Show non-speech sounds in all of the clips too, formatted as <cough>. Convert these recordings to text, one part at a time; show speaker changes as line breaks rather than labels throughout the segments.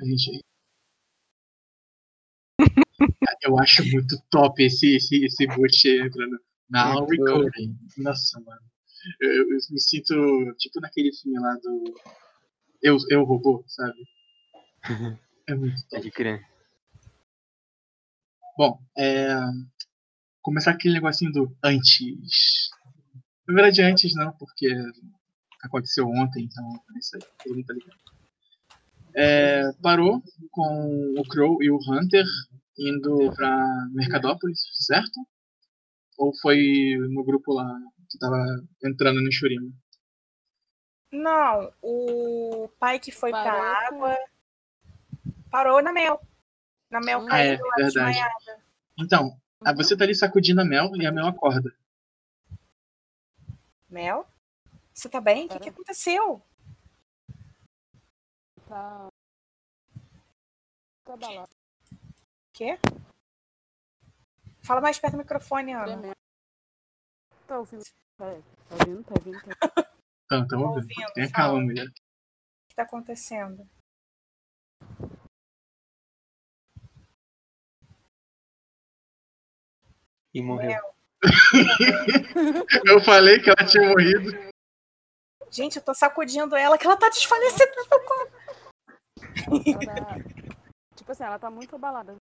A gente... <laughs> Eu acho muito top esse, esse, esse boot entrando na
Muito.
recording. Nossa, mano. Eu, eu me sinto tipo naquele filme lá do Eu, eu Robô, sabe?
Uhum.
<laughs> É muito top.
Pode crer.
Bom, é... começar aquele negocinho do antes. Na verdade, antes não, porque aconteceu ontem, então é isso aí, todo mundo tá ligado. É, parou com o Crow e o Hunter indo pra Mercadópolis, certo? Ou foi no grupo lá que tava entrando no Shurima?
Não, o pai que foi pra
Parou com-
água parou na Mel. Na Mel
Ah,
caiu
é,
lá
verdade.
desmaiada.
Então, ah, você tá ali sacudindo a Mel e a Mel acorda.
Mel? Você tá bem? O que, que
Parou.
aconteceu?
Tá. Tá abalado.
Fala mais perto do microfone, Ana.
tremendo. Tá ouvindo? Tá, tá ouvindo? Tá
<laughs>
ouvindo? Tá
Então, tá
Tô
ouvindo.
ouvindo,
Tenha
fala.
calma, mulher.
O que tá acontecendo?
E morreu.
Mel.
<laughs> Eu falei que ela tinha morrido.
Gente, eu tô sacudindo ela que ela tá desfalecendo.
ouvindo? Ela tá- Tipo assim, ela tá muito abalada.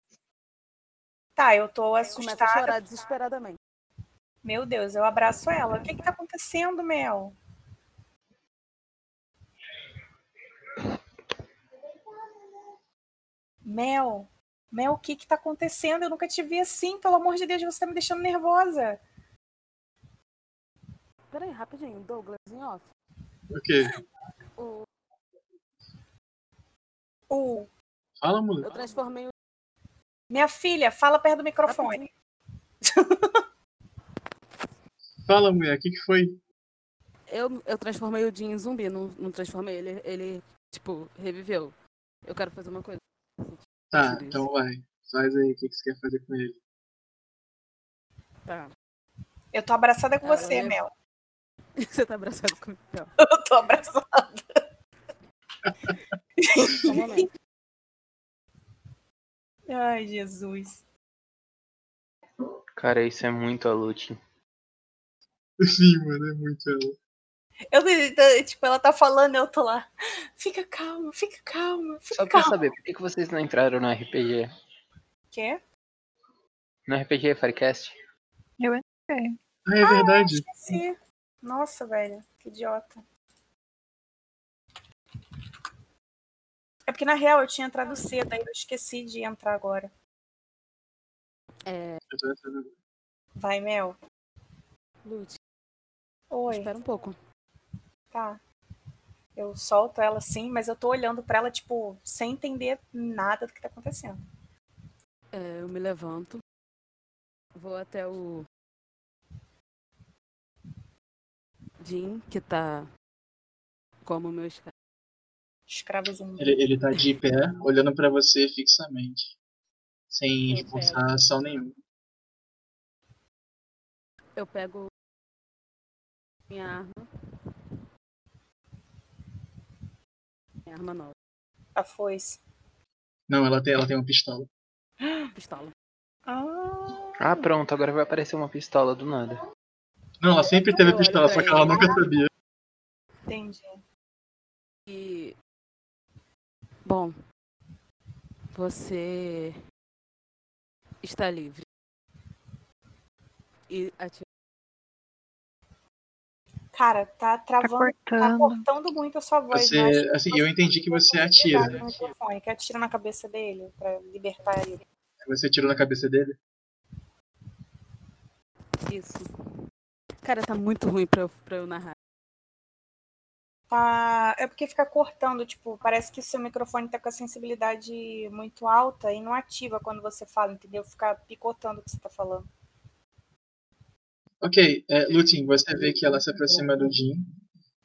Tá, eu tô
Começa a
assustada.
chorar desesperadamente.
Meu Deus, eu abraço ela. O que que tá acontecendo, Mel? Mel, Mel, o que que tá acontecendo? Eu nunca te vi assim, pelo amor de Deus, você tá me deixando nervosa.
Peraí, rapidinho. Douglas, em off.
Ok,
O-
Uh,
fala, mulher.
Eu transformei o.
minha filha, fala perto do microfone.
Rapidinho.
Fala, mulher, o que, que foi?
Eu, eu transformei o Jim em zumbi. Não, não transformei ele. Ele, tipo, reviveu. Eu quero fazer uma coisa.
Tá,
Tudo isso.
então vai. Faz aí o que, que você quer fazer com ele.
Tá.
Eu tô abraçada com
Ela
você,
é-
Mel.
<laughs> Você tá abraçado comigo. Então,
<laughs> Eu tô abraçada.
só um momento.
<laughs> Ai, Jesus.
Cara, isso é muito a Lute.
Sim, mano, é muito ela.
Eu, eu- tipo, ela tá falando, eu tô lá. Fica calma, fica calma,
Só
fica
pra
calma.
saber, por que que vocês não entraram no RPG?
Quê?
No RPG é Firecast?
Ah, é verdade.
Esqueci. Nossa, velho, que idiota. É porque, na real, eu tinha entrado cedo, aí eu esqueci de entrar agora.
É,
Eu tava fazendo-
Vai, Mel.
Lute,
Oi,
espera um pouco.
tá. Eu solto ela sim, mas eu tô olhando pra ela, tipo, sem entender nada do que tá acontecendo.
É, eu me levanto. Vou até o. Jim, que tá. Como meu escravo.
Escravozinho.
Ele, ele tá de pé, olhando pra você fixamente. Sem
Eu
esforçar ação nenhuma.
Eu pego. Minha arma. Minha arma nova.
A foice.
Não, ela tem, ela tem uma pistola.
Pistola.
Ah,
Ah, pronto, agora vai aparecer uma pistola do nada.
Não, ela sempre teve
Eu olho
é
pistola,
pra
só que ela
ele.
nunca sabia.
entendi.
E. Bom. Você. Está livre. E ativa.
Cara, tá
Tá
travando, tá
cortando.
cortando muito a sua voz. né? Acho
Você,
que
assim, eu entendi né? que
você
você
vai no
atira.
microfone, que atira na cabeça dele pra libertar ele.
Você atirou na cabeça dele?
Isso. Cara, tá muito ruim pra eu, pra eu narrar.
Tá, é porque fica cortando, tipo, parece que seu microfone tá com a sensibilidade muito alta e não ativa quando você fala, entendeu? Fica picotando o que você tá falando.
Ok, é, Lutin, você vê que ela se aproxima do Jim,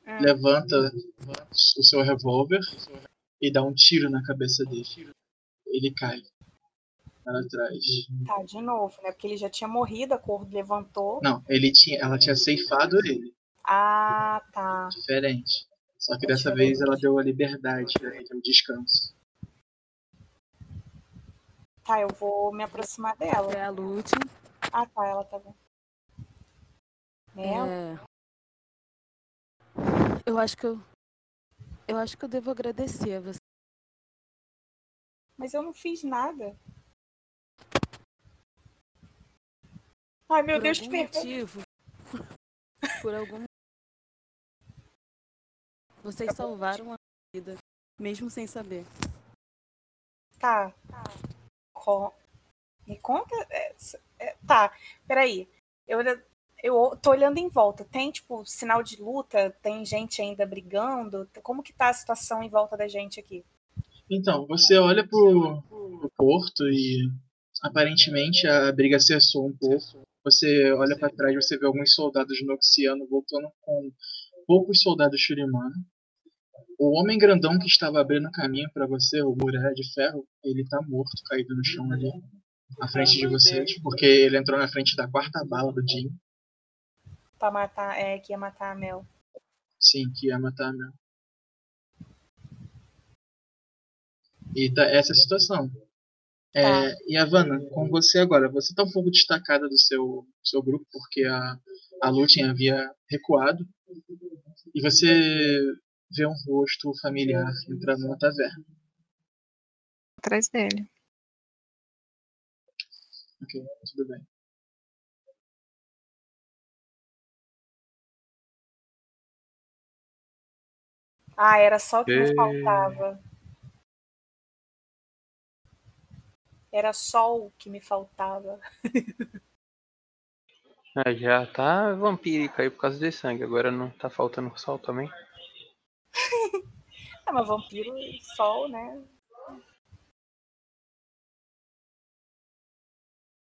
Hum.
levanta o seu revólver e dá um tiro na cabeça dele. Ele cai para trás.
Tá, de novo, né? Porque ele já tinha morrido, a cor levantou.
Não, ele tinha, ela tinha ceifado ele,
Ah, tá.
diferente. Só que dessa vez ela deu a liberdade para ele, o né, um descanso.
Tá, eu vou me aproximar dela.
É a Lute.
Ah, tá, ela tá bem. É,
É. Eu acho que eu. Eu acho que eu devo agradecer a você.
mas eu não fiz nada. Ai, meu
por
Deus, que
algum
vergonha.
motivo. Por algum Vocês
Acabou.
salvaram a vida, mesmo sem saber.
Tá. Co- Me conta. é, s- é, tá, peraí. Eu, ainda- eu tô olhando em volta. Tem, tipo, sinal de luta? Tem gente ainda brigando? Como que tá a situação em volta da gente aqui?
Então, você olha pro, pro porto e aparentemente a briga cessou um pouco. Você olha pra trás, você vê alguns soldados noxianos voltando com poucos soldados Shurimano. O homem grandão que estava abrindo o caminho pra você, o muralha de ferro, ele tá morto, caído no chão ali, à frente de vocês, porque ele entrou na frente da quarta bala do Jim.
Pra matar. É, que ia matar a Mel.
Sim, que tá, ia matar a Mel. E tá, essa é a situação. É,
Tá.
E a Vanna, com você agora, você tá um pouco destacada do seu, seu grupo, porque a, a Lutin havia recuado. E você vê um rosto familiar entrando na taverna.
atrás dele.
Ok, tudo bem.
Ah, era só o que me
É.
faltava. Era só o que me faltava. <laughs>
Ah, já tá vampírica aí por causa de sangue. Agora não tá faltando sol também.
É, mas vampiro e sol, né?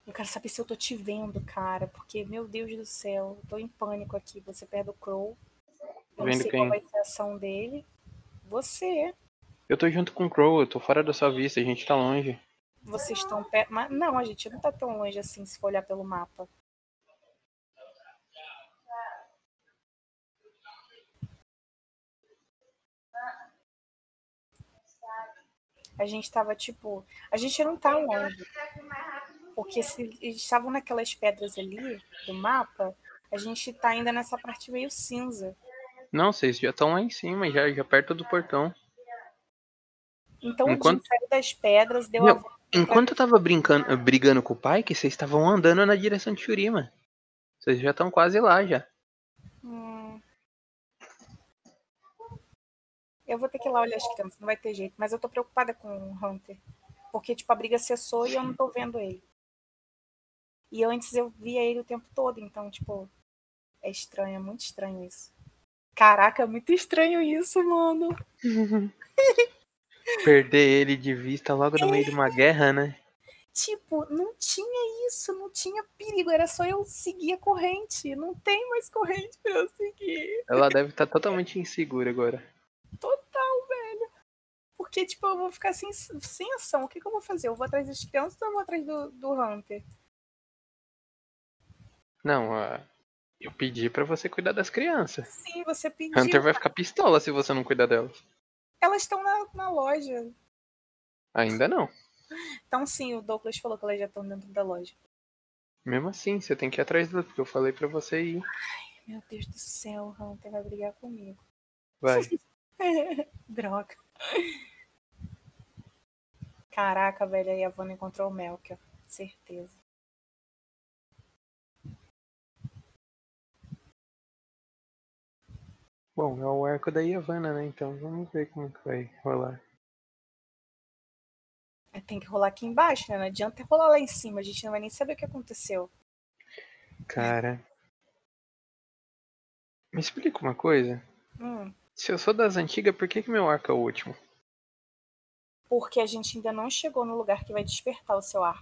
Eu quero saber se eu tô te vendo, cara, porque, meu Deus do céu, eu tô em pânico aqui. Você perde o Crow. Eu não
Vendo
sei
quem? é.
qual vai ser a ação dele. Você.
Eu tô junto com o Crow, eu tô fora da sua vista, a gente tá longe.
Vocês estão perto. Mas não, a gente não tá tão longe assim se for olhar pelo mapa. A gente tava tipo. A gente não tá longe. Porque se eles estavam naquelas pedras ali do mapa, a gente tá ainda nessa parte meio cinza.
Não, vocês já estão lá em cima, já, já perto do portão.
Então o
Enquanto-
Jim saiu das pedras, deu a
Meu,
volta.
Enquanto eu tava brincando, brigando com o pai, que vocês estavam andando na direção de Shurima. Vocês já estão quase lá já.
Hum. Eu vou ter que ir lá olhar as crianças, não vai ter jeito. Mas eu tô preocupada com o Hunter. Porque, tipo, a briga cessou e eu não tô vendo ele. E eu, antes eu via ele o tempo todo, então, tipo, é estranho, é muito estranho isso. Caraca, é muito estranho isso, mano.
Perder ele de vista logo no meio de uma guerra, né?
Tipo, não tinha isso, não tinha perigo, era só eu seguir a corrente. Não tem mais corrente pra eu seguir.
Ela deve estar totalmente insegura agora.
Total, velho. Porque, tipo, eu vou ficar sem, sem ação. O que, que eu vou fazer? Eu vou atrás das crianças ou eu vou atrás do, do Hunter?
Não, ah, eu pedi pra você cuidar das crianças.
Sim, você pediu.
Hunter vai ficar pistola se você não cuidar delas.
Elas estão na, na loja.
Ainda não.
Então, sim, o Douglas falou que elas já estão dentro da loja.
Mesmo assim, você tem que ir atrás dela, porque eu falei pra você ir.
Meu Deus do céu, o Hunter vai brigar comigo. <laughs>
Vai.
Droga. Caraca, velho, aí a Vanna encontrou o Melchior. Certeza.
Bom, é o arco da Yavanna, né? Então vamos ver como que vai rolar.
É, Tem que rolar aqui embaixo, né? Não adianta rolar lá em cima. A gente não vai nem saber o que aconteceu.
Cara. Me explica uma coisa.
Hum,
Se eu sou das antigas, por que, que meu arco é o último?
porque a gente ainda não chegou no lugar que vai despertar o seu ar.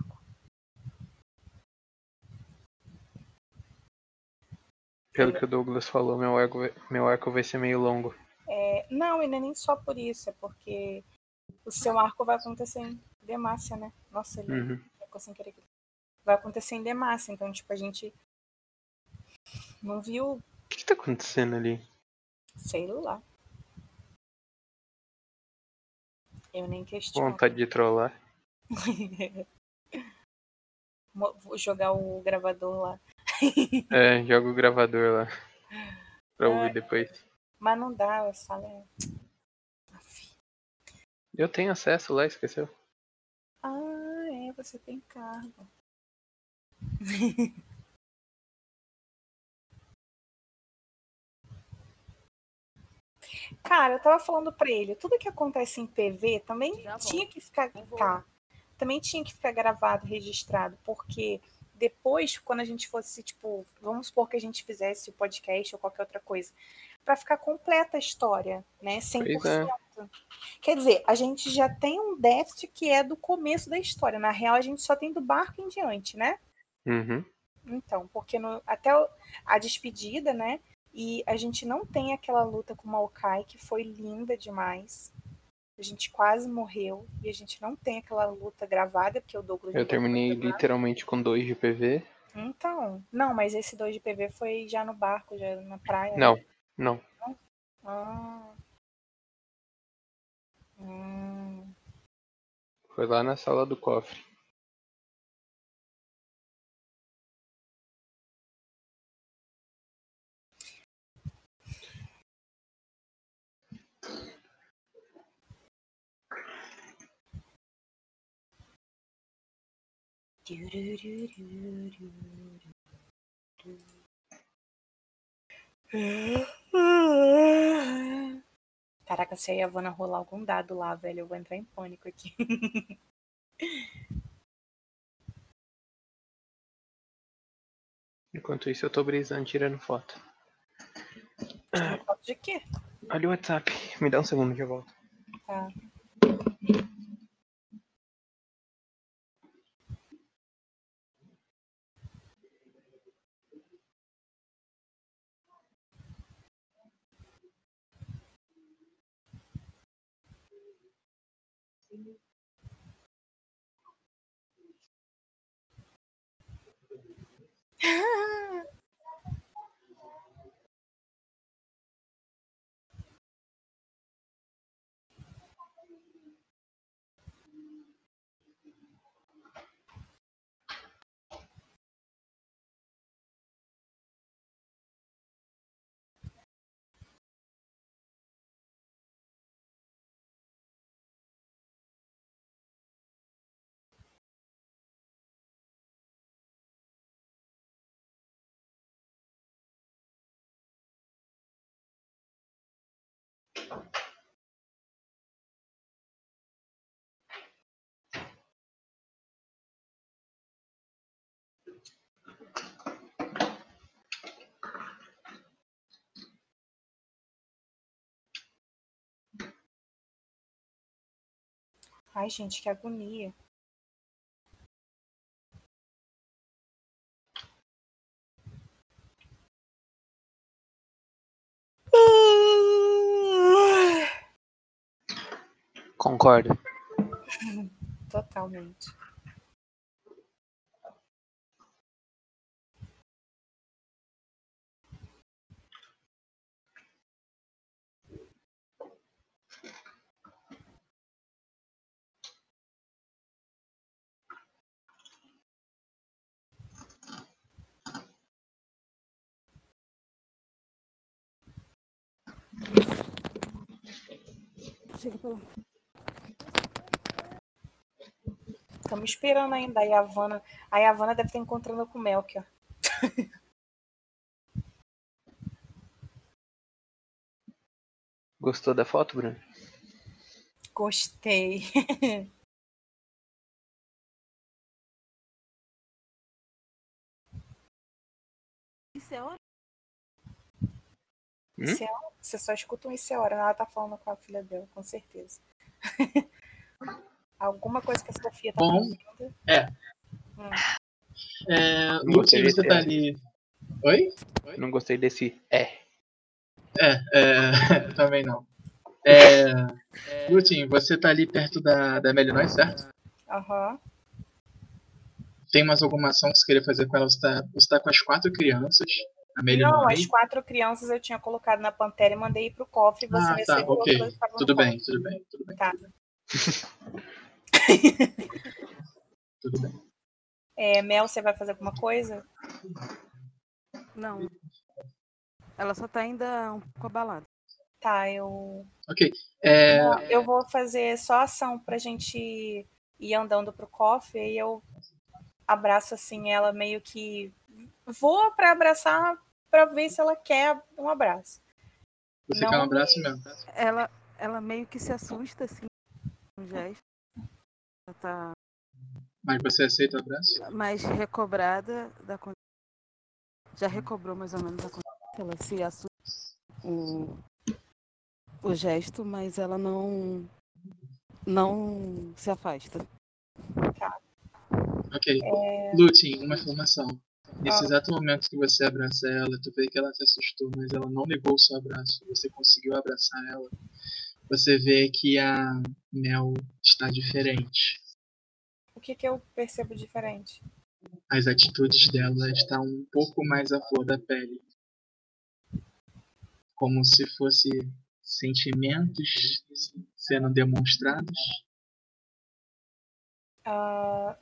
Pelo que o Douglas falou, meu arco, vai- meu arco vai ser meio longo.
É, não, e não é nem só por isso, é porque o seu arco vai acontecer em Demácia, né? Nossa, ele
Uhum.
ficou sem querer. aqui. Vai acontecer em Demácia, então, tipo, a gente <laughs> não viu,
O que, que tá acontecendo ali?
sei lá. Eu nem questiono.
Vontade de trollar.
Mo- Vou jogar o gravador lá.
É, joga o gravador lá. Pra ouvir depois.
Mas não dá, a sala é.
Eu tenho acesso lá, esqueceu?
Ah, é, você tem cargo. Cara, eu tava falando pra ele, tudo que acontece em PV também
Já volto.
tinha que ficar
Já volto.
tá, também tinha que ficar gravado, registrado, porque depois, quando a gente fosse, tipo, vamos supor que a gente fizesse o podcast ou qualquer outra coisa, pra ficar completa a história, né? 100%.
Pois é.
Quer dizer, a gente já tem um déficit que é do começo da história. Na real, a gente só tem do barco em diante, né?
Uhum.
Então, porque no- até o- a despedida, né? E a gente não tem aquela luta com o Maokai, que foi linda demais. A gente quase morreu. E a gente não tem aquela luta gravada, porque o Douglas.
Eu
não
terminei
gravou.
literalmente com 2 de PV.
Então, não, mas esse 2 de PV foi já no barco, já na praia. né?
Não, não.
Ah. Hum. <laughs>
Foi lá na sala do cofre.
Caraca, se a Yavanna rolar algum dado lá, velho, eu vou entrar em pânico aqui.
Enquanto isso, eu tô brisando, tirando foto.
Tirando foto de quê?
Olha o WhatsApp. Me dá um segundo que eu volto.
Tá. Ai, gente, que agonia. Tá.
Concordo.
Totalmente.
Chega pelo.
Estamos esperando ainda a Yavanna. A Yavanna deve estar encontrando com o Melchior.
Gostou da foto, Bruno?
Gostei. <laughs>
Isso é hora?
Hum?
Isso é- Você só escuta um isso é hora. Ela tá falando com a filha dela, com certeza. <laughs> Alguma coisa que a Sofia tá
Bom,
fazendo. Hum.
É,
Não
no
gostei
time você
desse
tá
é.
ali. Oi?
Não gostei desse é.
É, <laughs> também não.
<laughs>
É, Lutin, você tá ali perto da, da Melinói, certo?
Aham.
Tem mais alguma ação que você queria fazer com ela? Você tá, você tá com as quatro crianças. A
Não,
Melinói.
as quatro crianças eu tinha colocado na pantera e mandei ir pro cofre. Você
Ah, tá,
recebeu
ok.
outras que estavam no
Tudo
cofre.
bem, tudo bem, tudo bem.
Tá.
<laughs> Tudo bem.
É, Mel, você vai fazer alguma coisa?
Não. Ela só tá ainda um pouco abalada.
Tá, eu.
É,
Não, Eu vou fazer só ação pra gente ir andando pro cofre e eu abraço assim ela meio que vou pra abraçar pra ver se ela quer um abraço.
você
não,
quer um abraço mesmo.
Ela, ela meio que se assusta, assim, um gesto. Ela tá
Mas você aceita o abraço?
mais recobrada da condição. Já
Uhum.
recobrou mais ou menos a condição. Ela se assusta o, o gesto, mas ela não, não se afasta.
Ok. Lutin, uma informação. Nesse exato momento que você abraça ela, tu vê que ela se assustou, mas ela não negou o seu abraço. Você conseguiu abraçar ela. Você vê que a Mel está diferente.
O que, que eu percebo diferente?
As atitudes dela estão um pouco mais à flor da pele. Como se fosse sentimentos sendo demonstrados.
Ah,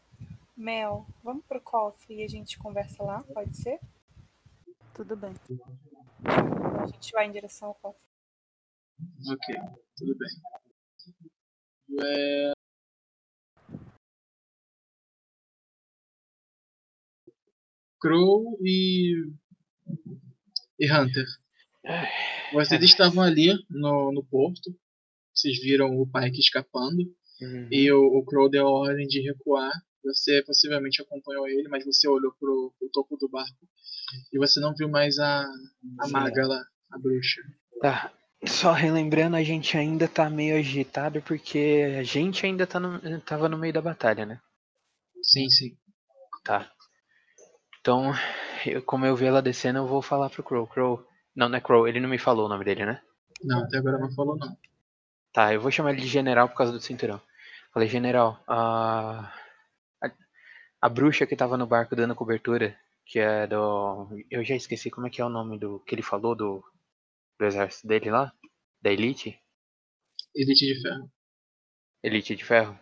Mel, vamos pro cofre e a gente conversa lá, pode ser?
Tudo bem.
A gente vai em direção ao cofre.
Ok, tudo bem. É... Crow e... e Hunter. Vocês estavam ali no, no porto. Vocês viram o Pike escapando.
Uhum.
E o, o Crow deu a ordem de recuar. Você possivelmente acompanhou ele, mas você olhou pro, pro topo do barco. E você não viu mais a, a maga lá, a bruxa.
Tá. Só relembrando, a gente ainda tá meio agitado porque a gente ainda tá no, tava no meio da batalha, né?
Sim, sim.
Tá. Então, eu- como eu vi ela descendo, eu vou falar pro Crow. Crow. Não, não é Crow, ele não me falou o nome dele, né?
Não, até agora não falou não.
Tá, eu vou chamar ele de general por causa do cinturão. Falei, general, a, a, a bruxa que tava no barco dando cobertura, que é do. Eu já esqueci como é que é o nome do que ele falou do, do exército dele lá? Da elite?
Elite de ferro.
Elite de Ferro.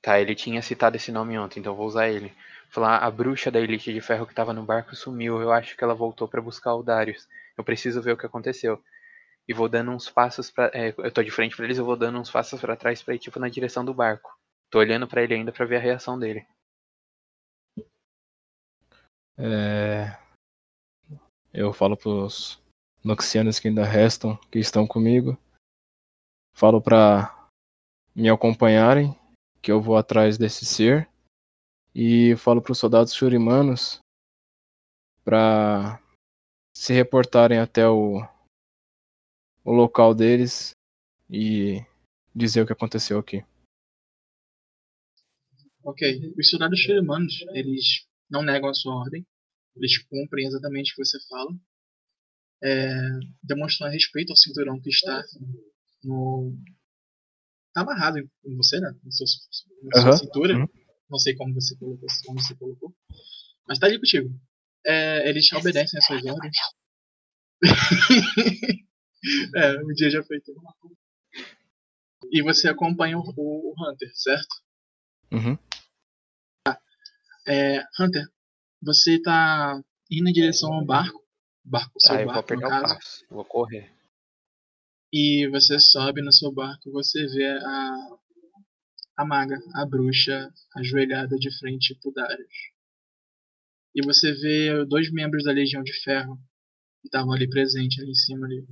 Tá, ele tinha citado esse nome ontem, então vou usar ele. Falar, a bruxa da Elite de Ferro que tava no barco sumiu. Eu acho que ela voltou pra buscar o Darius. Eu preciso ver o que aconteceu. E vou dando uns passos pra. é, eu tô de frente pra eles, eu vou dando uns passos pra trás pra ir, tipo, na direção do barco. Tô olhando pra ele ainda pra ver a reação dele.
É, Eu falo pros noxianos que ainda restam, que estão comigo. Falo pra me acompanharem, que eu vou atrás desse ser. E falo pros soldados shurimanos pra se reportarem até o, o local deles e dizer o que aconteceu aqui.
Ok. Os soldados shurimanos, eles não negam a sua ordem. Eles cumprem exatamente o que você fala. É, demonstram respeito ao cinturão que está no... Tá amarrado em em você, né? Na sua, na sua
Aham,
cintura.
uhum.
Não sei como você colocou. Como você colocou. Mas tá ali contigo. É, eles obedecem às suas ordens. <laughs> é, o dia já foi todo. E você acompanha o- o Hunter, certo?
Uhum.
É, Hunter, você tá indo em direção ao barco, barco seu
Tá, eu vou
barco no
apertar o
caso,
passo. Vou correr.
e você sobe no seu barco, você vê a a maga, a bruxa, ajoelhada de frente pro Darius. E você vê dois membros da Legião de Ferro que estavam ali presentes, ali em cima ali.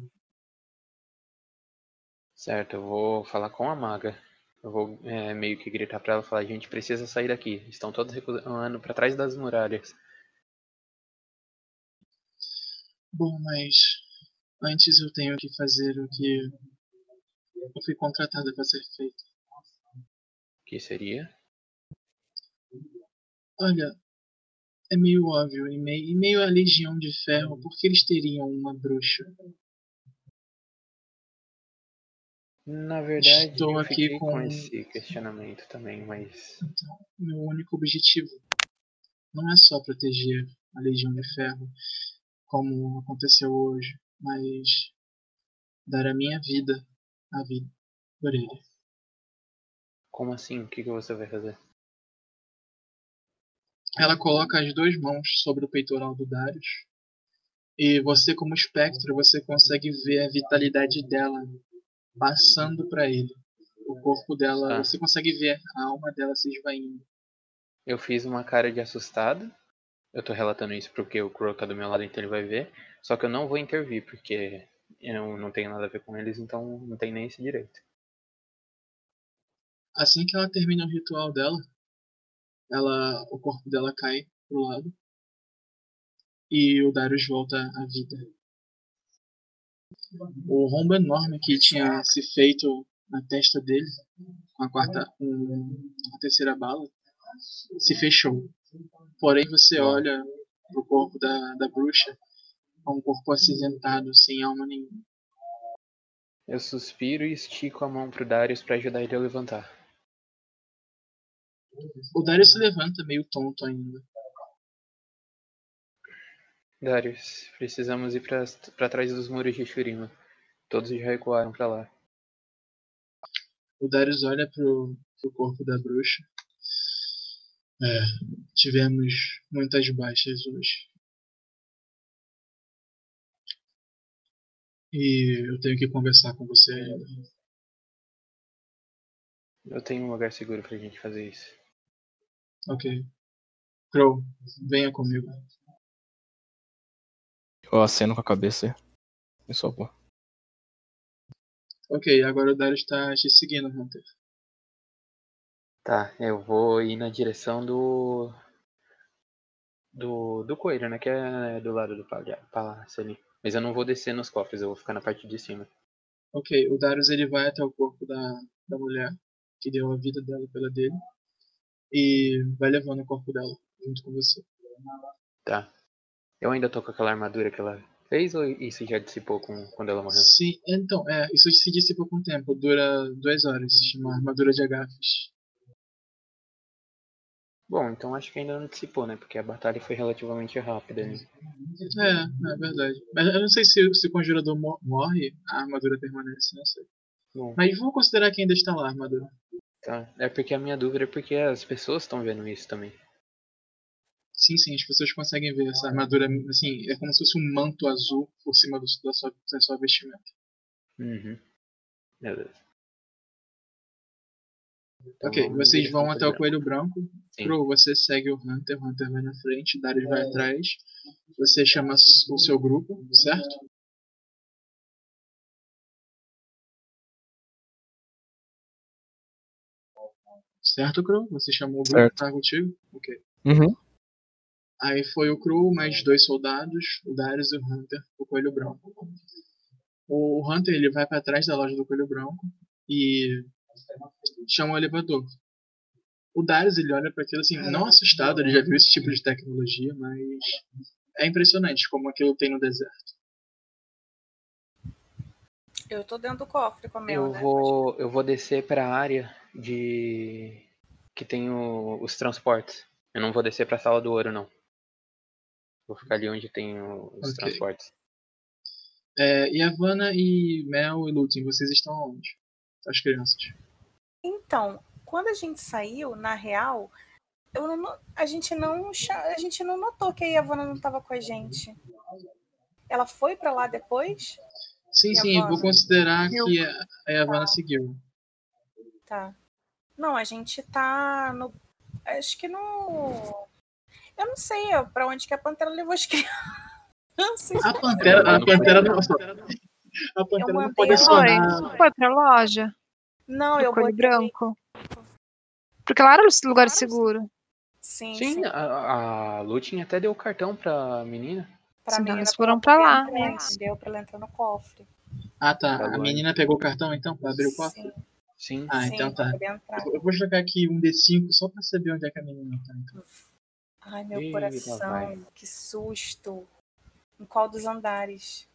Certo, eu vou falar com a maga. Eu vou é, meio que gritar pra ela falar, a gente precisa sair daqui. Estão todos recusando pra trás das muralhas.
Bom, mas antes eu tenho que fazer o que eu fui contratada para ser feito.
Que seria?
Olha, é meio óbvio, e meio, e meio à Legião de Ferro, por que eles teriam uma bruxa?
Na verdade,
Estou
eu
aqui
fiquei com...
com- Então,
esse questionamento também, mas
Meu único objetivo não é só proteger a Legião de Ferro, como aconteceu hoje, mas dar a minha vida, a vida, por ele.
como assim? O que, que você vai fazer?
Ela coloca as duas mãos sobre o peitoral do Darius. E você, como espectro, você consegue ver a vitalidade dela passando para ele. O corpo dela,
Tá.
você consegue ver a alma dela se esvaindo.
Eu fiz uma cara de assustado. Eu tô relatando isso porque o Crow tá do meu lado, então ele vai ver. Só que eu não vou intervir, porque eu não tenho nada a ver com eles, então não tem nem esse direito.
Assim que ela termina o ritual dela, ela, o corpo dela cai pro lado. E o Darius volta à vida. O rombo enorme que tinha se feito na testa dele, com a quarta, com a terceira bala, se fechou. Porém, você olha pro corpo da, da bruxa, é um corpo acinzentado, sem alma nenhuma.
Eu suspiro e estico a mão pro Darius pra ajudar ele a levantar.
O Darius se levanta meio tonto ainda.
Darius, precisamos ir pra, pra trás dos muros de Shurima. Todos já recuaram pra lá.
O Darius olha pro, pro corpo da bruxa. É, tivemos muitas baixas hoje. E eu tenho que conversar com você ainda.
Eu tenho um lugar seguro pra gente fazer isso.
Ok. Crow, venha comigo.
Eu aceno com a cabeça. E só vou.
Ok, agora o Darius tá te seguindo, Hunter.
Tá, eu vou ir na direção do. Do, do coelho, né? Que é do lado do palha- palácio ali. Mas eu não vou descer nos cofres, eu vou ficar na parte de cima.
Ok, o Darius ele vai até o corpo da, da mulher que deu a vida dela pela dele. E vai levando o corpo dela junto com você.
Tá. Eu ainda tô com aquela armadura que ela fez ou isso já dissipou com, quando ela morreu?
Sim, então, é, isso se dissipa com o tempo, dura duas horas, se chama armadura de agafes.
Bom, então acho que ainda não dissipou, né? Porque a batalha foi relativamente rápida. Né?
É, é verdade. Mas eu não sei se, se o conjurador mo- morre, a armadura permanece, não sei.
Bom,
Mas vamos considerar que ainda está lá a armadura.
tá. É porque a minha dúvida é porque as pessoas estão vendo isso também.
Sim, sim, as pessoas conseguem ver essa armadura, assim, é como se fosse um manto azul por cima do, da, sua, da sua vestimenta. É.
Uhum. Beleza. Então
Ok,
vamos na
vocês
direção
vão
do
até o
coelho.
coelho branco.
Sim. É.
Crow, você segue o Hunter, o Hunter vai na frente, Darius vai atrás. Você chama s- o seu grupo, certo? Certo, Crow? Você chamou o grupo,
Certo.
tá contigo? Ok.
Uhum.
Aí foi o Crew, mais dois soldados, o Darius e o Hunter, o Coelho Branco. O Hunter ele vai pra trás da loja do Coelho Branco e chama o elevador. O Darius ele olha pra aquilo assim, não assustado, ele já viu esse tipo de tecnologia, mas é impressionante como aquilo tem no deserto.
Eu tô dentro do cofre com a Mel,
Eu
né?
vou, eu vou descer para a área de que tem o- os transportes. Eu não vou descer para a sala do ouro, não. Vou ficar ali onde tem o- os
Ok.
transportes.
É, e a Vanna e Mel e Lutin, vocês estão aonde? As crianças.
Então, quando a gente saiu, na real, eu não no- a, gente não, cha- a gente não notou que a Ivana não estava com a gente. Ela foi pra lá depois?
Sim,
E a
sim, eu vou
Vanna?
considerar que a, a Vanna seguiu.
Tá. Não, a gente tá no. Acho que no. Eu não sei é, pra onde que a Pantera levou as <laughs> crianças.
A Pantera, a Pantera não,
É
<laughs> a
É
Pantera não pode
Eu
Foi,
acionar
foi pra loja
Não,
do
eu
Coelho
botei.
Branco. Porque lá era o lugar seguro.
Sim, sim.
Sim, a, a Lutin até deu o cartão pra menina.
Pra
Senão
menina
eles foram pra
poder
lá,
entrar,
isso.
né? Deu pra ela entrar no cofre.
Ah, tá.
Tá
A
bom.
menina pegou o cartão então pra abrir o cofre?
Sim,
Sim.
Ah,
sim,
então
pra
tá.
poder entrar.
Eu vou jogar aqui um D5 só pra saber onde é que a menina tá. Então.
Ai, meu
Ih, lá vai.
coração, que susto. Em qual dos andares?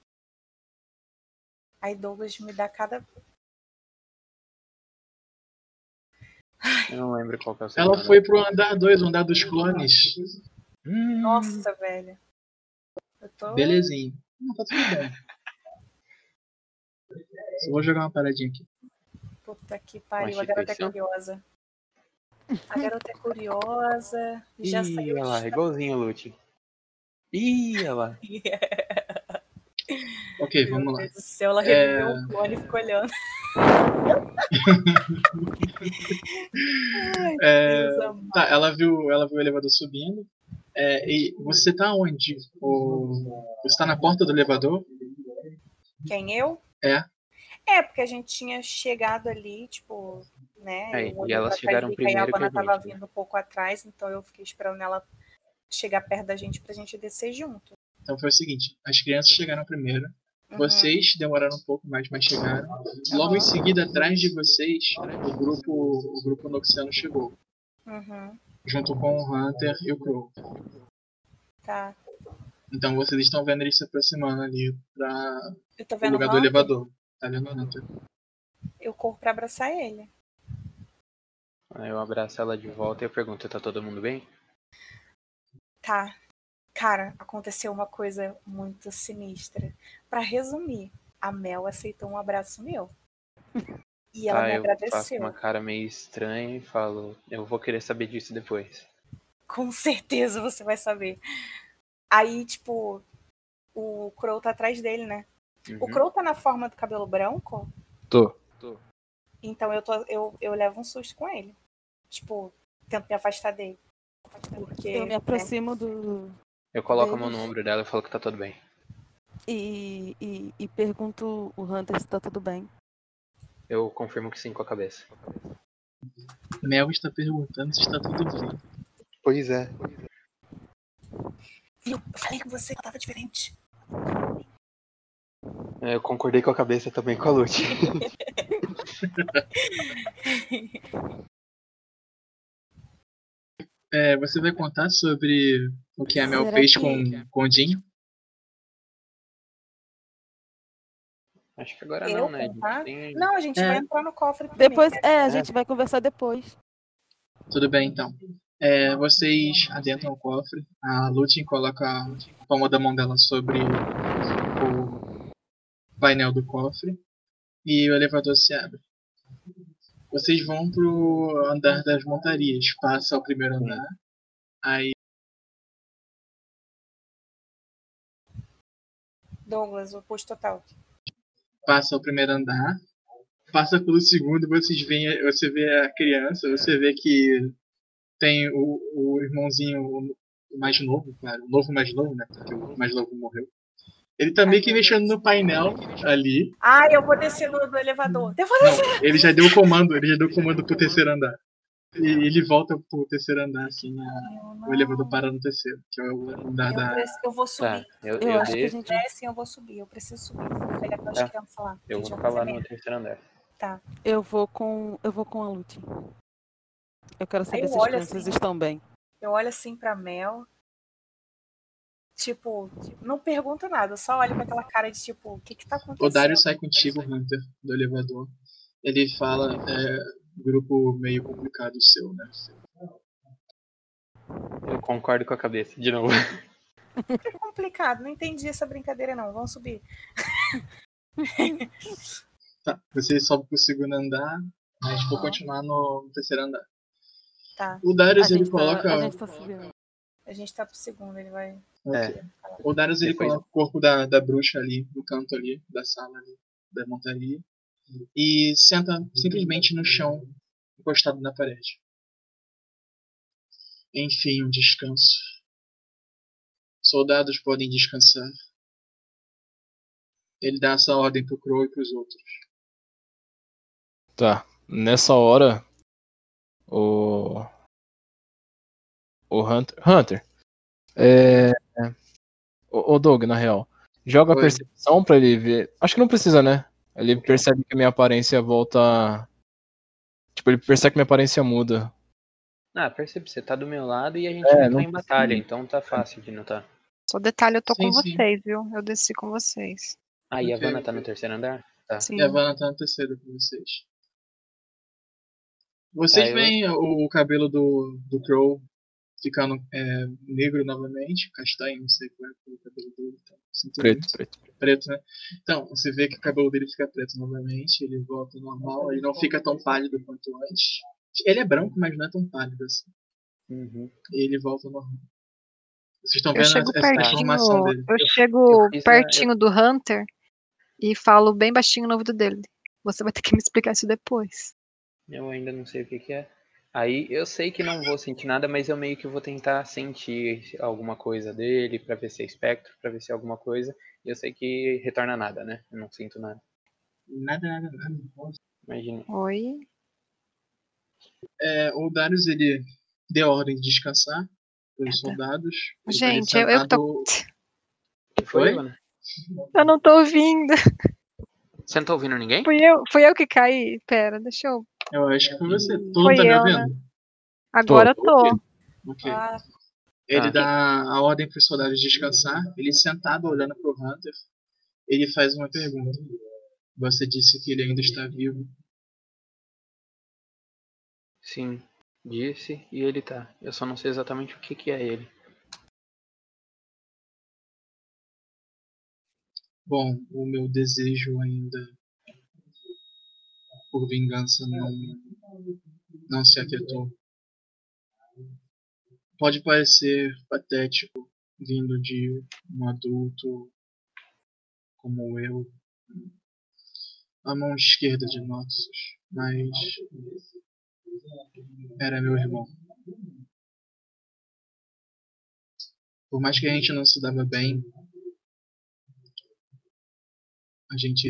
Aí Douglas me dá cada.
Eu não lembro qual que é o seu
Ela
nome.
foi pro andar 2, o andar dos clones.
Hum,
Nossa, velho. Eu tô.
Belezinha. Não, tá tudo bem. Só vou jogar uma paradinha aqui.
Puta que pariu, agora eu tô
Constituição?
curiosa. A garota é curiosa. Já
Ih,
saiu
olha lá, igualzinho o Lute. Ih, olha lá.
de... Yeah.
Ok,
Meu
vamos lá.
Deus do céu, ela
É.
reviveu o clone e ficou olhando. Ai,
<laughs> É,
Deus amado.
Tá, ela viu, ela viu o elevador subindo. É, e você tá onde? O- você tá na porta do elevador?
Quem eu?
É.
É, porque a gente tinha chegado ali, tipo, né?
É,
eu
e
olhei
elas
pra trás
chegaram
vi
primeiro
Que a
que a
Havana tava
gente, né?
vindo um pouco atrás, então eu fiquei esperando ela chegar perto da gente pra gente descer junto.
Então foi o seguinte: as crianças chegaram primeiro.
Uhum. Tá
Vocês demoraram um pouco mais, mas chegaram. Logo em seguida, atrás de vocês, o grupo, o grupo Noxiano chegou,
Uhum,
junto com o Hunter e o Crow.
tá.
Então vocês estão vendo eles se aproximando ali para
Eu tô
o
vendo
lugar
o
do
Hunter,
elevador. Tá vendo o Hunter?
eu corro pra abraçar ele.
Aí eu abraço ela de volta e eu pergunto, tá todo mundo bem?
Tá. Cara, aconteceu uma coisa muito sinistra. Pra resumir, a Mel aceitou um abraço meu. E ela
ah,
me
eu faço
agradeceu.
uma cara meio estranha e falo, eu vou querer saber disso depois.
Com certeza você vai saber. Aí, tipo, o Crow tá atrás dele, né? O
Uhum.
Crow tá na forma do cabelo branco,
Tô.
então eu, tô, eu, eu levo um susto com ele. Tipo, tento me afastar dele. Porque,
Eu me
né?
aproximo do.
Eu coloco a mão
Deles.
no
Uhum.
ombro dela e falo que tá tudo bem.
E, e, e pergunto o Hunter se tá tudo bem.
Eu confirmo que sim com a cabeça.
Mel está perguntando se está tudo bem.
Pois é.
Viu? Eu falei com você que ela tava diferente.
Eu concordei com a cabeça também com
<laughs>
a Lute.
É, você vai contar sobre o que a Mel
Será
fez
que- é?
com, com o Jim?
Acho que agora
Eu
não, né?
contar?
gente? Tem-
Não, a gente
É.
vai entrar no cofre né? primeiro.
Depois, é, a gente vai conversar depois.
Tudo bem, então. É, vocês adentram o cofre. A Lutin coloca a palma da mão dela sobre o painel do cofre. E o elevador se abre. Vocês vão pro andar das montarias. Passa ao primeiro andar. Aí,
Douglas, o posto total.
passa ao primeiro andar, passa pelo segundo, vocês veem, você vê a criança, você vê que tem o, o irmãozinho o mais novo, claro, o novo mais novo, né? Porque o mais novo morreu. Ele tá meio que mexendo no painel ali.
Ah, eu vou descer do, do
Hum.
elevador. Eu vou
Não,
descer.
ele já deu o comando, ele já deu o comando pro terceiro andar. E ele volta pro terceiro andar, assim, a-
Ah.
o elevador para no terceiro, que é o andar
Eu,
da.
preciso- eu vou
Tá,
subir.
eu,
Eu,
eu,
acho que a
desço,
gente.
Descem, eu vou subir. Eu preciso subir. Eu vou pegar aquelas
Tá.
crianças lá.
eu
Eles
vou
vão
ficar lá
fazer Tá.
no terceiro andar.
Eu vou com. Eu vou com a Lute. Eu quero saber
eu
se as
olho
crianças
assim.
estão bem.
Eu olho assim pra Mel. Tipo, não pergunto nada, eu só olho com aquela cara de tipo, o que que tá acontecendo?
O Dario sai contigo, Hunter, do elevador. Ele fala, é, grupo meio complicado o seu, né?
Eu concordo com a cabeça, de novo. <laughs>
É complicado, não entendi essa brincadeira não, vamos
<laughs>
subir.
Tá, você sobe pro segundo andar, né? mas vou
Aham.
continuar no terceiro andar.
Tá,
O
A
Darius ele
gente,
coloca.
tá, a gente tá subindo.
a gente tá pro segundo, ele vai...
É.
O Darius ele
Depois-
coloca o corpo da, da bruxa ali, no canto ali, da sala ali, da montaria. E senta simplesmente no chão, encostado na parede. Enfim, um descanso. Soldados podem descansar. Ele dá essa ordem pro Crow e pros outros.
Tá. Nessa hora, o. O Hunter. Hunter. É. O, o Doug, na real. Joga a
Oi.
percepção pra ele ver. Acho que não precisa, né? Ele percebe que a minha aparência volta. Tipo, ele percebe que minha aparência muda.
Ah, percebe, você tá do meu lado e a gente
É, não
não tá em batalha, então tá fácil de notar.
Só detalhe, eu tô
Sim,
com
sim.
vocês, viu? Eu desci com vocês.
Ah, e a
Ok,
Vanna tá
ok.
no terceiro andar? Tá.
Sim.
E a Vanna tá no terceiro com vocês. Vocês
Tá, eu-
veem o, o cabelo do, do Crow ficando é, negro novamente, castanho, não sei qual é o cabelo dele. Tá? Sinto
Preto,
muito.
preto.
preto, né? Então, você vê que o cabelo dele fica preto novamente, ele volta ao normal, ele não fica tão pálido quanto antes. Ele é branco, mas não é tão pálido assim.
Uhum.
E ele volta ao normal. Vocês estão
Eu
vendo
chego
essa essa transformação
pertinho,
dele.
eu chego
eu fiz, né,
pertinho do Hunter e falo bem baixinho no ouvido dele. Você vai ter que me explicar isso depois.
Eu ainda não sei o que, que é. Aí eu sei que não vou sentir nada, mas eu meio que vou tentar sentir alguma coisa dele pra ver se é espectro, pra ver se é alguma coisa. E eu sei que retorna nada, né? Eu não sinto nada.
Nada, nada, nada.
Imagina.
Oi.
É, o Darius, ele deu a ordem de descansar pelos soldados. Ele tá
Gente, eu, eu tô.
sentado-
Que foi,
Oi?
Luana?
Eu não tô ouvindo.
Você não tá ouvindo ninguém?
Fui eu, fui eu que caí. Pera, deixa eu.
Eu acho
Hum,
que foi você. Todo
Foi
mundo tá me
eu, né?
ouvindo?
Agora eu tô.
Ok.
Ah,
Ele
Ah.
dá a ordem para os soldados descansar. Ele sentado olhando para o Hunter. Ele faz uma pergunta. Você disse que ele ainda está vivo.
Sim. Disse e ele tá. Eu só não sei exatamente o que, que é ele.
Bom, o meu desejo ainda por vingança não, não se aquietou. Pode parecer patético vindo de um adulto como eu, a mão esquerda de nossos, mas era meu irmão. Por mais que a gente não se dava bem, a gente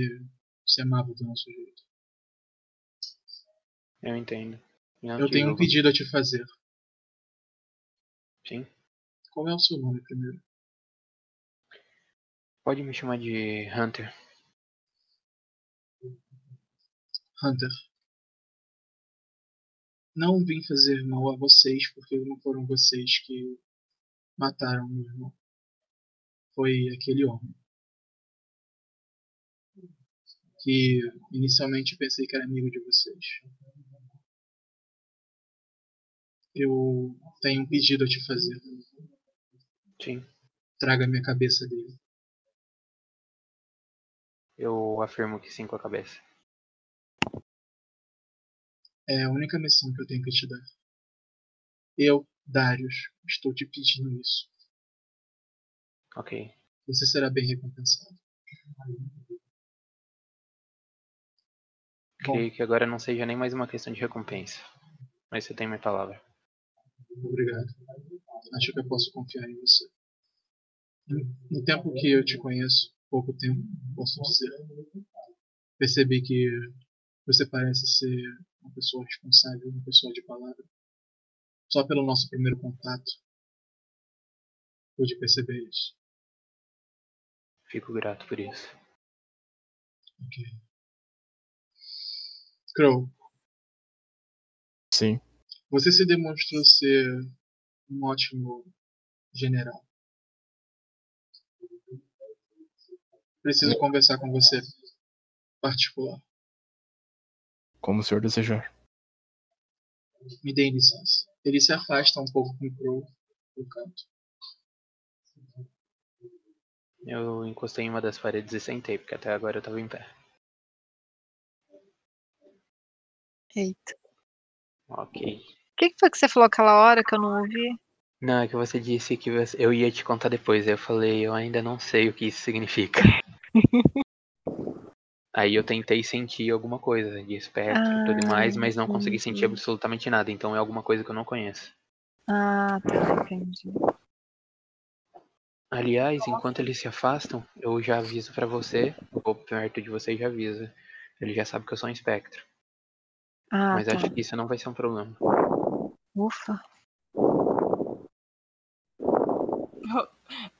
se amava do nosso jeito.
Eu entendo. Não
Eu
te
tenho um
julgo.
pedido a te fazer.
Sim.
Qual é o seu nome primeiro?
Pode me chamar de Hunter.
Hunter. Não vim fazer mal a vocês, porque não foram vocês que mataram meu irmão. Foi aquele homem. Que inicialmente pensei que era amigo de vocês. Eu tenho um pedido a te fazer.
Sim.
Traga minha cabeça dele.
Eu afirmo que sim com a cabeça.
É a única missão que eu tenho que te dar. Eu, Darius, estou te pedindo isso.
Ok.
Você será bem recompensado. Bom.
Creio que agora não seja nem mais uma questão de recompensa. Mas você tem minha palavra.
Obrigado. Acho que eu posso confiar em você. No tempo que eu te conheço, pouco tempo, posso dizer, percebi que você parece ser É uma pessoa responsável, uma pessoa de palavra. Só pelo nosso primeiro contato, pude perceber isso.
Fico grato por isso.
Crow,
Sim.
Você se demonstrou ser um ótimo general. Preciso conversar com você particular.
Como o senhor desejar.
Me deem licença. Ele se afasta um pouco com o Crow do canto.
Eu encostei em uma das paredes e sentei, porque até agora eu tava em pé.
Eita.
Ok.
O que, que foi que você falou aquela hora que eu não ouvi?
Não, é que você disse que você- eu ia te contar depois. Aí eu falei, eu ainda não sei o que isso significa.
<laughs>
Aí eu tentei sentir alguma coisa de espectro e
Ah,
tudo mais, mas não consegui sentir absolutamente nada. Então é alguma coisa que eu não conheço.
Ah, tá, entendi.
Aliás, enquanto eles se afastam, eu já aviso pra você, vou perto de você e já avisa. Ele já sabe que eu sou um espectro,
Ah,
mas
tá.
acho que isso não vai ser um problema.
<laughs>
Ufa.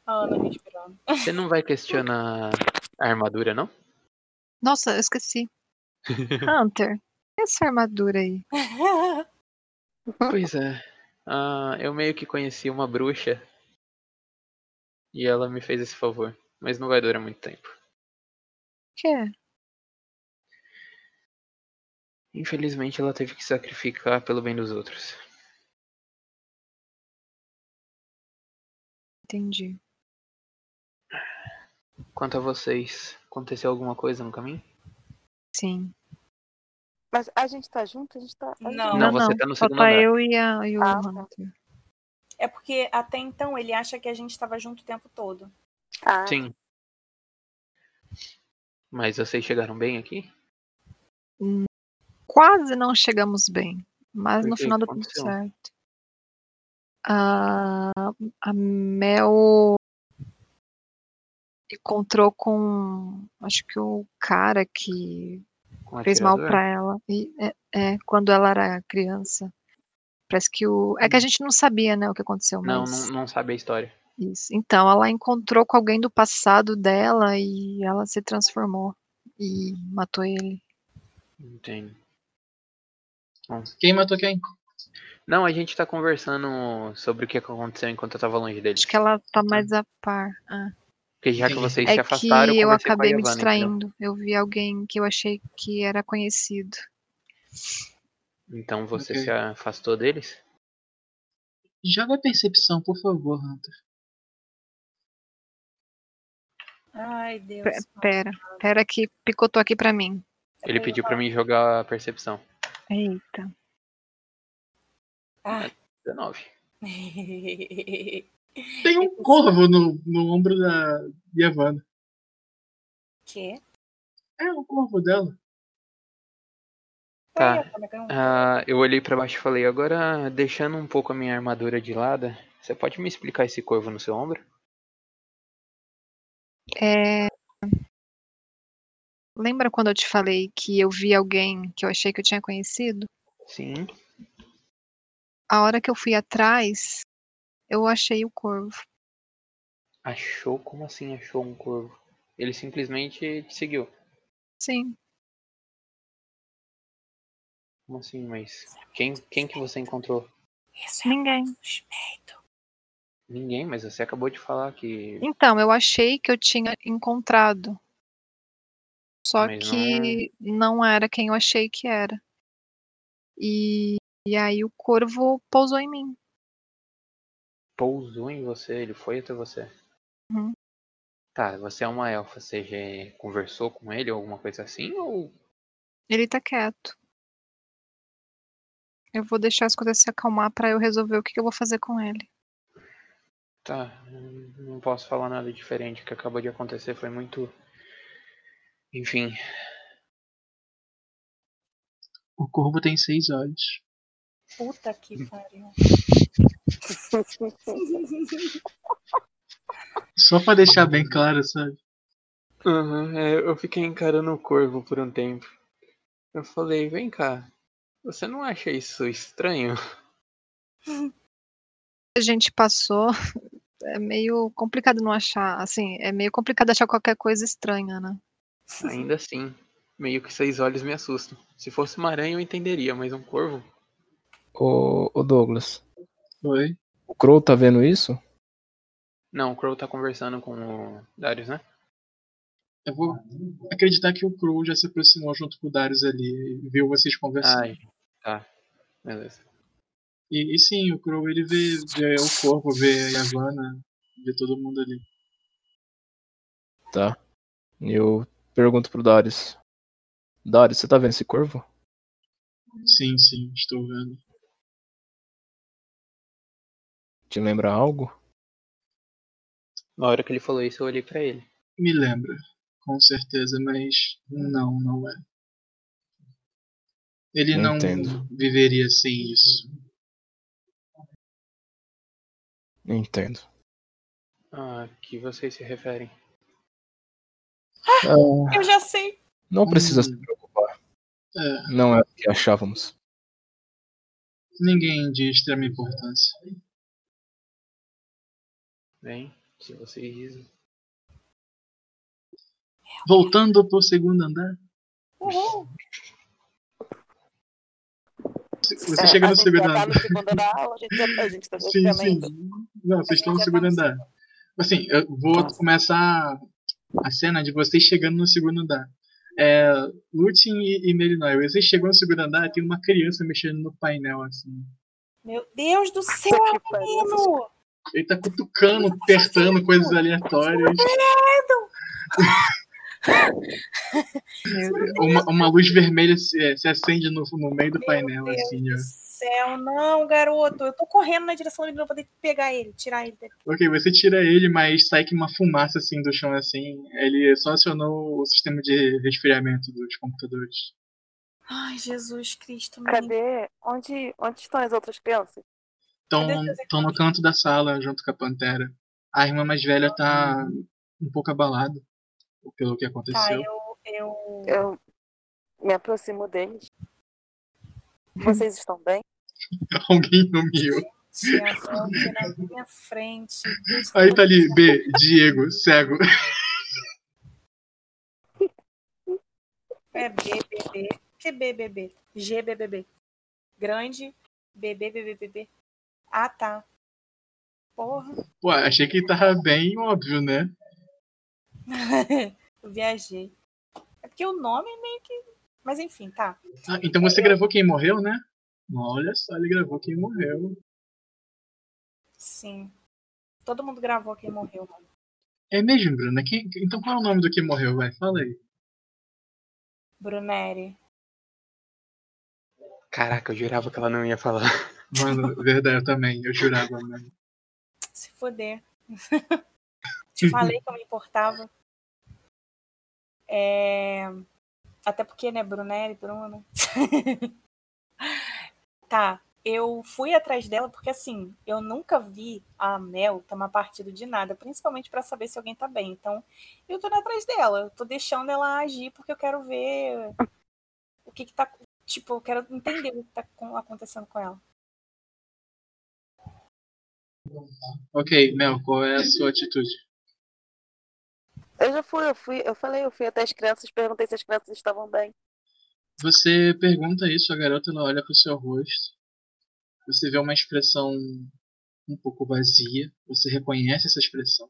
a Ana respirando.
Você não vai questionar a armadura, não?
Nossa, eu
<laughs>
esqueci. Hunter, e essa armadura aí?
Pois é. Ah, eu meio que conheci uma bruxa e ela me fez esse favor, mas não vai durar muito tempo.
Que é?
Infelizmente, ela teve que sacrificar pelo bem dos outros.
Entendi.
Quanto a vocês, aconteceu alguma coisa no caminho?
Sim.
Mas a gente tá junto? A gente tá. a gente-
Não.
Não, você
não.
tá no
Só
segundo
tá
andar.
eu e, a, e o
Ah, tá.
Hunter.
É porque até então ele acha que a gente estava junto o tempo todo.
Ah,
Sim. Mas vocês chegaram bem aqui?
Quase não chegamos bem, mas
Por
no
quê?
final
O que
deu tudo
aconteceu?
certo. A, a Mel encontrou com, acho que o cara que
Com o
fez mal
atirador?
pra ela. E, é, é, quando ela era criança. Parece que o. É que a gente não sabia, né, o que aconteceu,
Hum. Não,
mas.
não, não sabe a história.
Isso. Então, ela encontrou com alguém do passado dela e ela se transformou e matou ele.
Entendo.
Quem matou quem?
Não, a gente tá conversando sobre o que aconteceu enquanto eu tava longe deles.
Acho que ela tá mais a par. ah.
Porque já
Entendi.
que Então vocês se
É que
afastaram,
eu
conversei com a
acabei me
Yavanna, entendeu?
distraindo. Eu vi alguém que eu achei que era conhecido.
Então você
Ok.
se afastou deles?
Joga percepção, por favor, Hunter.
Ai, Deus.
Pe- Pera, pera que picotou aqui pra mim.
Ele pediu pra mim jogar a percepção.
Eita.
19.
Tem um corvo no, no ombro da Yavanna.
que?
É o corvo dela.
Tá.
Olha, como é que eu não-
Ah, eu olhei pra baixo e falei, agora deixando um pouco a minha armadura de lado, você pode me explicar esse corvo no seu ombro?
É, Lembra quando eu te falei que eu vi alguém que eu achei que eu tinha conhecido?
Sim.
A hora que eu fui atrás, eu achei o corvo.
Achou? Como assim achou um corvo? Ele simplesmente te seguiu.
Sim,
Como assim? Mas quem, quem que você encontrou?
Isso é
ninguém.
suspeito.
Ninguém, mas você acabou de falar que
Então, eu achei que eu tinha encontrado. Só
Mas não é-
que não era quem eu achei que era. E, e aí o corvo pousou em mim.
pousou em você, ele foi até você.
Uhum.
Tá, você é uma elfa, você já conversou com ele ou alguma coisa assim? Ou
Ele tá quieto. Eu vou deixar as coisas se acalmar pra eu resolver o que que eu vou fazer com ele.
tá, hum, não posso falar nada diferente. O que acabou de acontecer foi muito. Enfim,
O corvo tem seis olhos.
Puta
<laughs>
que pariu.
<laughs>
Só pra deixar bem claro, sabe?
Aham, é, eu fiquei encarando o corvo por um tempo. Eu falei, vem cá, você não acha isso estranho?
A gente passou. <laughs> É meio complicado não achar. Assim, é meio complicado achar qualquer coisa estranha, né?
Ainda assim, meio que seis olhos me assustam. Se fosse uma aranha eu entenderia, mas um corvo?
Ô, ô Douglas,
Foi.
o Crow tá vendo isso?
Não, o Crow tá conversando com o Darius, né?
Eu vou acreditar que o Crow já se aproximou junto com o Darius ali e viu vocês conversando.
Ai, tá. Beleza.
E, e sim, o Crow ele vê, vê o corvo, vê a Yavanna, vê todo mundo ali.
Tá. Eu pergunto pro Darius. Darius, você tá vendo esse corvo?
Sim, sim, estou vendo.
Te lembra algo?
Na hora que ele falou isso, eu olhei pra ele.
Me lembra, com certeza, mas não, não é. Ele não
Entendo.
viveria sem isso.
Entendo.
Ah, que vocês se referem?
Ah,
Eu já sei.
não precisa se
Hum.
preocupar.
É,
Não é o que achávamos.
ninguém é de extrema importância.
Bem, se vocês dizem.
Voltando pro segundo andar,
Uhul.
você
é,
chega
a
no
gente
segundo
já tá
andar.
no segundo andar, a gente já a gente tá
Sim,
voltando
sim.
ainda.
Não, vocês
A
estão
gente já
no
tá
segundo
no
andar. Assim, eu vou
Nossa.
começar a cena de vocês chegando no segundo andar. É, Lutin e, e Merinoy, vocês chegam no segundo andar tem uma criança mexendo no painel, assim.
Meu Deus do céu,
Que pariu.
menino!
Ele tá cutucando, apertando coisas aleatórias.
Meu Deus.
Uma, uma luz vermelha se, é, se acende no, no meio do
Meu
painel,
Deus
assim, ó.
do céu, não, garoto. Eu tô correndo na direção dele pra poder pegar ele, tirar ele daqui.
Ok, você tira ele, mas sai que uma fumaça assim do chão assim. Ele só acionou o sistema de resfriamento dos computadores.
Ai, Jesus Cristo, menino.
Cadê? Onde, onde estão as outras crianças?
Estão
Cadê essas
tão no canto da sala, junto com a Pantera. A irmã mais velha tá um pouco abalada pelo que
Tá,
aconteceu.
eu, eu.
Eu me aproximo deles. Vocês estão bem?
<laughs> Alguém nomeou.
Tinha a Vânia na minha frente. Deus
<laughs> Aí tá ali,
do céu.
B, Diego, cego. <laughs>
É BBB. Que BBB? GBBB. Grande BBBBBB. Ah, tá. Porra. <laughs>
Pô, achei que tava bem óbvio, né?
Eu viajei. É porque o nome meio que. Mas enfim, tá.
Ah, então você gravou quem morreu, né? Olha só, ele gravou quem morreu.
Sim. Todo mundo gravou quem morreu, mano.
É mesmo, Bruna? Quem- então qual é o nome do que morreu? Vai, fala aí.
Bruneri.
Caraca, eu jurava que ela não ia falar.
<laughs> Mano, verdade, eu também. Eu jurava, né?
Se
<laughs>
foder. Te falei que eu me importava. É... Até porque, né, Brunelli, Bruno. <laughs> tá, eu fui atrás dela porque, assim, eu nunca vi a Mel tomar partido de nada, principalmente pra saber se alguém tá bem. Então, eu tô indo atrás dela, eu tô deixando ela agir porque eu quero ver o que que tá. Tipo, eu quero entender o que tá com- acontecendo com ela.
Ok, Mel, qual é a sua atitude?
Eu já fui, eu fui, eu falei, eu fui até as crianças, perguntei se as crianças estavam bem.
Você pergunta isso, a garota ela olha pro seu rosto. Você vê uma expressão um pouco vazia. Você reconhece essa expressão.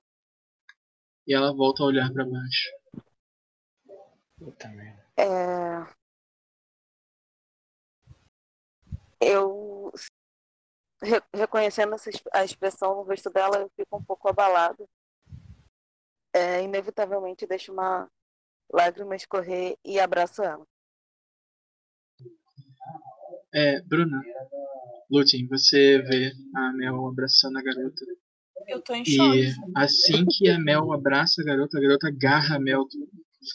E ela volta a olhar pra baixo.
Puta merda.
É... Eu re- reconhecendo essa exp- a expressão no rosto dela, eu fico um pouco abalada. É, inevitavelmente deixo uma lágrima escorrer e abraço ela.
É, Bruna. Lutin, você vê a Mel abraçando a garota.
Eu tô em choque.
E assim que a Mel abraça a garota, a garota agarra a Mel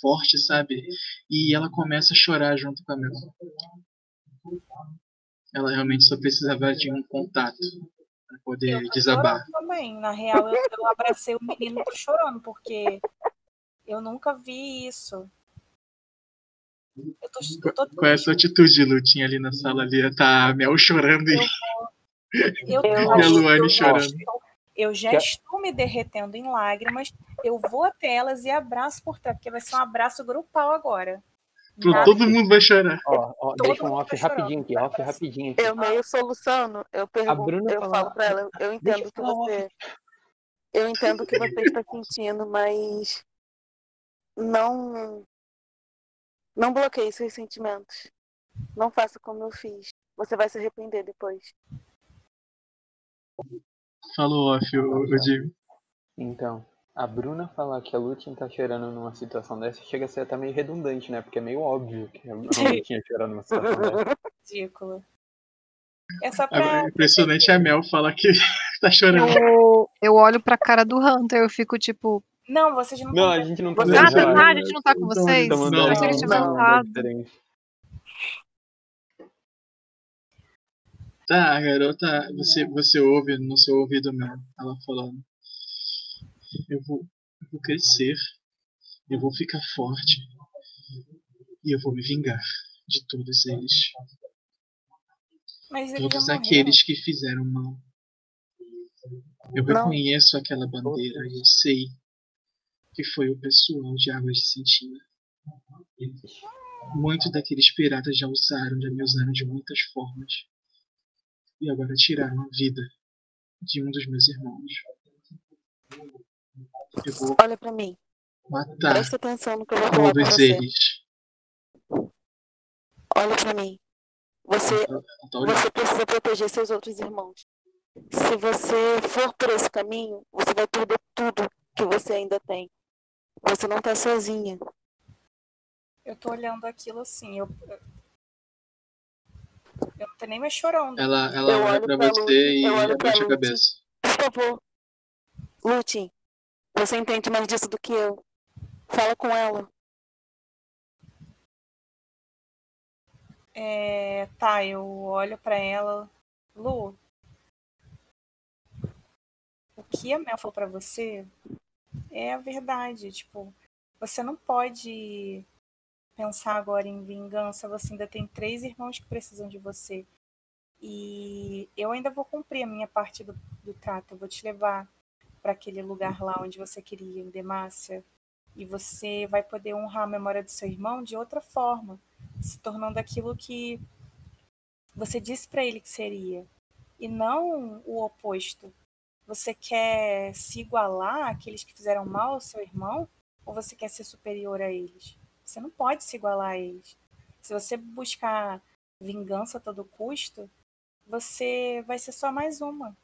forte, sabe? E ela começa a chorar junto com a Mel. Ela realmente só precisava de um contato para poder
Eu tô
desabar.
chorando também. Na real, eu, eu abracei o menino tô chorando, porque eu nunca vi isso. Eu tô, eu tô
Qual é a sua atitude, Lutinha, ali na sala ali? Tá a Mel chorando <laughs> e.
Eu,
E a
eu-
Luane
eu já
chorando.
estou- eu já
Que-
estou me derretendo em lágrimas. Eu vou até elas e abraço por trás, porque vai ser um abraço grupal agora.
Pronto,
Nada-
todo mundo vai chorar.
Ó, ó,
Todo
deixa um
mundo
off
tá chorando,
rapidinho aqui,
tá
off
parecendo.
rapidinho aqui.
Eu meio soluçando, eu pergunto,
Ah. Bruna
eu
fala-
falo pra ela, eu
Deixa eu
entendo que
falar off.
você, eu entendo que você está sentindo, mas não não bloqueie seus sentimentos. Não faça como eu fiz. Você vai se arrepender depois.
Falou off, o, o Jimmy.
Então, a Bruna falar que a Lutin tá chorando numa situação dessa chega a ser até meio redundante, né? Porque é meio óbvio que a Lutin ia chorar numa situação
<laughs>
dessa.
Ridículo. É só pra.
Agora, impressionante a Mel fala que <laughs> tá chorando.
Eu, eu olho pra cara do Hunter, eu fico tipo,
Não, vocês não
Não,
estão
a gente não tá
Você-
ah,
vendo,
tá,
relaxa.
tá, a gente não tá com
Então,
vocês.
um
então,
Estamos
não, é
Achei que eles
andando em
tinham
não,
onda
voltado.
diferente.
Tá, a garota, você, você ouve no seu ouvido mesmo, ela falando. Eu vou, eu vou crescer, eu vou ficar forte e eu vou me vingar de todos eles.
Mas eles
Todos
já morreram.
aqueles que fizeram mal.
Não.
Eu reconheço aquela bandeira, eu sei que foi o pessoal de Águas de Sentina. Muitos daqueles piratas já usaram, já me usaram de muitas formas. E agora tiraram a vida de um dos meus irmãos. Eu vou
Olha pra mim.
tá.
matar
Presta atenção no que eu vou falar pra
todos
você.
eles.
Olha pra mim. Você
Ela tá olhando.
Você precisa proteger seus outros irmãos. Se você for por esse caminho, você vai perder tudo que você ainda tem. Você não está tá sozinha.
Eu tô olhando aquilo assim, eu. eu- Eu não tô nem mais chorando.
Ela, ela
Eu
olha
olho
pra
pra
você
Lute,
e
eu olho pra
abaixa a
Lute.
cabeça.
Por favor, Lute, você entende mais disso do que eu. Fala com ela.
É, tá, eu olho pra ela. Lu, o que a Mel falou pra você é a verdade. Tipo, você não pode pensar agora em vingança. Você ainda tem três irmãos que precisam de você. E eu ainda vou cumprir a minha parte do, do trato. Eu vou te levar pra aquele lugar lá onde você queria, em Demácia. E você vai poder honrar a memória do seu irmão de outra forma se tornando aquilo que você disse pra ele que seria e não o oposto. Você quer se igualar àqueles que fizeram mal ao seu irmão ou você quer ser superior a eles? Você não pode se igualar a eles. Se você buscar vingança a todo custo, você vai ser só mais uma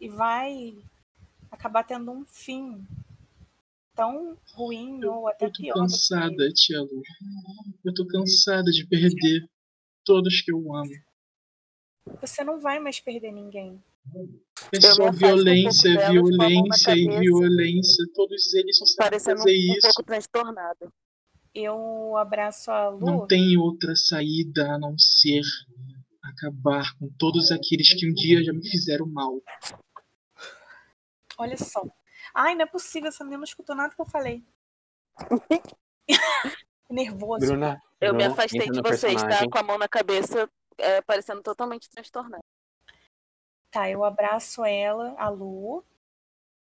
e vai acabar tendo um fim tão ruim ou até
Eu tô
pior. do que ele.
cansada, tia Lu. Eu tô cansada de perder todos que eu amo.
Você não vai mais perder ninguém.
É
me
só
afasto um pouco
violência,
dela, com a mão na
violência e
cabeça.
violência. Todos eles só sabem
Parecendo um,
fazer
um
isso.
pouco transtornada.
Eu abraço a Lu.
Não tem outra saída a não ser acabar com todos aqueles que um dia já me fizeram mal.
Olha só. Ai, não é possível, essa menina não escutou nada que eu falei. Nervoso.
Bruna.
Eu me
Bruna,
afastei
entra
de
no
vocês, tá?
personagem.
Com a mão na cabeça, é, parecendo totalmente transtornada.
Tá, eu abraço ela, a Lu.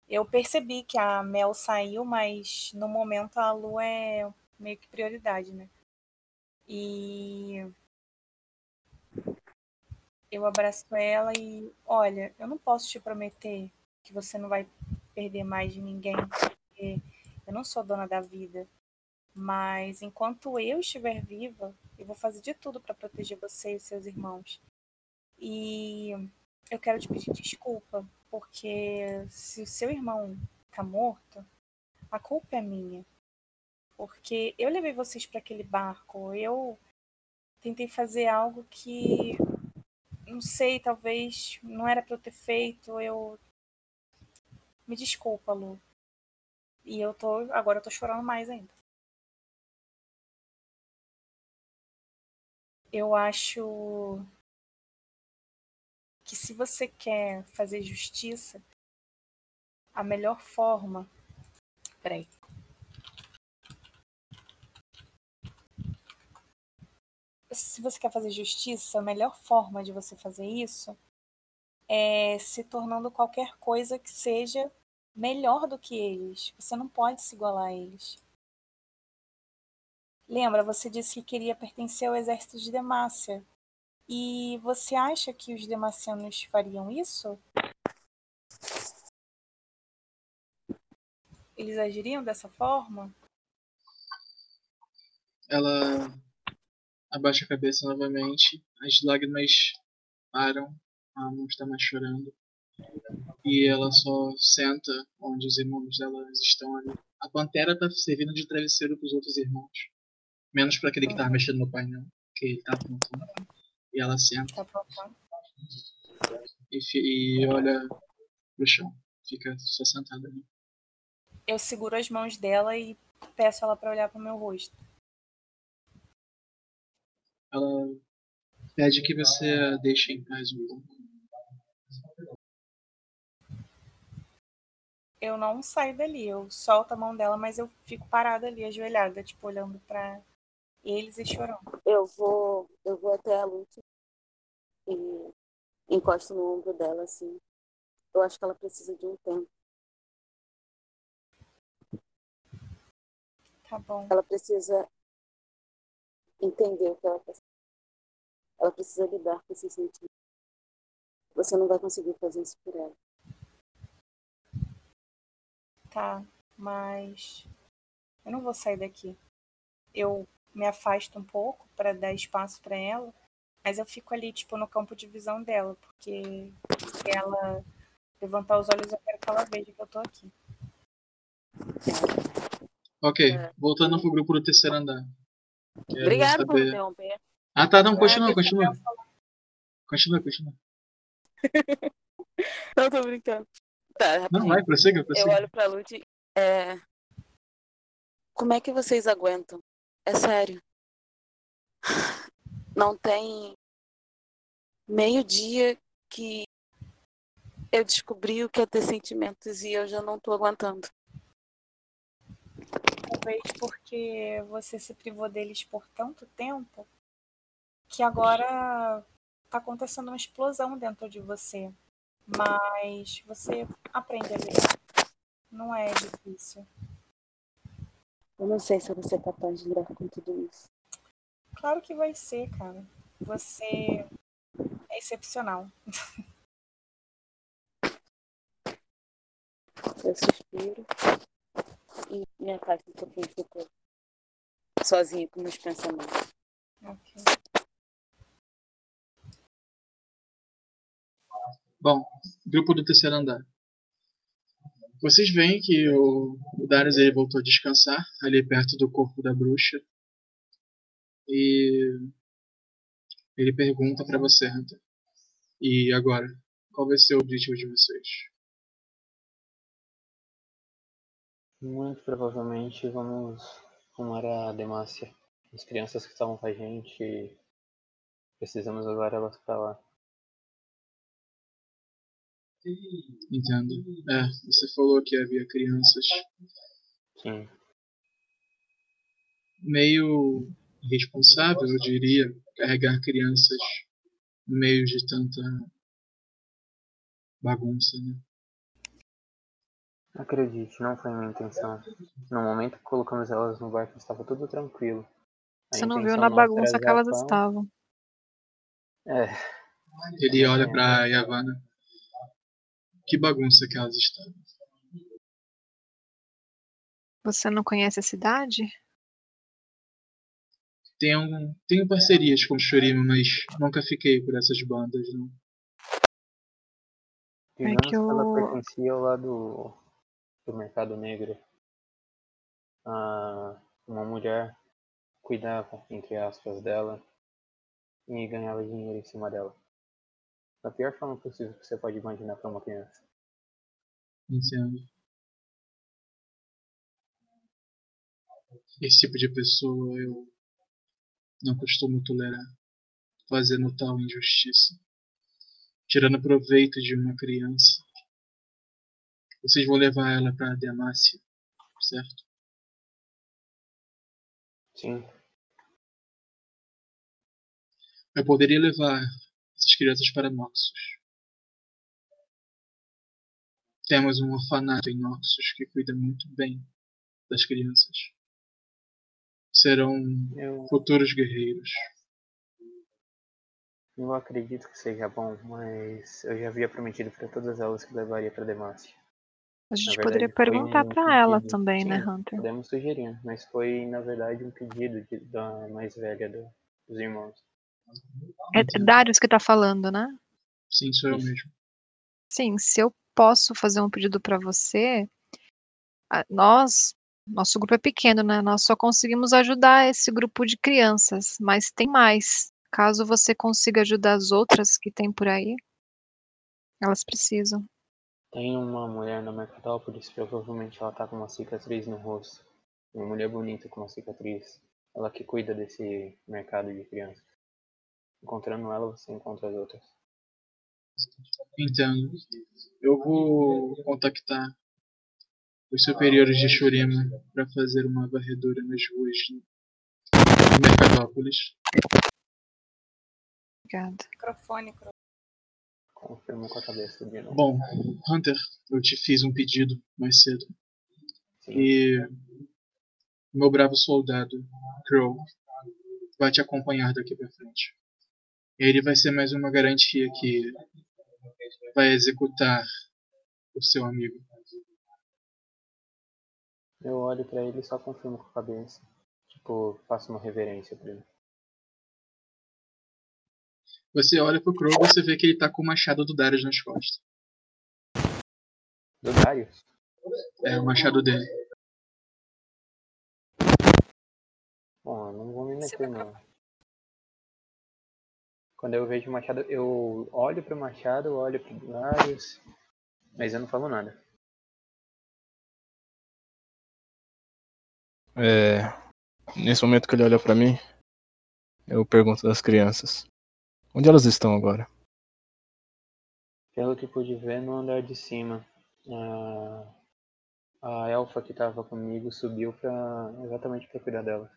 Eu percebi que a Mel saiu, mas no momento a Lu é meio que prioridade, né? E. Eu abraço ela e. Olha, eu não posso te prometer que você não vai perder mais de ninguém, porque eu não sou dona da vida. Mas enquanto eu estiver viva, eu vou fazer de tudo para proteger você e seus irmãos. E eu quero te pedir desculpa, porque se o seu irmão tá morto, a culpa é minha. Porque eu levei vocês para aquele barco, eu tentei fazer algo que não sei, talvez não era para eu ter feito, eu me desculpa, Lu. E eu tô agora eu tô chorando mais ainda. Eu acho que se você quer fazer justiça, a melhor forma. Peraí. Se você quer fazer justiça, a melhor forma de você fazer isso é se tornando qualquer coisa que seja melhor do que eles. Você não pode se igualar a eles. Lembra, você disse que queria pertencer ao exército de Demácia. E você acha que os demacianos fariam isso? Eles agiriam dessa forma?
Ela abaixa a cabeça novamente, as lágrimas param, ela não está mais chorando. E ela só senta onde os irmãos dela estão ali. A pantera tá servindo de travesseiro pros outros irmãos. Menos para aquele que tava mexendo no painel, que ele tá apontando. E ela senta
Tá aprontando?
e, fi- e olha pro chão. Fica só sentada ali.
Eu seguro as mãos dela e peço ela pra olhar pro meu rosto.
Ela pede que você a deixe em paz um pouco.
Eu não saio dali, eu solto a mão dela, mas eu fico parada ali, ajoelhada, tipo, olhando pra eles e chorando.
Eu vou, eu vou até a Lute e encosto no ombro dela, assim. Eu acho que ela precisa de um tempo.
Tá bom.
Ela precisa entender o que ela precisa. Ela precisa lidar com esses sentimentos. Você não vai conseguir fazer isso por ela.
Tá, mas eu não vou sair daqui. Eu me afasto um pouco pra dar espaço pra ela, mas eu fico ali, tipo, no campo de visão dela, porque se ela levantar os olhos, eu quero que ela veja que eu tô aqui.
Ok, voltando pro grupo do terceiro andar. Quero
Obrigada por me
saber.
interromper.
Ah, tá, não,
Ah,
continua,
deixa
continua.
eu falar.
Continua, continua.
Não, tô brincando. Tá,
Não,
rapidinho.
vai,
assim.
prossiga,
Eu
prossiga.
olho pra Lud. É... Como é que vocês aguentam? É sério. <sighs> Não tem meio-dia que eu descobri o que é ter sentimentos e eu já não tô aguentando.
Talvez porque você se privou deles por tanto tempo que agora tá acontecendo uma explosão dentro de você. Mas você aprende a lidar. Não é difícil.
Eu não sei se eu vou ser capaz de lidar com tudo isso.
Claro que vai ser, cara. Você é excepcional. <laughs>
Eu suspiro e me afasto um pouquinho do corpo. Sozinho com meus pensamentos.
Ok.
Bom, grupo do terceiro andar. Vocês veem que o, o Darius ele voltou a descansar ali perto do corpo da bruxa. E ele pergunta pra você, Hunter. E agora, qual vai ser o objetivo de vocês?
Muito provavelmente vamos arrumar a Demácia. As crianças que estavam com a gente. e Precisamos levar elas pra lá.
Entendo. É, você falou que havia crianças
Sim.
meio irresponsável, eu diria, carregar crianças no meio de tanta bagunça, né?
Acredite, não foi minha intenção. No momento que colocamos elas no barco estava tudo tranquilo. A
Você não viu
intenção
na
nossa era
bagunça que
dar
elas
pau.
estavam.
É,
Ele olha pra Yavanna. Que bagunça que elas estão.
Você não conhece a cidade?
Tenho, tenho um, parcerias com o Shurima, mas nunca fiquei por essas bandas, não.
digamos
É que
que, ela
eu-
pertencia ao é lado do mercado negro. Ah, uma mulher cuidava, entre aspas, dela e ganhava dinheiro em cima dela. Da pior forma possível que você pode imaginar pra uma criança.
Entendo. Esse tipo de pessoa eu não costumo tolerar. Fazendo tal injustiça. Tirando proveito de uma criança. Vocês vão levar ela pra Demácia, certo?
Sim,
Eu poderia levar essas crianças para Noxus. Temos um orfanato em Noxus que cuida muito bem das crianças. Serão
eu,
futuros guerreiros.
eu acredito que seja bom, mas eu já havia prometido pra todas elas que levaria pra Demacia.
A gente
verdade,
poderia
foi
perguntar
um
pra ela
pedido.
também, né,
Sim.
Hunter?
Podemos sugerir, mas foi na verdade um pedido de- da mais velha do- dos irmãos.
É é Darius que tá falando, né?
Sim, sou eu
Isso.
mesmo.
Sim, se eu posso fazer um pedido pra você, a- nós, nosso grupo é pequeno, né? Nós só conseguimos ajudar esse grupo de crianças, mas tem mais. Caso você consiga ajudar as outras que tem por aí, elas precisam.
Tem uma mulher na Mercatópolis, provavelmente ela tá com uma cicatriz no rosto. Uma mulher bonita com uma cicatriz. Ela que cuida desse mercado de crianças. Encontrando ela, você encontra as outras.
Entendo. Eu vou contactar os superiores de Shurima para fazer uma varredura nas ruas de Mercadópolis.
Obrigada.
Microfone, microfone.
Confirma com a cabeça de novo.
Bom, Hunter, eu te fiz um pedido mais cedo.
Sim.
E meu bravo soldado, Crow, vai te acompanhar daqui pra frente. Ele vai ser mais uma garantia que vai executar o seu amigo.
Eu olho pra ele e só confirmo com a cabeça. Tipo, faço uma reverência pra ele.
Você olha pro Crow e você vê que ele tá com o machado do Darius nas costas.
Do Darius?
É o machado dele.
Bom, eu não vou me
Você
meter, não. Quando eu vejo o Machado, eu olho pro Machado, olho pro Darius, mas eu não falo nada.
É, nesse momento que ele olha pra mim, eu pergunto das crianças. Onde elas estão agora?
Pelo que pude ver no andar de cima, a, a elfa que tava comigo subiu pra, exatamente pra cuidar dela.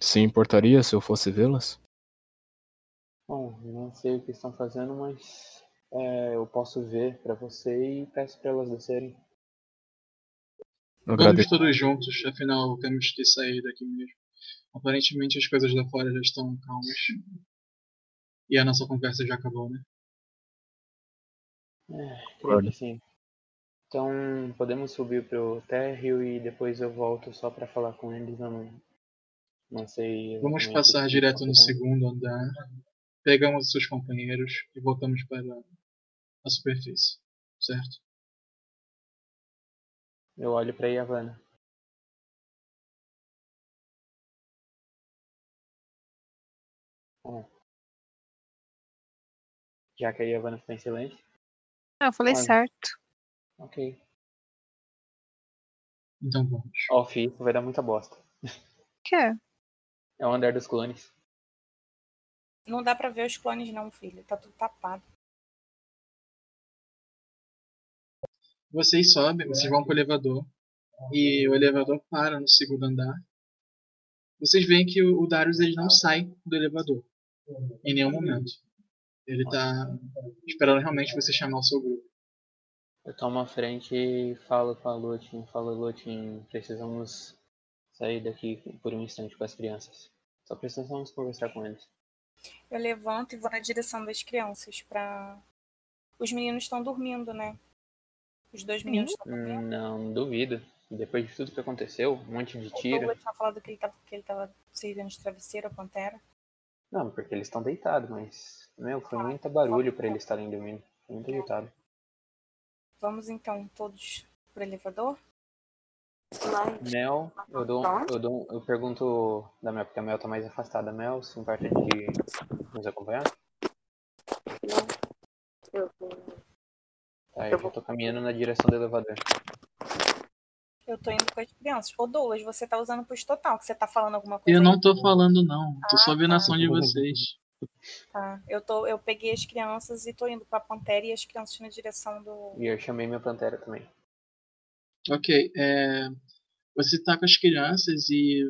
Se importaria se eu fosse vê-las?
Bom, eu não sei o que estão fazendo, mas é, eu posso ver pra você e peço pra elas descerem.
Eu
Vamos
agradeço.
todos juntos, afinal temos que sair daqui mesmo. Aparentemente as coisas lá fora já estão calmas. E a nossa conversa já acabou, né?
Creio
Olha.
que sim. Tipo assim, Então podemos subir pro térreo e depois eu volto só pra falar com eles. Não, não sei.
Vamos
exatamente o
passar
que
direto
tá
no
fazendo.
segundo andar, pegamos os seus companheiros e voltamos para a superfície, certo?
Eu olho pra Yavanna. Bom. Hum. Já que a Yavanna está em silêncio,
Ah, eu falei
Olha.
certo.
ok.
Então vamos.
Off, isso vai dar muita bosta.
Que é?
É o andar dos clones.
Não dá pra ver os clones, não, filho. Tá tudo tapado.
Vocês sobem, vocês vão pro elevador e o elevador para no segundo andar. Vocês veem que o o Darius ele não sai do elevador em nenhum momento. Ele tá esperando realmente você chamar o seu grupo.
Eu tomo a frente e falo com a Lutin. Falo, Lutin, precisamos sair daqui por um instante com as crianças. Só precisamos conversar com eles.
Eu levanto e vou na direção das crianças pra. Os meninos estão dormindo, né? Os dois meninos estão dormindo.
Hum, Não duvido. Depois de tudo que aconteceu, um monte de
O
tiro.
Douglas tinha falado que ele tava, que ele tava servindo de travesseiro, a pantera.
Não, porque eles estão deitados, mas. Meu,
Tá.
foi muito barulho pra eles estarem dormindo. Foi muito agitado.
Vamos então todos pro elevador?
Mas
Mel, eu dou. um,
Tá.
Eu, dou, eu pergunto da Mel, porque a Mel tá mais afastada. Mel, se importa de nos acompanhar?
eu vou.
Tá, eu já tô caminhando na direção do elevador.
Eu tô indo com as crianças. Ô, Douglas, você tá usando push total, que você tá falando alguma coisa.
Eu
aí?
não tô falando não, tô só
Ah,
vendo a ação de
tá.
vocês.
Tá. Eu, tô, eu peguei as crianças e tô indo pra pantera e as crianças na direção do.
E eu chamei minha pantera também.
Ok, é, você tá com as crianças e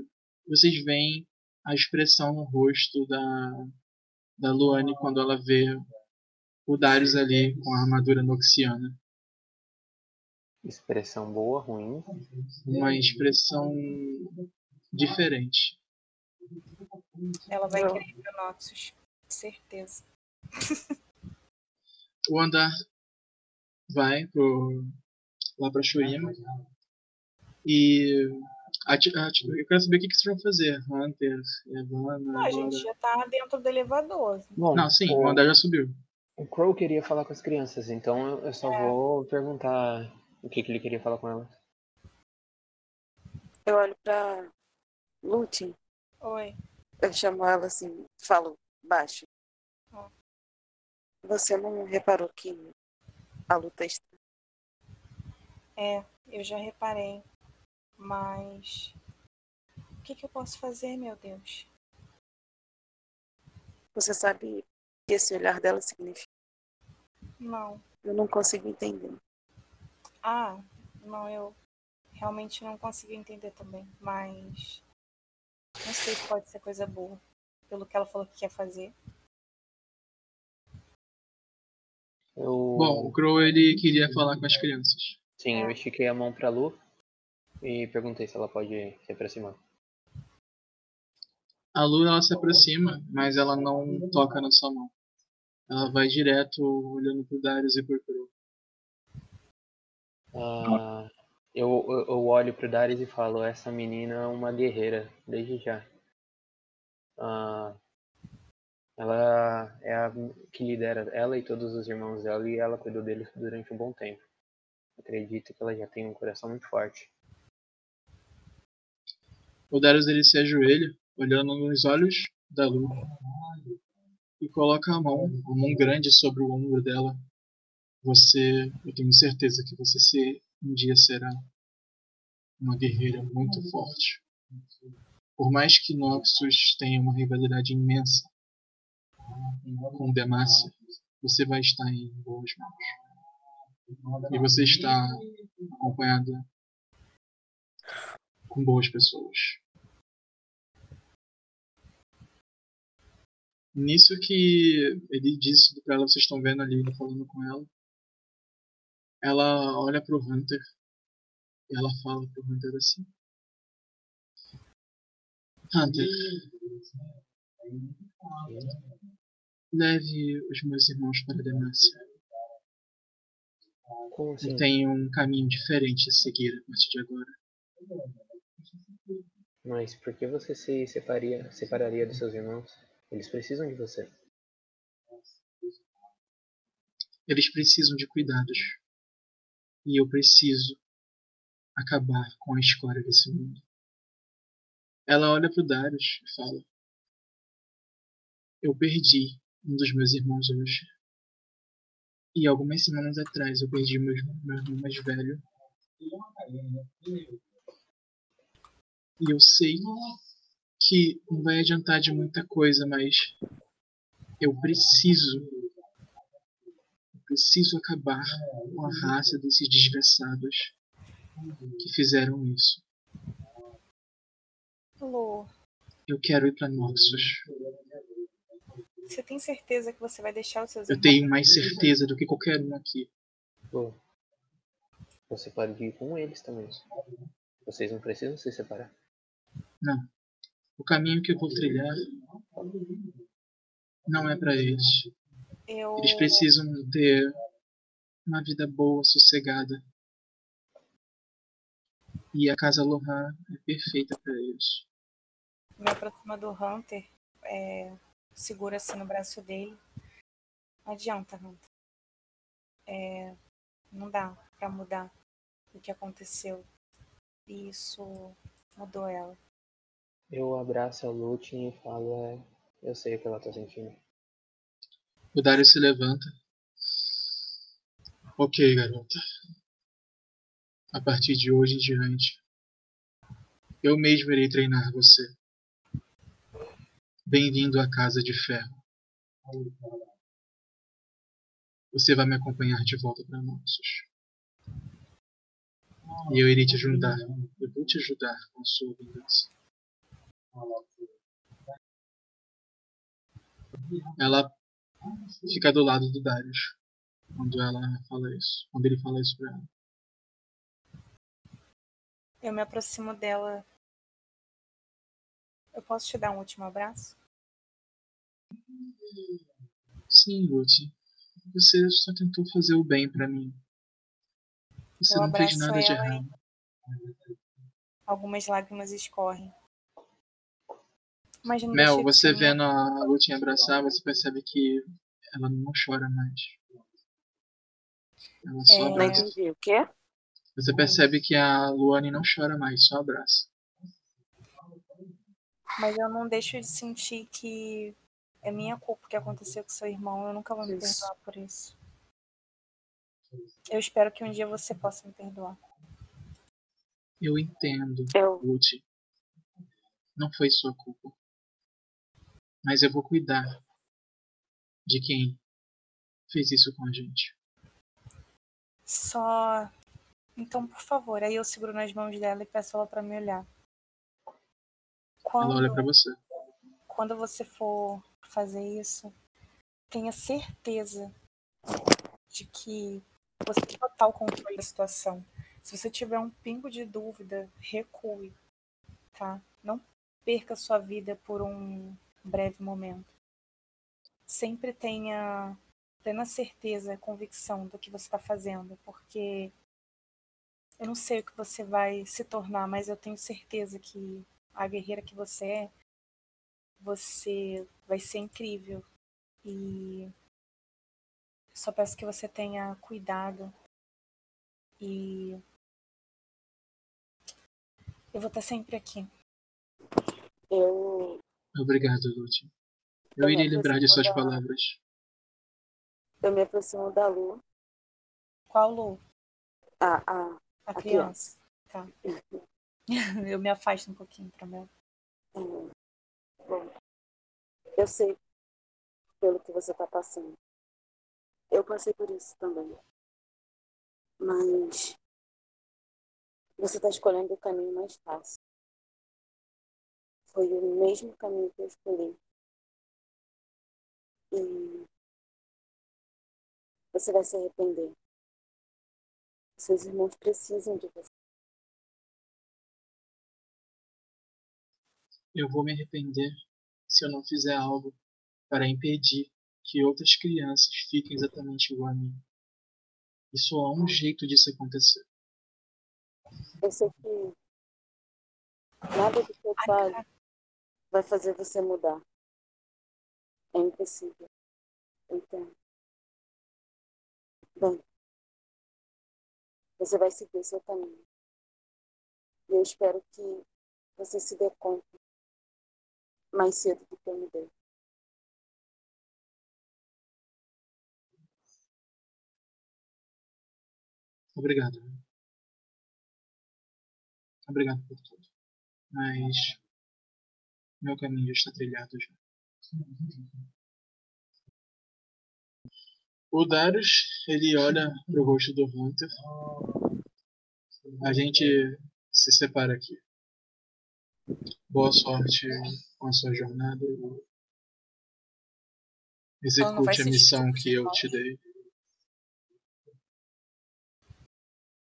vocês veem a expressão no rosto da, da Luane quando ela vê o Darius ali com a armadura noxiana.
Expressão boa, ruim.
uma expressão diferente.
Ela vai
Não.
querer pro Noxus. Certeza.
O andar vai pro, lá pra
Ah,
Shurima. E a ti- a ti- eu quero saber o que, que vocês vão fazer. Hunter, Evana.
Ah, a gente
Laura.
já tá dentro do elevador.
Bom,
Não, sim, o
o,
andar já subiu.
o Crow queria falar com as crianças, então eu, eu só vou perguntar o que, que ele queria falar com elas.
Eu olho pra Lutin,
Oi.
eu chamo ela assim, falo baixo.
Ó.
Você não reparou que a luta está.
É, eu já reparei. Mas. O que, que eu posso fazer, meu Deus?
Você sabe o que esse olhar dela significa?
Não.
Eu não consigo entender.
Ah, não, eu realmente não consegui entender também, mas não sei se pode ser coisa boa, pelo que ela falou que quer fazer.
Eu,
Bom, o Crow ele queria falar com as crianças.
sim, eu estiquei a mão pra Lu e perguntei se ela pode se aproximar.
A Lu ela se aproxima, mas ela não toca na sua mão. Ela vai direto olhando pro Darius e pro Crow.
Ah, eu, eu, eu olho pro Darius e falo, essa menina é uma guerreira, desde já. Ah, ela é a que lidera ela e todos os irmãos dela e ela cuidou deles durante um bom tempo. Acredito que ela já tem um coração muito forte.
O Darius ele se ajoelha, olhando nos olhos da Lu, e coloca a mão, a mão grande sobre o ombro dela. Você, eu tenho certeza que você se, um dia será uma guerreira muito forte. Por mais que Noxus tenha uma rivalidade imensa com Demacia, você vai estar em boas mãos. E você está acompanhada com boas pessoas. Nisso que ele disse pra ela, vocês estão vendo ali, ele falando com ela. Ela olha pro Hunter e ela fala pro Hunter assim. Hunter, leve os meus irmãos para Demacia.
Como
E
assim?
tem um caminho diferente a seguir a partir de agora.
Mas por que você se separia, separaria dos seus irmãos? Eles precisam de você.
Eles precisam de cuidados. E eu preciso acabar com a escória desse mundo. Ela olha pro Darius e fala: Eu perdi um dos meus irmãos hoje. E algumas semanas atrás eu perdi meu, irmão- meu irmão mais velho. E eu sei que não vai adiantar de muita coisa, mas eu preciso preciso acabar com a raça desses desgraçados que fizeram isso.
Lu,
Eu quero ir para Noxus.
você tem certeza que você vai deixar os seus
Eu
irmãos?
tenho mais certeza do que qualquer um aqui.
Bom, você pode ir com eles também. Vocês não precisam se separar.
O caminho que eu vou trilhar não é para eles.
Eu,
Eles precisam ter uma vida boa, sossegada. E a casa Lohan é perfeita para eles.
me aproximo do Hunter, é, seguro assim no braço dele. Não adianta, Hunter. É, não dá pra mudar o que aconteceu. E isso mudou ela.
Eu abraço a Lutin e falo, é, eu sei o que ela tá sentindo.
O Dario se levanta. Ok, garota. A partir de hoje em diante, eu mesmo irei treinar você. Bem-vindo à Casa de Ferro. Você vai me acompanhar de volta para Noxus. E eu irei te ajudar. Eu vou te ajudar com a sua vingança. Ela fica do lado do Darius quando ela fala isso, quando ele fala isso pra ela.
Eu me aproximo dela. Eu posso te dar um último abraço?
Sim, Lucy, você só tentou fazer o bem pra mim. Você
Eu
não fez
abraço
nada de
ela,
errado.
Algumas lágrimas escorrem. Mas não deixa
Mel,
de
você
ser uma-
vendo a Lucy abraçar, você percebe que ela não chora mais. Ela só
É.
Não
abraça.
entendi. O quê?
Você percebe que a Luane não chora mais, só abraça.
Mas eu não deixo de sentir que é minha culpa o que aconteceu com seu irmão. Eu nunca vou me
Isso.
perdoar por isso. Eu espero que um dia você possa me perdoar.
Eu entendo,
Eu.
Lucy. Não foi sua culpa. Mas eu vou cuidar de quem fez isso com a gente.
Só. Então, por favor, aí eu seguro nas mãos dela e peço ela pra me olhar.
Ela
Quando,
olha pra você.
quando você for fazer isso, tenha certeza de que você tem total controle da situação. Se você tiver um pingo de dúvida, recue, tá? Não perca sua vida por um breve momento. Sempre tenha plena certeza, convicção do que você está fazendo, porque eu não sei o que você vai se tornar, mas eu tenho certeza que a guerreira que você é, você vai ser incrível. E só peço que você tenha cuidado. E eu vou estar sempre aqui.
Eu,
Obrigado, Lute. Eu
Também
irei lembrar de suas
precisava-
palavras.
eu me aproximo da lua.
Qual Lu?
Ah, ah,
A
A
criança. Tá. <laughs> Eu me afasto um pouquinho pra mim.
hum. Bom, eu sei pelo que você está passando. Eu passei por isso também. Mas você está escolhendo o caminho mais fácil. Foi o mesmo caminho que eu escolhi. E você vai se arrepender. Seus irmãos precisam de você.
Eu vou me arrepender se eu não fizer algo para impedir que outras crianças fiquem exatamente igual a mim. E só há um jeito disso acontecer.
Eu sei que nada do que eu falo vai fazer você mudar. É impossível. Então. Bem. Você vai seguir o seu caminho. E eu espero que você se dê conta mais cedo do que eu me dei.
Obrigado. Obrigado por tudo. Mas meu caminho já está trilhado já. O Darius, ele olha pro rosto do Hunter. A gente se separa aqui. Boa sorte com a sua jornada.
Ela Então não vai
Execute a
se
missão
desculpar.
que eu te dei.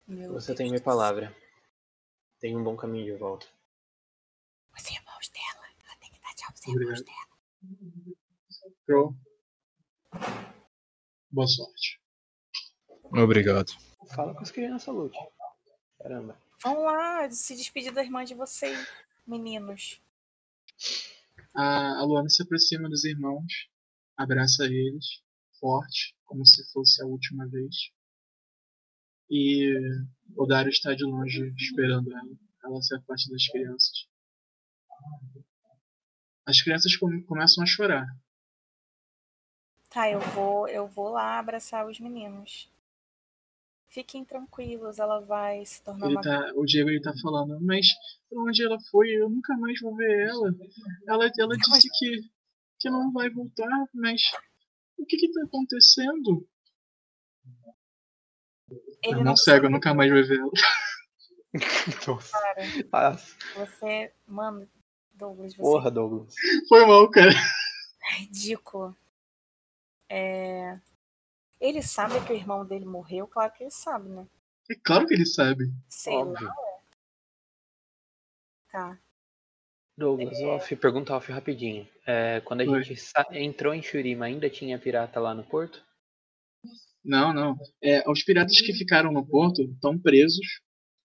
Meu
Você
Deus
tem minha
do
palavra. Tem um bom caminho de volta.
céu. Os irmãos dela. Ela tem que dar tchau pros irmãos dela.
Obrigado. Pro. Boa sorte.
Obrigado.
Fala com as crianças, Lute. Caramba.
Vão lá se despedir da irmã de vocês, meninos.
A, a Luana se aproxima dos irmãos, abraça eles, forte, como se fosse a última vez. E o Dario está de longe esperando ela. Ela se afasta das crianças. As crianças come- começam a chorar.
Tá, eu vou, eu vou lá abraçar os meninos. Fiquem tranquilos, ela vai se tornar
Ele
uma
tá, o Diego ele tá falando, mas pra onde ela foi? Eu nunca mais vou ver ela. Ela, ela disse que, que não vai voltar, mas o que que tá acontecendo?
Ele
Eu
não
não cego, eu nunca mais vou ver ela.
Nossa.
Cara,
Ah,
você. Mano, Douglas, você
porra, Douglas.
Foi mal, cara. <laughs>
é ridículo. É, Ele sabe que o irmão dele morreu? Claro que ele sabe, né?
É claro que ele sabe.
Sei lá,
Óbvio.
tá.
Douglas, off, pergunta off rapidinho. É, quando a
É. Oi.
gente sa- entrou em Shurima, ainda tinha pirata lá no porto?
Não, não. É, os piratas que ficaram no porto estão presos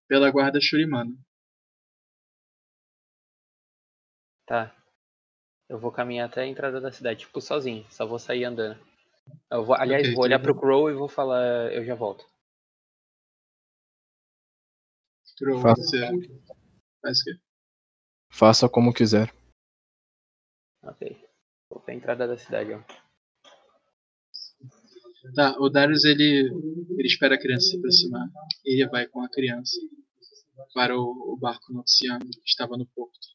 pela guarda Shurimana.
Tá. Eu vou caminhar até a entrada da cidade, tipo, sozinho. Só vou sair andando. Eu vou, aliás,
Ok,
vou olhar
tudo
pro Crow e vou falar, eu já volto.
Crow,
Fala.
você faz o quê?
Faça como quiser.
Ok. Vou pra entrada da cidade, ó.
Tá, o Darius ele, ele espera a criança se aproximar. Ele vai com a criança para o, o barco no oceano que estava no porto.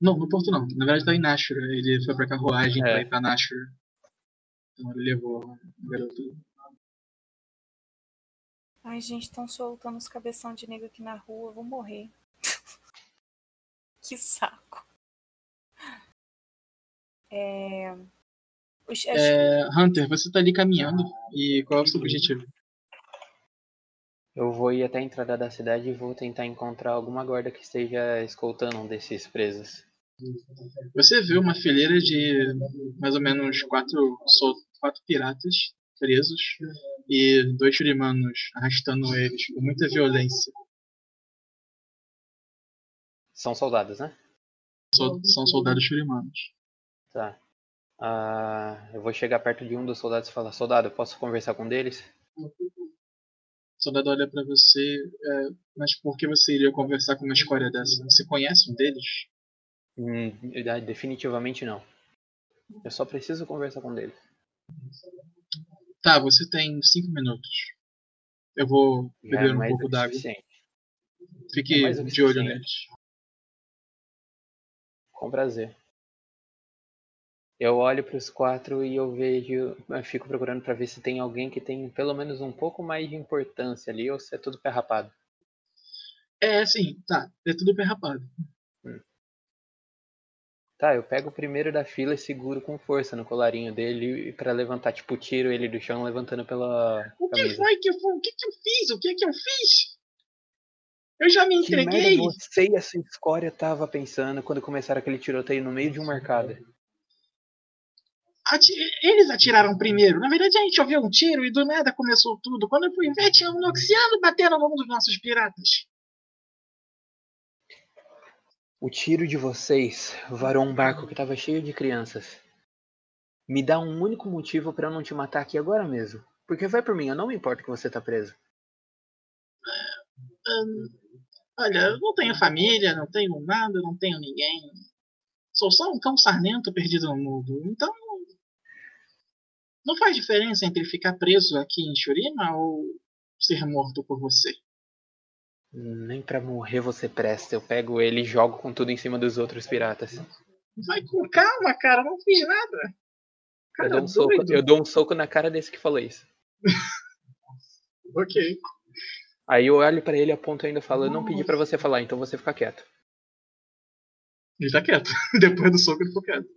Não, no porto não. Na verdade tá em Nashua. Ele foi pra carruagem
É.
pra ir pra Nashua. Então ele levou
um
a garota.
Ai, gente, estão soltando os cabeção de negro aqui na rua, eu vou morrer. <laughs> que saco. É... Os, as-
É, Hunter, você tá ali caminhando e qual é o seu objetivo?
Eu vou ir até a entrada da cidade e vou tentar encontrar alguma guarda que esteja escoltando um desses presos.
Você vê uma fileira de mais ou menos quatro, sol- quatro piratas presos e dois shurimanos arrastando eles com muita violência.
São soldados, né?
Sol- são soldados shurimanos.
Tá. Ah, eu vou chegar perto de um dos soldados e falar: Soldado, posso conversar com um deles?
soldado olha pra você, é, mas por que você iria conversar com uma escória dessa? Você conhece um deles?
Hum, eu- definitivamente não. Eu só preciso conversar com ele.
Tá, você tem cinco minutos. Eu vou
Já
beber
é
um
mais
pouco
do que
d'água.
suficiente. é
Fique
mais do que
de olho
suficiente.
neles.
Com prazer. Eu olho para os quatro e eu vejo, eu fico procurando para ver se tem alguém que tem pelo menos um pouco mais de importância ali ou se é tudo pé rapado.
É, sim, tá. É tudo bem rapado.
Tá, eu pego o primeiro da fila e seguro com força no colarinho dele para levantar, tipo, tiro ele do chão levantando pela
O que
camisa.
foi que eu, o que, que eu fiz? O que que eu fiz? Eu já me
Que merda
entreguei.
você e a sua escória tava pensando quando começaram aquele tiroteio no meio de um mercado?
Ati- Eles atiraram primeiro. Na verdade, a gente ouviu um tiro e do nada começou tudo. Quando eu fui ver, tinha um noxiano batendo no um dos nossos piratas.
O tiro de vocês varou um barco que tava cheio de crianças. Me dá um único motivo para eu não te matar aqui agora mesmo. Porque vai por mim, eu não me importo que você tá preso.
Ahn, olha, eu não tenho família, não tenho nada, não tenho ninguém. Sou só um cão sarnento perdido no mundo. Então. Não faz diferença entre ficar preso aqui em Shurima ou ser morto por você.
Nem pra morrer você presta. Eu pego ele e jogo com tudo em cima dos outros piratas.
Vai com calma, cara, eu não fiz nada.
Eu
Cara,
dou um soco,
doido.
eu dou um soco na cara desse que falou isso.
<laughs> Ok.
Aí eu olho pra ele, aponto ainda e falo, eu não pedi pra você falar, então você fica quieto.
Ele tá quieto. <laughs> Depois do soco ele ficou quieto.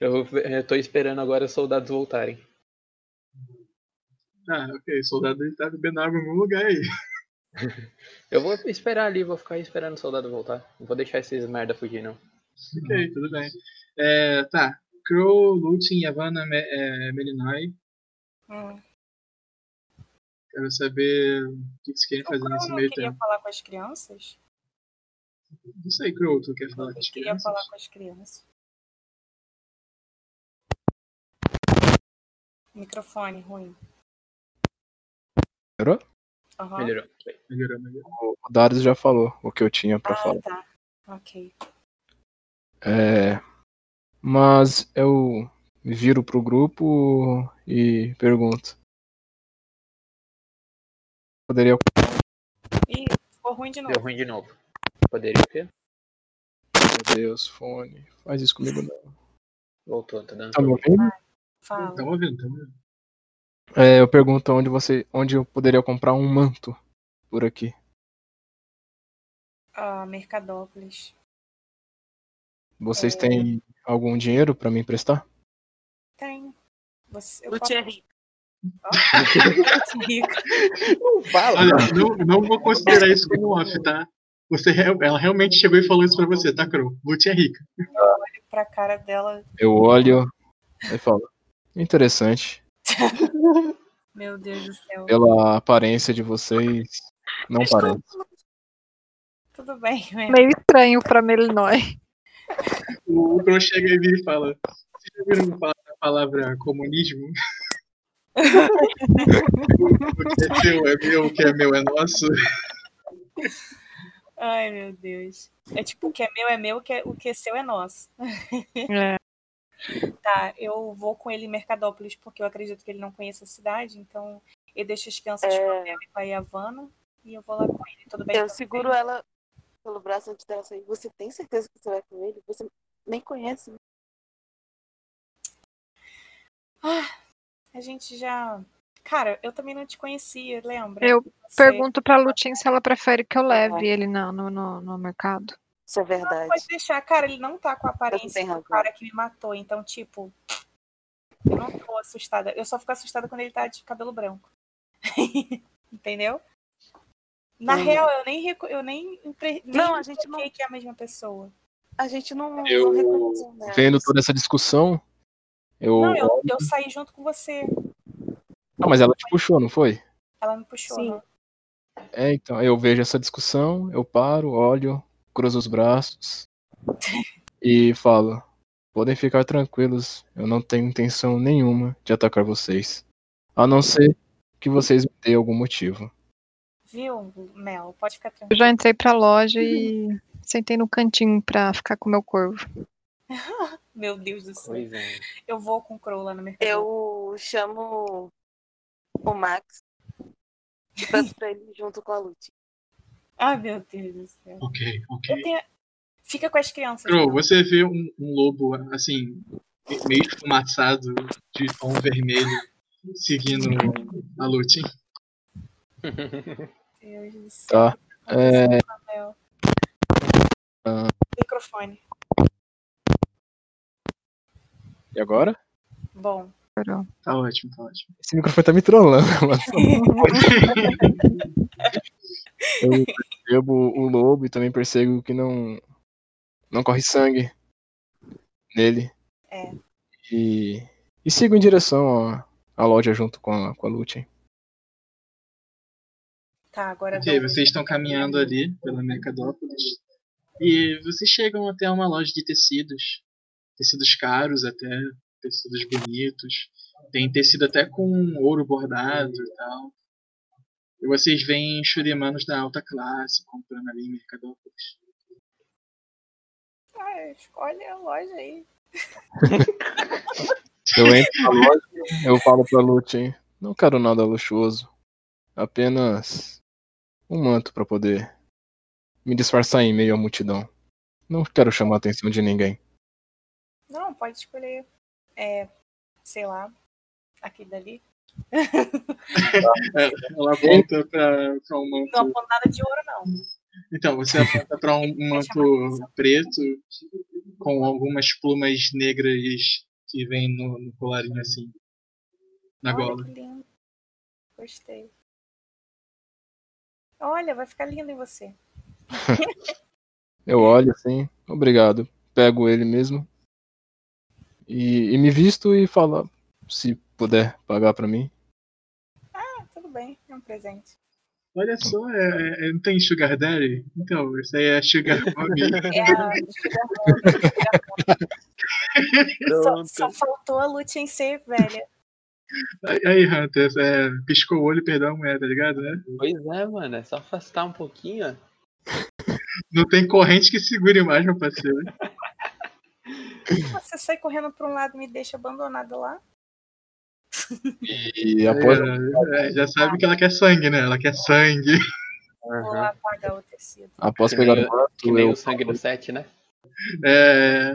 Eu, eu tô esperando agora os soldados voltarem.
Ah, ok. Soldado ele tá bebendo água em algum lugar aí.
<laughs> Eu vou esperar ali, vou ficar esperando o soldado voltar. Não vou deixar esses merda fugir, não.
Ok, tudo bem. É, tá. Crow, Lutin, Yavanna, Me, é, Melinoi.
Hum.
Quero saber o que vocês querem
O
fazer
Crow
nesse
não
meio
queria
tempo.
falar com as crianças?
Não sei, Crow, tu quer falar
Ele
com as
queria
crianças?
falar com as crianças. Microfone ruim.
Melhorou?
Aham.
Melhorou.
Melhorou, melhorou.
O Darius já falou o que eu tinha pra falar.
Ah, tá. Ok.
É, mas eu viro pro grupo e pergunto. Poderia
Ih, ficou ruim de
Deu
novo.
ruim de novo. Poderia o quê?
Meu Deus, fone. Faz isso comigo não.
Voltou, tá dando.
Tá me
problema.
ouvindo?
Fala. <laughs>
Tamo Tá ouvindo, tamo ouvindo.
É, eu pergunto onde você. onde eu poderia comprar um manto por aqui.
Ah, Mercadópolis.
Vocês têm algum dinheiro pra me emprestar?
Tem. Você, eu
Do
posso...
Thierry.
Rica.
Não fala.
Olha, não, não vou considerar isso como off, tá? Você, real- ela realmente chegou e falou isso pra você, tá, Crow? Lutin é rica.
pra cara dela.
Eu olho e falo. Interessante.
<laughs> Meu Deus do céu.
Pela aparência de vocês, não parece.
Tudo bem, né?
Meio estranho pra Melinoi.
O, o Crow chega e vira e fala. Vocês já ouviram falar da palavra
<laughs>
comunismo? o que é seu é meu, o que é meu é nosso.
<laughs> Ai, meu Deus. É tipo, o que é meu é meu, o que é- o que é seu é nosso. <laughs>
É.
Tá, eu vou com ele em Mercadópolis, porque eu acredito que ele não conhece a cidade, então eu deixo as crianças
É.
é. com a Yavanna e eu vou lá com ele. Tudo bem?
Eu seguro ela pelo braço antes dela sair. Você tem certeza que você vai com ele? Você nem conhece.
Ah, A gente já. Cara, eu também não te conhecia, lembra?
Eu
Você- É.
Pergunto pra Lutin se ela prefere que eu leve ele na- no, no, no mercado.
Isso é
Não,
verdade.
pode deixar, cara, ele não tá com a
Você tem
aparência do
razão.
cara que me matou, então, tipo. Eu não tô assustada. Eu só fico assustada quando ele tá de cabelo branco. <laughs> Entendeu? Na
Hum.
real, eu nem, reco- eu nem, impre- nem
Não, a gente não-
identifiquei que é a mesma pessoa.
A gente não,
Eu-
não reconheceu, né?
Vendo toda essa discussão, eu.
Não, eu, eu saí junto com você.
Ah, mas ela te puxou, não foi?
Ela me puxou.
Sim.
né?
É, então, eu vejo essa discussão, eu paro, olho, cruzo os braços e falo: podem ficar tranquilos, eu não tenho intenção nenhuma de atacar vocês. A não ser que vocês me deem algum motivo.
Viu, Mel? Pode ficar
Eu
tranquilo.
já entrei pra loja e sentei no cantinho pra ficar com o meu corvo.
<laughs> Meu Deus do céu.
Pois é.
Eu vou com o Crow lá no mercado. Uhum.
Eu chamo o Max e peço pra ele ir junto com a Lute.
Ah, meu Deus do céu.
Ok, ok.
Eu tenho... Fica com as crianças.
Crow,
então.
você vê um, um lobo, assim, meio esfumaçado, de tom vermelho, seguindo a Lute.
Meu Deus do céu.
Tá? É,
Mel.
Ah.
Microfone.
e agora?
Bom.
Carol.
Tá ótimo, tá ótimo.
Esse microfone tá me <laughs> trollando, mano. Eu percebo o lobo e também percebo que não não corre sangue nele.
É.
E, e sigo em direção à, à loja junto com a, com a Lute.
Tá, agora
Ok,
dou-
vocês estão caminhando ali pela Mercadópolis e vocês chegam até uma loja de tecidos. Tecidos caros até, tecidos bonitos. Tem tecido até com ouro bordado e tal. E vocês veem churimanos da alta classe comprando ali em Mercadópolis.
Ah, escolhe a loja aí.
Eu entro na loja, eu falo pra Lute, não quero nada luxuoso. Apenas um manto pra poder me disfarçar em meio à multidão. Não quero chamar a atenção de ninguém.
Não, pode escolher. É, sei lá, aqui dali.
Ela aponta pra, pra um manto
Não aponto nada de ouro, não.
Então,
<laughs>
você aponta para um um manto preto com algumas plumas negras que vem no, no colarinho assim, na
Olha
gola.
que lindo. Gostei. Olha, vai ficar lindo em você.
Eu olho assim, obrigado. Pego ele mesmo. E, e me visto e falo, se puder pagar pra mim.
Ah, tudo bem, é um presente.
Olha só, é, é- não tem Sugar Daddy? Então, isso aí é
<laughs>
Sugar Mommy.
É a Sugar Mommy, Sugar Mommy. só, só faltou a Lute em ser velha.
Aí- Aí, Hunter, é, piscou o olho e perdeu a mulher, tá ligado? Né?
Pois é, mano. É só afastar um pouquinho. ó.
Não tem corrente que segure mais, meu parceiro.
Você sai correndo pra um lado e me deixa abandonada lá.
E após
É, é, já sabe que ela quer sangue, né? Ela quer sangue.
Vou lá pagar o tecido.
Após Ah, pegar o
Que
manto,
nem o
eu
sangue do sete, né?
É,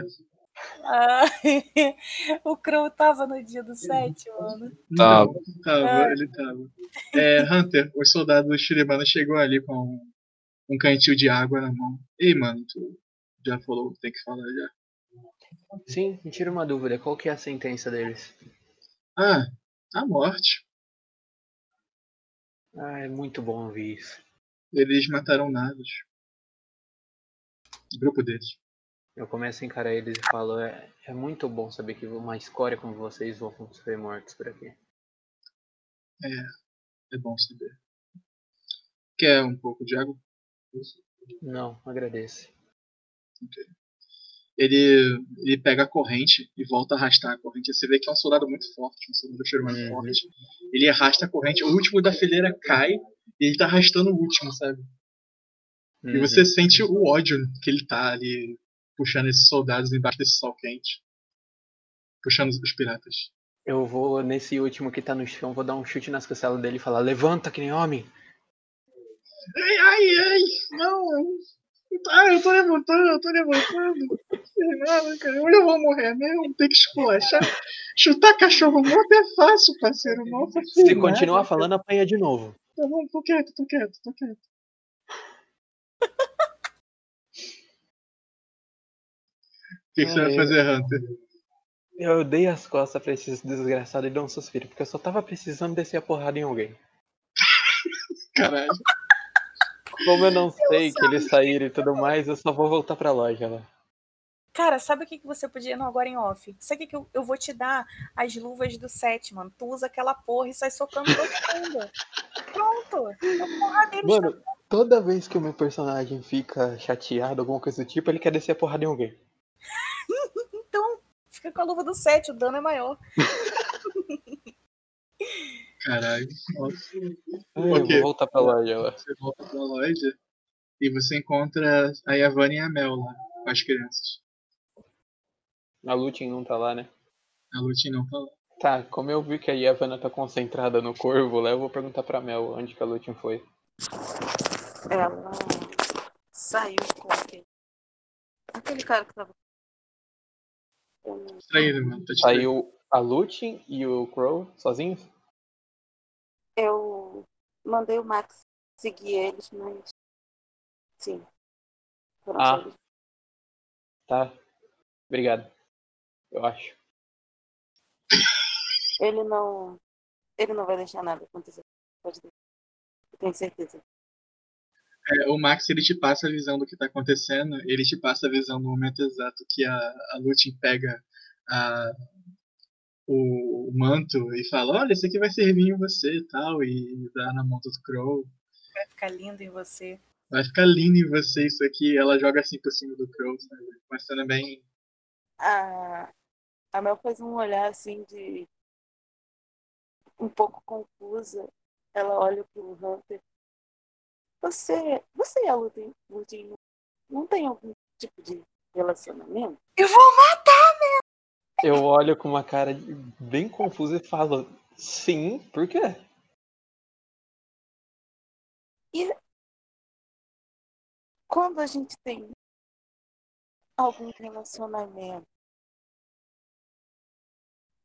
Ah, <laughs> o Crow tava no dia do 7, mano.
Tava.
Não, tava, ele tava. É, Hunter, os soldados Shiribana chegou ali com um, um cantil de água na mão. Ei, mano, tu já falou o que tem que falar já.
Sim, me tira uma dúvida. Qual que é a sentença deles?
Ah, a morte.
Ah, é muito bom ouvir isso.
Eles mataram nados. O grupo deles.
Eu começo a encarar eles e falo, é, é muito bom saber que uma escória como vocês vão ser mortos por aqui.
É bom saber. Quer um pouco de água?
Não, agradeço.
Ele, ele pega a corrente e volta a arrastar a corrente. Você vê que é um soldado muito forte, um soldado Shiribana
Uhum.
forte. Ele arrasta a corrente, o último da fileira cai e ele tá arrastando o último, sabe? E
Uhum.
você sente o ódio que ele tá ali puxando esses soldados embaixo desse sol quente. Puxando os- os piratas.
Eu vou nesse último que tá no chão, vou dar um chute nas costelas dele e falar, levanta que nem homem.
Ai, ai, ai! Não! Ah, eu tô levantando, eu tô levantando. Sei lá, cara. Onde eu vou morrer mesmo? Tem que esculachar. Chutar cachorro morto é fácil, parceiro. Mal tá
Se
filmado.
continuar falando, apanha de novo.
Tá bom, tô quieto, tô quieto, tô quieto. O que, que você vai
Ai,
fazer, Hunter?
Eu dei as costas pra esses desgraçados e dou um suspiro, porque eu só tava precisando descer a porrada em alguém.
<laughs> Caralho.
<laughs>
Como eu não sei que eles saíram e tudo mais, eu só vou voltar pra loja né? lá.
Cara, sabe o que que você podia. Não, agora em off. Sabe o que que eu, eu vou te dar? As luvas do 7, mano. Tu usa aquela porra e sai socando todo mundo. Pronto. A porra deles
Mano, toda vez que o meu personagem fica chateado, alguma coisa do tipo, ele quer descer a porrada em alguém.
tá, Então, fica com a luva do 7, o dano é maior.
Caralho. Nossa.
Eu
Ok.
vou voltar pra loja lá.
Você volta pra loja e você encontra a Yavanna e a Mel lá, com as crianças.
A Lutin não tá lá, né?
A Lutin não tá lá.
Tá, como eu vi que a Yavanna tá concentrada no corvo lá, eu vou perguntar pra Mel onde que a Lutin foi.
Ela saiu com aquele. Aquele cara que tava. Eu não-
Distraído, mano. Tá distraído.
Saiu a Lutin e o Crow sozinhos?
Eu mandei o Max seguir eles, mas. Sim. Foram
Ah.
sozinhos.
Tá. Obrigado. Eu acho.
Ele não. Ele não vai deixar nada acontecer. Pode deixar. Eu tenho certeza.
É, o Max ele te passa a visão do que tá acontecendo, ele te passa a visão no momento exato que a, a Lutin pega a- o, o manto e fala, olha, isso aqui vai servir em você e tal, e dá na mão do Crow.
Vai ficar lindo em você.
Vai ficar lindo em você isso aqui, ela joga assim por cima do Crow, sabe? Uma cena bem.
A, a Mel fez um olhar assim de. um pouco confusa. Ela olha pro Hunter. Você. Você e a Lutin, Lutin não tem algum tipo de relacionamento?
Eu vou
Eu olho com uma cara de- bem confusa e falo, sim, por quê?
Quando a gente tem algum relacionamento.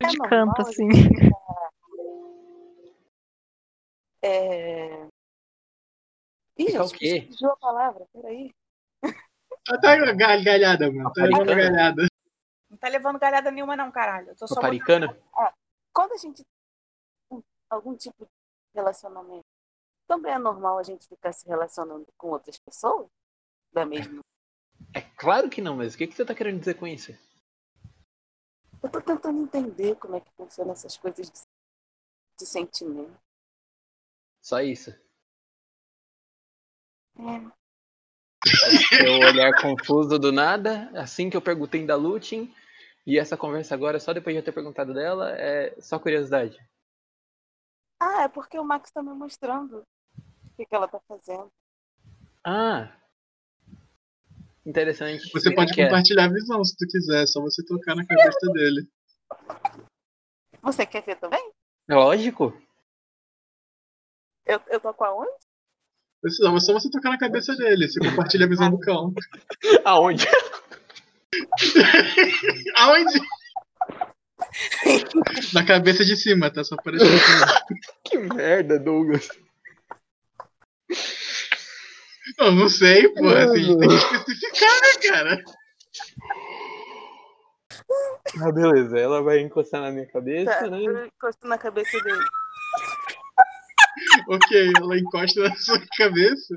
A gente
normal
canta,
a
assim.
gente ficar, É... Ih,
Ficar é o
gente,
quê?
fugiu a palavra, peraí.
Ah, Tá gargalhada, mano. Tá
Aparecendo.
gargalhada.
Não tá levando galhada nenhuma, não, caralho. Eu tô só botando-
Paparicana?
Quando a gente tem algum tipo de relacionamento, também é normal a gente ficar se relacionando com outras pessoas? Da mesma.
É claro que não, mas o que, que você tá querendo dizer com <laughs> isso?
Eu tô tentando entender como é que funciona essas coisas de, de
<laughs>
sentimento.
Só isso.
É.
Meu olhar confuso do nada, assim que eu perguntei da Lutin, e essa conversa agora, só depois de eu ter perguntado dela, é só curiosidade.
Ah, é porque o Max tá me mostrando o que, que ela tá fazendo.
Ah! Interessante.
Você
O
pode
que é?
compartilhar a visão se tu quiser, é só você tocar na cabeça dele.
Você quer ver também?
Lógico!
Eu, eu tô com a unha?
É Só só você tocar na cabeça dele, você compartilha a visão do cão.
<laughs> Aonde?
Aonde? Na cabeça de cima, tá? Só aparecendo.
<laughs> Que merda, Douglas.
Eu não sei, pô. Assim, tem que especificar, né, cara?
Ah, beleza, ela vai encostar na minha
É
cabeça,
Tá,
né?
eu encosto na cabeça dele.
Ok, ela encosta na sua cabeça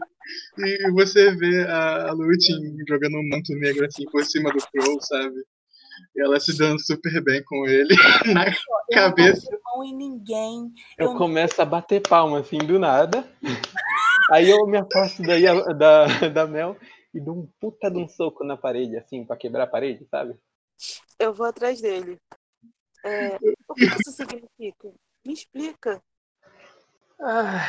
e você vê a, a Lutin jogando um manto negro assim por cima do Crow, sabe? E ela se dando super bem com ele <laughs> na
Eu
cabeça.
Não tô mão em ninguém.
Eu
Eu-
começo a bater palma assim do nada. <laughs> Aí eu me afasto daí a- da, da Mel e dou um puta de um soco na parede, assim, pra quebrar a parede, sabe?
Eu vou atrás dele. É, o que isso significa? Me explica.
Ai,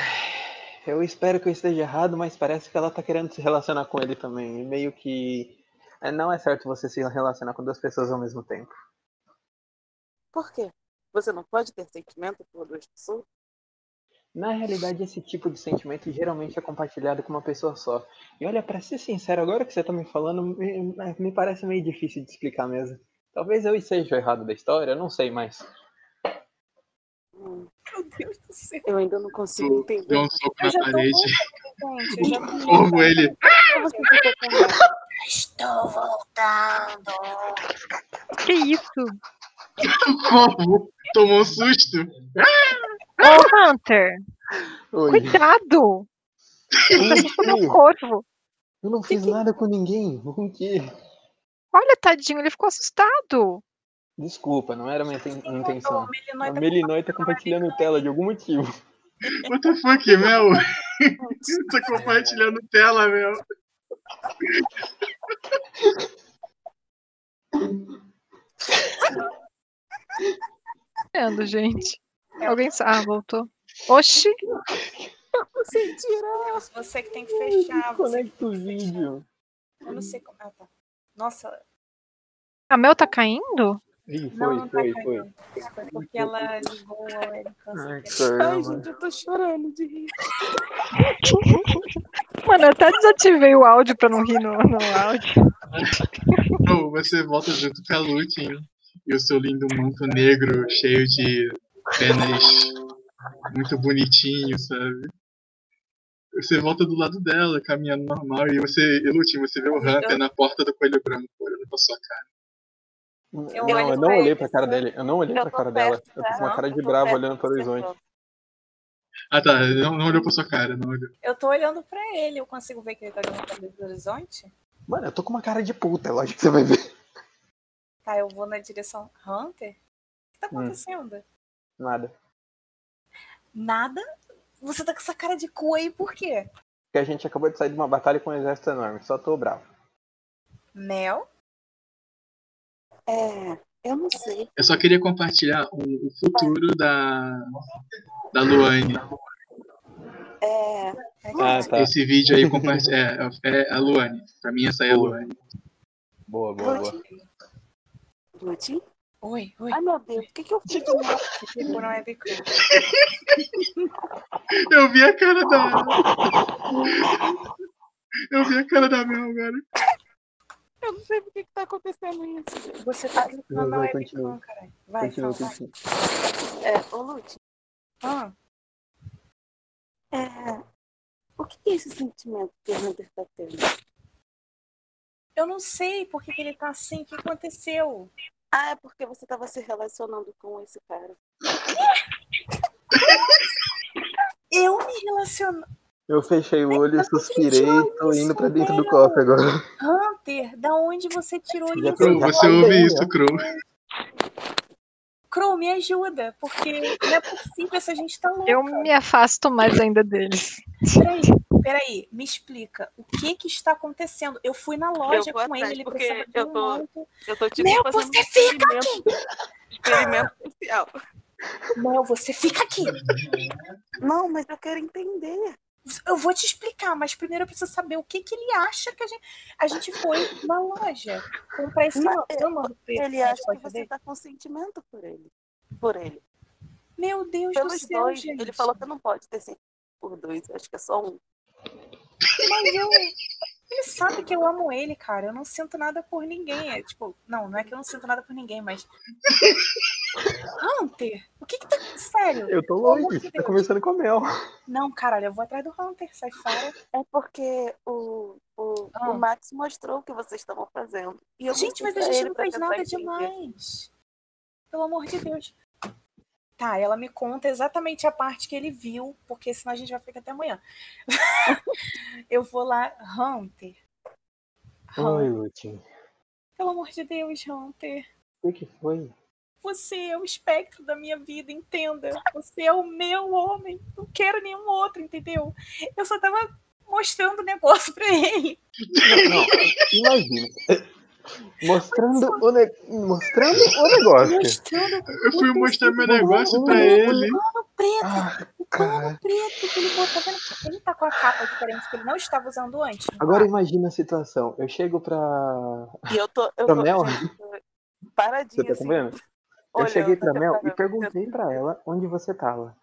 eu espero que eu esteja errado, mas parece que ela tá querendo se relacionar com ele também. E meio que. é, Não é certo você se relacionar com duas pessoas ao mesmo tempo.
Por quê? Você não pode ter sentimento por duas pessoas?
Na realidade, esse tipo de sentimento geralmente é compartilhado com uma pessoa só. E olha, pra ser sincero, agora que você tá me falando, me, me parece meio difícil de explicar mesmo. Talvez eu esteja errado da história, eu não sei mais.
Hum,
Meu Deus do céu.
eu ainda não consigo
Tu
entender.
Deu um soco
Eu
na
já tô
parede.
muito gente. Eu já tô muito
Ovo ele. <laughs>
Como você fica com raiva?
Estou voltando.
Que isso?
Como? Tomou um susto. <laughs>
Ô, Hunter,
Oi.
cuidado! Você assustou meu
Ih,
corvo.
Eu não fiz nada com ninguém. Com que?
Olha, tadinho, ele ficou assustado.
Desculpa, não era minha inten- intenção.
Ele não
A
é tão
Melinoi tá compartilhando tela de algum motivo.
What the fuck, Mel? tá compartilhando tela, Mel.
É. Vendo, gente. Alguém sabe. Ah, voltou. Oxi,
Não sei tirar.
Deus, você que tem que fechar. Você que
é Conecta o vídeo.
Eu não sei como. Ah, tá. Nossa,
a Mel tá caindo?
Ih,
não,
foi,
não tá
foi,
caindo.
foi.
Foi porque ela é ligou a Erika.
Ai,
Ai,
caramba.
gente, eu tô chorando de rir.
Mano, eu até desativei o áudio pra não rir no, no áudio.
Então, você volta junto com a Lutin e o seu lindo manto negro, cheio de penas muito bonitinho, sabe? Você volta do lado dela, caminhando normal, e você, e, Lutin, você vê o
Então
Hunter na porta do coelho branco, olhando pra sua cara.
Eu
não,
olho
eu não
pra
olhei
ele,
pra cara
só-
dele. Eu não olhei
Eu
pra
tô
cara dela.
perto,
Eu tô com uma
tá?
cara de
Eu tô
bravo
perto
olhando pro
das
horizonte.
pessoas.
Ah tá, ele não, não olhou pra sua cara, não olhou.
Eu tô olhando pra ele, eu consigo ver que ele tá olhando pra dentro do horizonte.
Mano, eu tô com uma cara de puta, é lógico que você vai ver.
Tá, eu vou na direção Hunter. O que
Hum.
tá acontecendo?
Nada.
Nada? Você tá com essa cara de cu aí por quê?
Porque a gente acabou de sair de uma batalha com um exército enorme, só tô bravo.
Mel?
É, eu não sei.
Eu só queria compartilhar um, o, o futuro da, da Luane.
É,
Ah, tá.
Esse vídeo aí compartilha. É, é a Luane. Pra mim essa aí é a Luane.
Boa, boa, boa.
Lutin. Lutin?
Oi, oi.
Ai, meu Deus, o que que eu fiz de mal?
Fiquei por um webcam.
Eu vi a cara da. Eu vi a cara da Mel agora.
Eu não sei por que que tá acontecendo isso.
Você tá clicando na
vai,
webcam,
continua.
caralho. Vai,
Continua,
fala, vai.
continua.
É, ô Lutin,
Ah,
é, o que que é esse sentimento que o Hunter tá tendo?
eu não sei por que que ele tá assim. O que aconteceu?
Ah, é porque você tava se relacionando com esse cara.
Eu me relaciono.
Eu fechei o olho, suspirei, tô
isso,
indo pra dentro do
velho?
copo agora.
Hunter, da onde você tirou
Já
Crow,
Já
isso?
você
falei,
ouve
né?
isso, Crow.
Crow, me ajuda, porque não é possível essa gente tá louca.
Eu me afasto mais ainda deles.
Peraí, peraí, me explica. O que que está acontecendo? Eu fui na loja
Eu vou
com
atrás,
ele, ele
porque
precisava de
eu
um
tô-
manto.
Eu tô tipo
Meu,
fazendo
você
um
fica
experimento- Experimento social.
Não, você fica aqui.
Não, mas eu quero entender.
Eu vou te explicar, mas primeiro eu preciso saber o que que ele acha que a gente... A gente foi na loja comprar esse
Mas
manto. Não, mano, preto,
Ele
né, de
acha que
costa
você
dele.
tá com sentimento por ele. Por ele.
Meu Deus do
Pelos
céu,
dois.
gente.
Ele falou que não pode ter sentimento por dois. Eu acho que é só um.
Mas eu... Ele sabe que eu amo ele, cara. Eu não sinto nada por ninguém. É, tipo, não, não é que eu não sinto nada por ninguém, mas... Hunter, o que que tá... Sério?
Eu tô
Pelo amor
longe,
de
você tá
Deus.
conversando com o Mel.
Não, caralho, eu vou atrás do Hunter, sai fora.
É porque o, o,
Ah.
o Max mostrou o que vocês estavam fazendo. E eu
Gente, mas a
mostrei pra
gente
ele
não
pra
fez
tentar
nada
entender.
demais. Pelo amor de Deus. Tá, ela me conta exatamente a parte que ele viu, porque senão a gente vai ficar até amanhã. <laughs> eu vou lá, Hunter.
Oi,
Hunter.
Lutin.
Pelo amor de Deus, Hunter.
O que que foi?
Você é o espectro da minha vida, entenda. Você é o meu homem. Não quero nenhum outro, entendeu? Eu só tava mostrando o negócio pra ele.
Não, imagina. <laughs> Mostrando o, ne... Mostrando o negócio.
Mostrando
Eu fui mostrar meu negócio pra ele.
o preto.
Ah,
pano
cara.
preto que ele botou. Tá vendo? Ele tá com a capa diferente que ele não estava usando antes.
Agora imagina a situação. Eu chego pra.
E eu tô. Eu
Pra
tô,
Mel?
gente, eu tô
Você
paradinha.
tá
assim,
acompanhando? Eu
olhando
cheguei pra
essa
Mel e
parada.
perguntei pra ela onde você tava.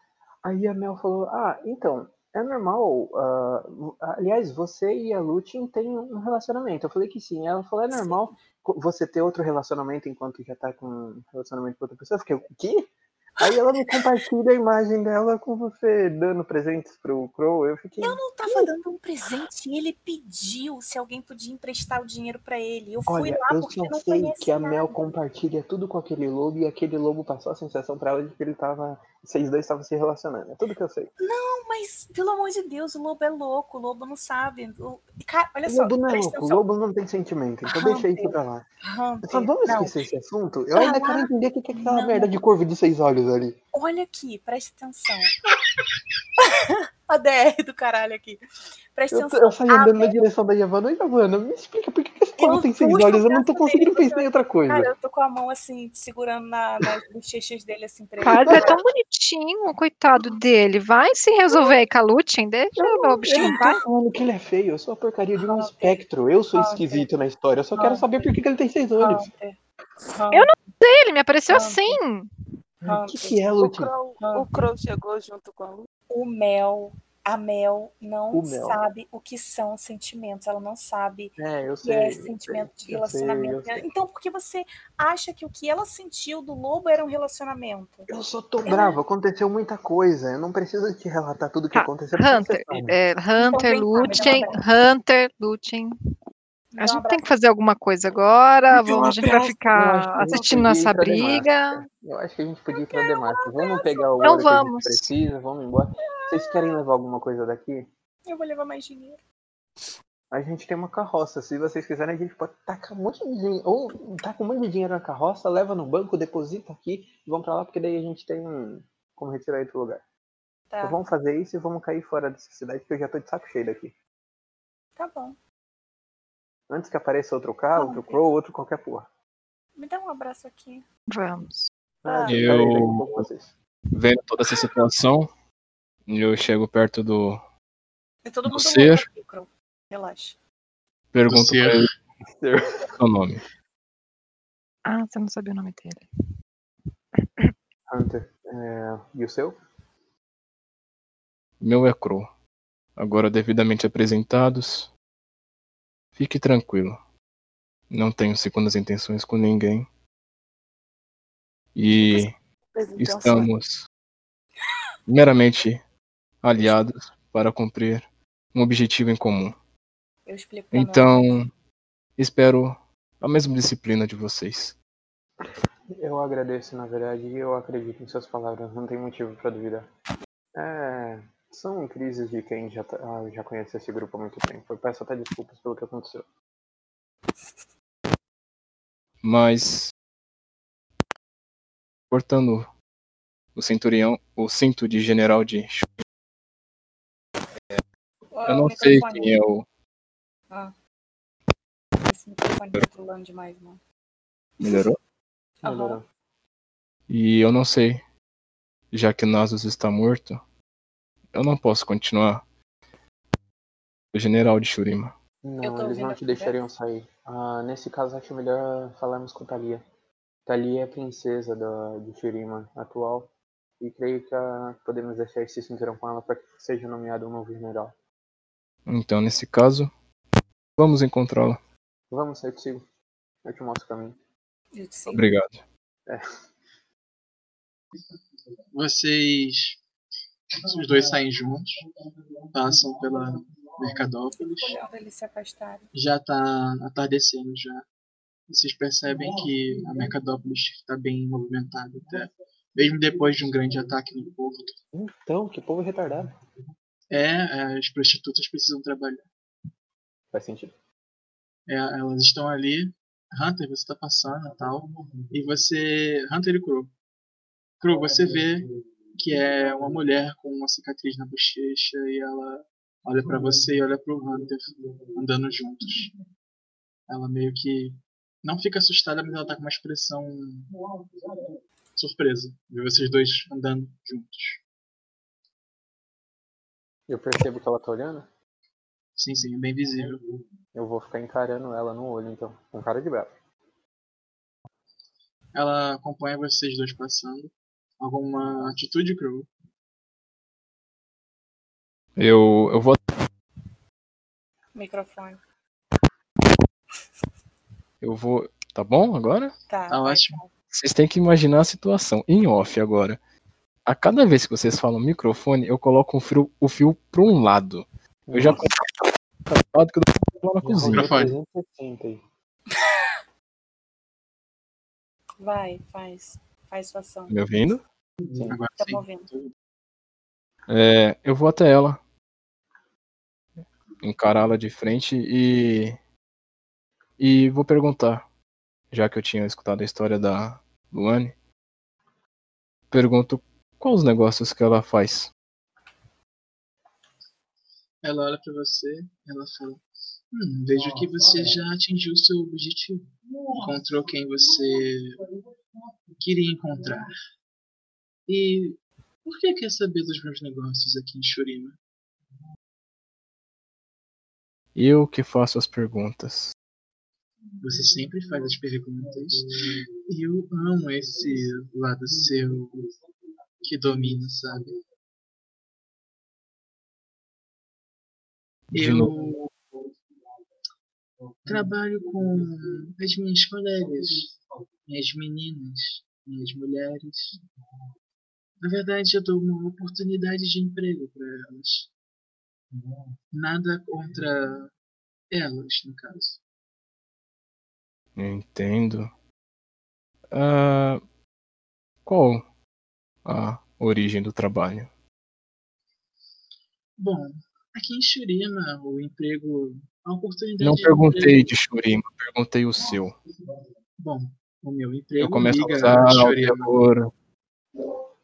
Aí a Mel falou: Ah, então, é normal. ah, vo- aliás, você e a Lutin têm um relacionamento. Eu falei que sim. Ela falou: É normal co- você ter outro relacionamento enquanto já tá com um relacionamento com outra pessoa. Eu fiquei: O quê? Aí ela me compartilha a imagem dela com você dando presentes pro Crow. Eu fiquei.
Eu não tava dando um presente. e Ele pediu se alguém podia emprestar o dinheiro pra ele. Eu fui
Olha,
lá
eu
porque
só
não
sei
conhecia.
que a Mel compartilha tudo com aquele lobo e aquele lobo passou a sensação pra ela de que ele tava. Vocês dois estavam se relacionando. É tudo que eu sei.
Mas, pelo amor de Deus, o lobo é louco. O lobo não sabe. O... Cara, olha
O
só.
lobo não é
presta
louco, o
atenção.
lobo não tem sentimento, então
Hunter,
deixa isso pra lá.
Hunter,
Só vamos
não.
esquecer esse assunto? Eu
Pra
ainda
lá,
quero entender o que que é aquela
não.
merda de corvo de seis olhos ali.
Olha aqui, presta atenção. <laughs> a DR do caralho aqui. Presta
Eu, tô-
atenção.
eu saí
Ah,
andando na direção da Giovanna. Oi, Giovanna, me explica por que que esse
Eu
pano tem seis
puxo
olhos? Eu
o
não tô
braço
conseguindo
dele,
pensar em outra
Cara,
coisa.
eu tô com a mão assim, segurando na, na, nos xixis dele, assim, pra ele.
Cara, é tão bonitinho, coitado dele. Vai se resolver aí com a Lutin, deixa o
Eu
bichinho,
não
vai.
tô falando que ele é feio, eu sou a porcaria de um
Hunter.
espectro. Eu sou
Hunter.
esquisito na história, eu só quero saber por que que ele tem seis olhos.
Hunter,
Ah. Eu Ele me apareceu
Hunter.
assim.
O que,
Hunter,
que é,
O
Lutin?
Crow,
Ah.
Hunter.
o Crow chegou junto com a Lu.
O Mel, a Mel não
O Mel.
sabe o que são sentimentos, ela não sabe
É, eu
o que
sei.
é sentimento de
eu sei, eu
relacionamento.
sei.
Então, por que você acha que o que ela sentiu do lobo era um relacionamento?
Eu só tô bravo, aconteceu muita coisa. Eu não preciso te relatar tudo o que
Tá,
aconteceu, porque você
Hunter,
sabe.
é, Hunter,
vem cá, me dá um
Lutin, Hunter, Lutin.
Me
A
dá
gente
um
tem
abraço.
que fazer alguma coisa agora.
dá um
Vamos, a gente vai
abraço. Eu acho
ficar
que a gente
assistindo
podia ir
essa
pra Demacia.
briga.
Eu acho que a gente podia ir pra Demarco. Vamos pegar o
Então
ouro que a gente
vamos.
precisa, vamos embora. Vocês querem levar alguma coisa daqui?
Eu vou levar mais dinheiro.
A gente tem uma carroça. Se vocês quiserem, a gente pode tacar um monte de dinheiro. Ou taca um monte de dinheiro na carroça, leva no banco, deposita aqui e vamos pra lá, porque daí a gente tem um, como retirar em outro lugar.
Tá,
É.
Então vamos fazer isso e vamos cair fora dessa cidade, porque eu já tô de saco cheio daqui.
tá bom.
Antes que apareça outro carro, outro
Hunter.
crow, outro qualquer porra.
Me dá um abraço aqui.
Vamos.
Ah,
Ah,
peraí, daqui a
Eu-
pouco vocês.
Vendo toda essa situação, eu chego perto do.
É todo mundo
Você-
louco aqui, Crow. Relaxa.
Pergunto
Você-
pra
é-
ele seu nome.
Ah, você não sabia o nome dele.
Hunter, é, e o seu?
Meu é Crow. Agora devidamente apresentados, fique tranquilo. Não tenho segundas intenções com ninguém. E
então
apresentação.
estamos meramente aliados para cumprir um objetivo em comum.
Eu explico pra Mel.
Então, espero a mesma disciplina de vocês.
Eu agradeço, na verdade, e eu acredito em suas palavras, não tem motivo pra duvidar. É, são crises de quem já, tá- ah, já conhece esse grupo há muito tempo. Eu peço até desculpas pelo que aconteceu.
Mas cortando o centurião, o cinto de general de. Chu-
Ó,
Eu
o
não sei
microfone.
quem é o
Esse microfone tá trolando demais, mano.
melhorou. Ah,
Aham.
Melhorou.
E eu não sei, já que Nasus está morto, eu não posso continuar. O general de Shurima.
Eu tô
Não, eles
ouvindo
não
a
te deixariam sair. Ah, nesse caso, acho melhor falarmos com Thalia. Thalia é a princesa da, de Shurima atual. E creio que ah, podemos deixar esse cinturão com ela para que seja nomeado um novo general.
Então, nesse caso, vamos encontrá-la.
Vamos, eu te sigo. Eu te mostro o caminho. É.
Eu te sigo.
Obrigado.
Vocês. Os dois saem juntos, passam pela Mercadópolis.
Olhando eles se afastarem.
Já tá atardecendo já. Vocês percebem que a Mercadópolis está bem movimentada até. Mesmo depois de um grande ataque no porto.
Então, que povo retardado.
É, as prostitutas precisam trabalhar.
Faz sentido.
É, elas estão ali. Hunter, você tá passando e tal. E você. Hunter e Crow. Crow, você vê que é uma mulher com uma cicatriz na bochecha e ela olha pra você e olha pro Hunter andando juntos. Ela meio que não fica assustada, mas ela tá com uma expressão surpresa ver vocês dois andando juntos.
Eu percebo que ela tá olhando.
Sim, sim, é bem visível.
Eu vou ficar encarando ela no olho, então. Com cara de bravo.
Ela acompanha vocês dois passando. Alguma atitude, Crow?
Eu, eu vou.
Microfone.
Eu vou. Tá bom agora?
Tá,
Tá
vai.
ótimo.
Vocês têm que imaginar a situação em off agora. A cada vez que vocês falam microfone, eu coloco o fio, o fio para um lado. Eu já coloco o um lado que eu dou lá na cozinha.
Microfone.
360 aí.
Vai, faz. Faz sua ação.
Me ouvindo?
Sim.
Agora
Tá
sim.
movendo.
É, eu vou até ela. Encará-la de frente e. E vou perguntar. Já que eu tinha escutado a história da Luane, pergunto quais os negócios que ela faz.
Ela olha pra você, ela fala: "Hum, vejo que você já atingiu o seu objetivo. Encontrou quem você
é."
queria encontrar. E por que quer saber dos meus negócios aqui em Shurima?
Eu que faço as perguntas.
Você sempre faz as perguntas. E eu amo esse lado seu que domina, sabe?
De
Eu trabalho com as minhas colegas, minhas meninas, minhas mulheres. Na verdade, eu dou uma oportunidade de emprego para elas. Nada contra elas, no caso.
Eu entendo. Ah, qual a origem do trabalho?
Bom, aqui em Shurima, o emprego. A oportunidade
Não
de
perguntei
emprego-
de Shurima, perguntei o seu.
Bom, o meu emprego.
Eu começo a
liga
usar o
Shurima.
terror.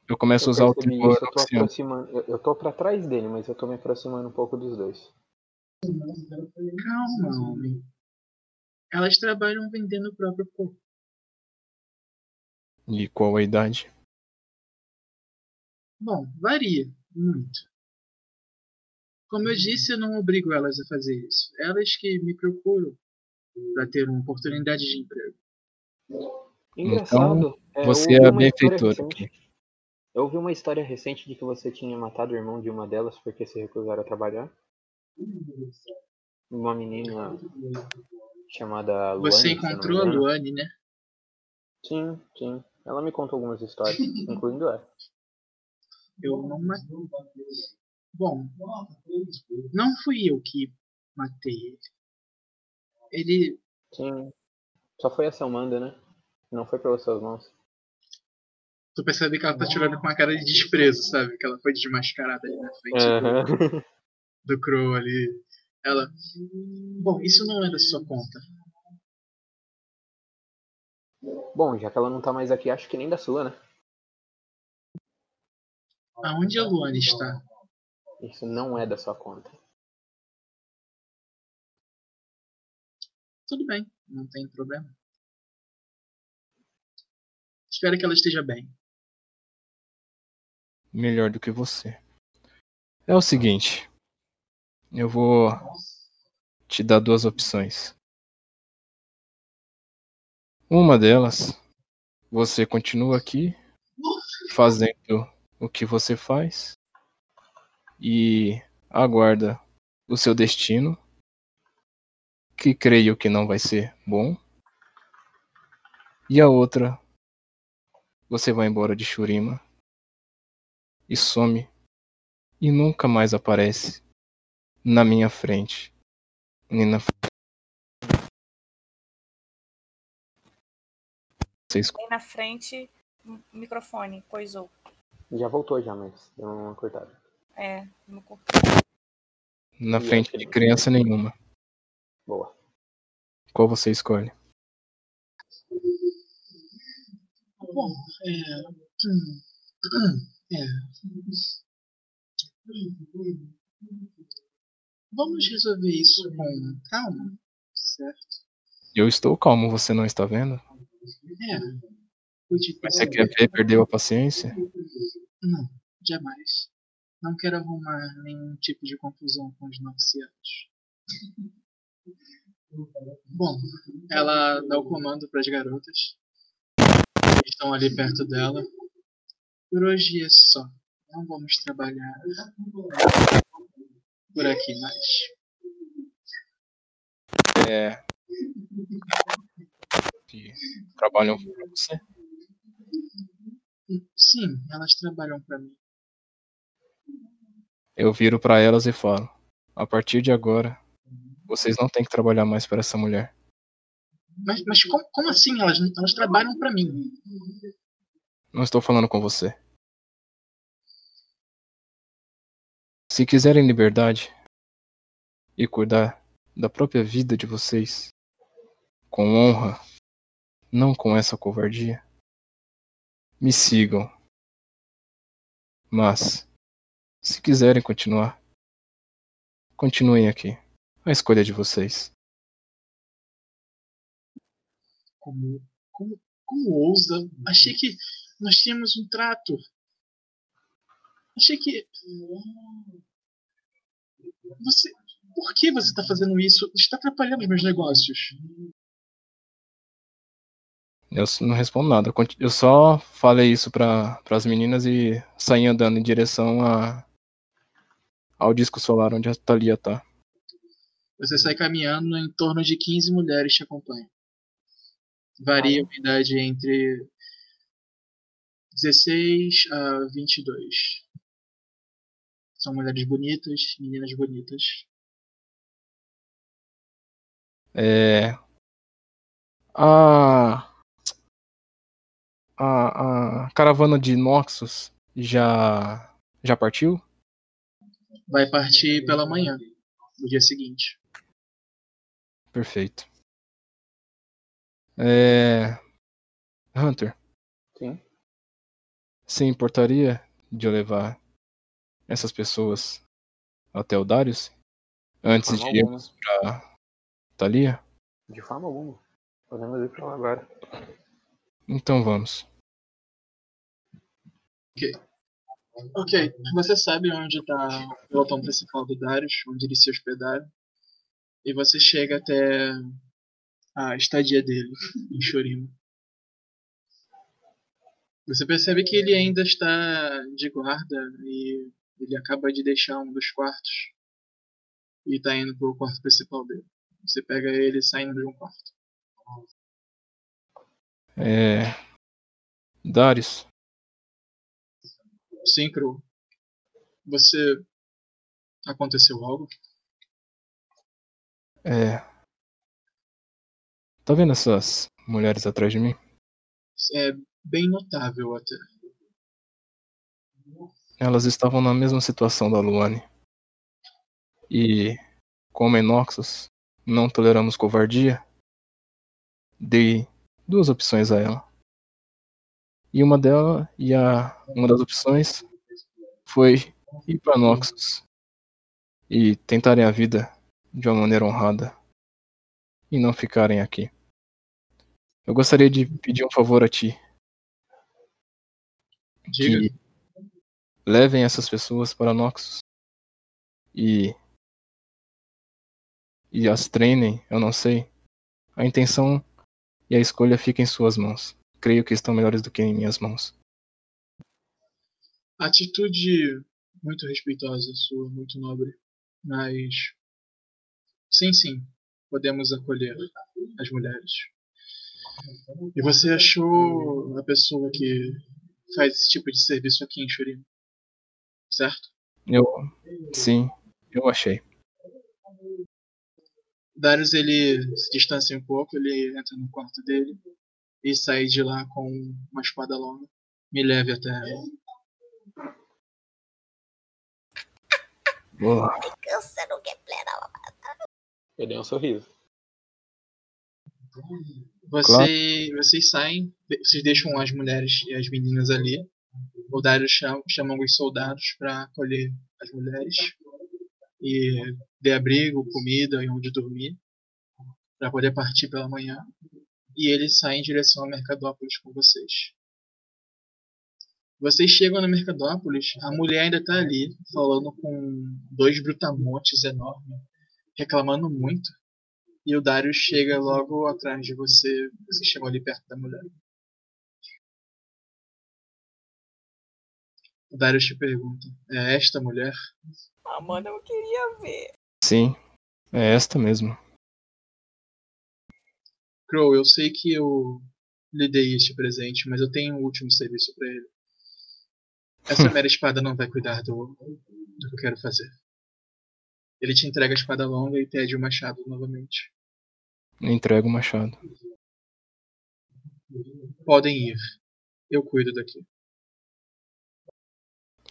Eu começo a usar o
percebi
terror
isso, eu tô
noxiano.
aproximando. Eu, eu tô pra trás dele, mas eu tô me aproximando um pouco dos dois.
Calma, homem. Elas trabalham vendendo o próprio corpo.
E qual a idade?
Bom, varia muito. Como eu disse, eu não obrigo elas a fazer isso. Elas que me procuram para ter uma oportunidade de emprego.
Engraçado, é, eu
Você
ouvi
é a
uma história
benfeitora
recente. Eu ouvi uma história recente de que você tinha matado o irmão de uma delas porque se recusaram a trabalhar. Uma menina chamada Então, Luane.
Você
se eu não me
encontrou a
engano.
Luane, né?
Sim, sim. Ela me contou algumas histórias, incluindo essa.
Eu não matei. Bom, não fui eu que matei ele. Ele.
Sim. Só foi essa Amanda, né? Não foi pelas suas mãos.
Tu percebe que ela tá tirando com uma cara de desprezo, sabe? Que ela foi desmascarada ali na frente
É.
do-
Aham.
do Crow ali. Ela. Bom, isso não é da sua conta.
Bom, já que ela não tá mais aqui, acho que nem da sua, né?
Aonde a Luane está?
Isso não é da sua conta.
Tudo bem, não tem problema. Espero que ela esteja bem.
melhor do que você. É o seguinte. Eu vou te dar duas opções. Uma delas, você continua aqui fazendo o que você faz e aguarda o seu destino, que creio que não vai ser bom. E a outra, você vai embora de Shurima e some e nunca mais aparece na minha frente. Nem na frente. Vocês
Bem na frente, o microfone, coisou.
Já voltou já, mas deu uma cortada.
É, não curto.
na
E
frente
eu
de
tirei.
criança nenhuma.
Boa.
Qual você escolhe?
Bom, é. <clears throat> hum, hum, é. Vamos resolver isso com calma, certo?
Eu estou calmo, você não está vendo?
É. Pude
Mas é você quer ver, perdeu a paciência?
Não, jamais. Não quero arrumar nenhum tipo de confusão com os noxianos. Bom, ela dá o comando para as garotas que estão ali perto dela. Por hoje é só. Não vamos trabalhar por aqui mais.
É. Que trabalham pra você?
Sim, elas trabalham para mim.
Eu viro pra elas e falo: a partir de agora, vocês não têm que trabalhar mais para essa mulher.
Mas, mas como, como assim? Elas, elas trabalham para mim.
Não estou falando com você. Se quiserem liberdade e cuidar da própria vida de vocês com honra, não com essa covardia, me sigam. Mas, se quiserem continuar Continuem aqui. A escolha é de vocês.
Como, como, como ousa? Achei que nós tínhamos um trato. Achei que. Você. Por que você está fazendo isso? Está atrapalhando os meus negócios.
Eu s- não respondo nada. Eu conti- Eu só falei isso para as meninas e saí andando em direção a, ao disco solar onde a Thalia tá.
Você sai caminhando em torno de 15 mulheres te acompanham. Varia a idade entre 16 a 22. São mulheres bonitas, meninas bonitas.
É. Ah, A. A, a caravana de Noxus já. Já partiu?
Vai partir pela manhã, no dia seguinte.
Perfeito. É. Hunter,
Sim.
se importaria de eu levar essas pessoas até o Darius? Antes
forma
de
alguma.
irmos pra Thalia?
De forma alguma.
Podemos ir pra lá agora.
Então vamos.
Ok, você sabe onde tá está o pelotão principal do Darius, onde eles se hospedaram. E você chega até a estadia dele, em Shurima. Você percebe que ele ainda está de guarda e ele acaba de deixar um dos quartos e está indo pro quarto principal dele. Você pega ele saindo de um quarto.
É. Darius,
Sim, Cru. Você. Aconteceu algo?
é. Tá vendo essas mulheres atrás de mim?
É bem notável até.
Elas estavam na mesma situação da Luane. E, como Enoxus, não toleramos covardia, dei duas opções a ela. E uma dela, e a, uma das opções foi ir para Noxus e tentarem a vida de uma maneira honrada e não ficarem aqui. Eu gostaria de pedir um favor a ti,
Diga.
que levem essas pessoas para Noxus e e as treinem, eu não sei. A intenção e a escolha fica em suas mãos. Creio que estão melhores do que em minhas mãos.
Atitude muito respeitosa sua, muito nobre. Mas. Sim, sim. Podemos acolher as mulheres. E você achou a pessoa que faz esse tipo de serviço aqui em Shurima? Certo?
Eu, sim, eu achei.
Darius ele se distancia um pouco, ele entra no quarto dele e sai de lá com uma espada longa. Me leve até ela.
Boa.
Câncer não quer é plena.
Eu dei um sorriso.
Você, Vocês saem, de- vocês deixam as mulheres e as meninas ali. O Dario chama, chama alguns soldados para acolher as mulheres e dê abrigo, comida e onde dormir para poder partir pela manhã. E ele sai em direção a Mercadópolis com vocês. Vocês chegam na Mercadópolis, a mulher ainda está ali, falando com dois brutamontes enormes, reclamando muito. E o Darius chega
Uhum.
logo atrás de você. Você chegou ali perto da mulher. O Darius te pergunta: É esta mulher?
Ah, mano, eu queria ver.
Sim, é esta mesmo.
Crow, eu sei que eu lhe dei este presente, mas eu tenho um último serviço para ele. Essa
<laughs>
mera espada não vai cuidar do, do que eu quero fazer. Ele te entrega a espada longa e pede o machado novamente.
Entrego o machado.
Podem ir. Eu cuido daqui.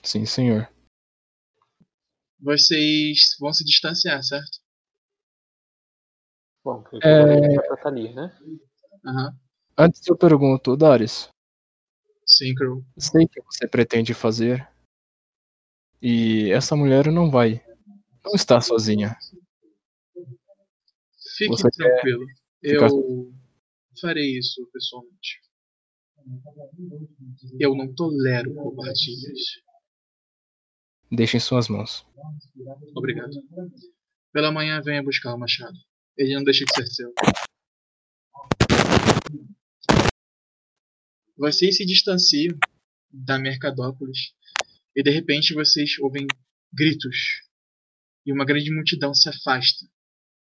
Sim, senhor.
Vocês vão se distanciar, certo?
Bom, porque
É.
agora a gente vai pra Thalia, né?
Aham.
Antes eu pergunto, Darius,
Sim, Crow.
sei o que você pretende fazer. E essa mulher não vai não está sozinha.
Fique
Você quer
tranquilo.
ficar-
Eu farei isso pessoalmente. Eu não tolero covardias.
Deixe em suas mãos.
Obrigado. Pela manhã venha buscar o machado. Ele não deixa de ser seu. Vocês se distanciam da Mercadópolis e de repente vocês ouvem gritos e uma grande multidão se afasta.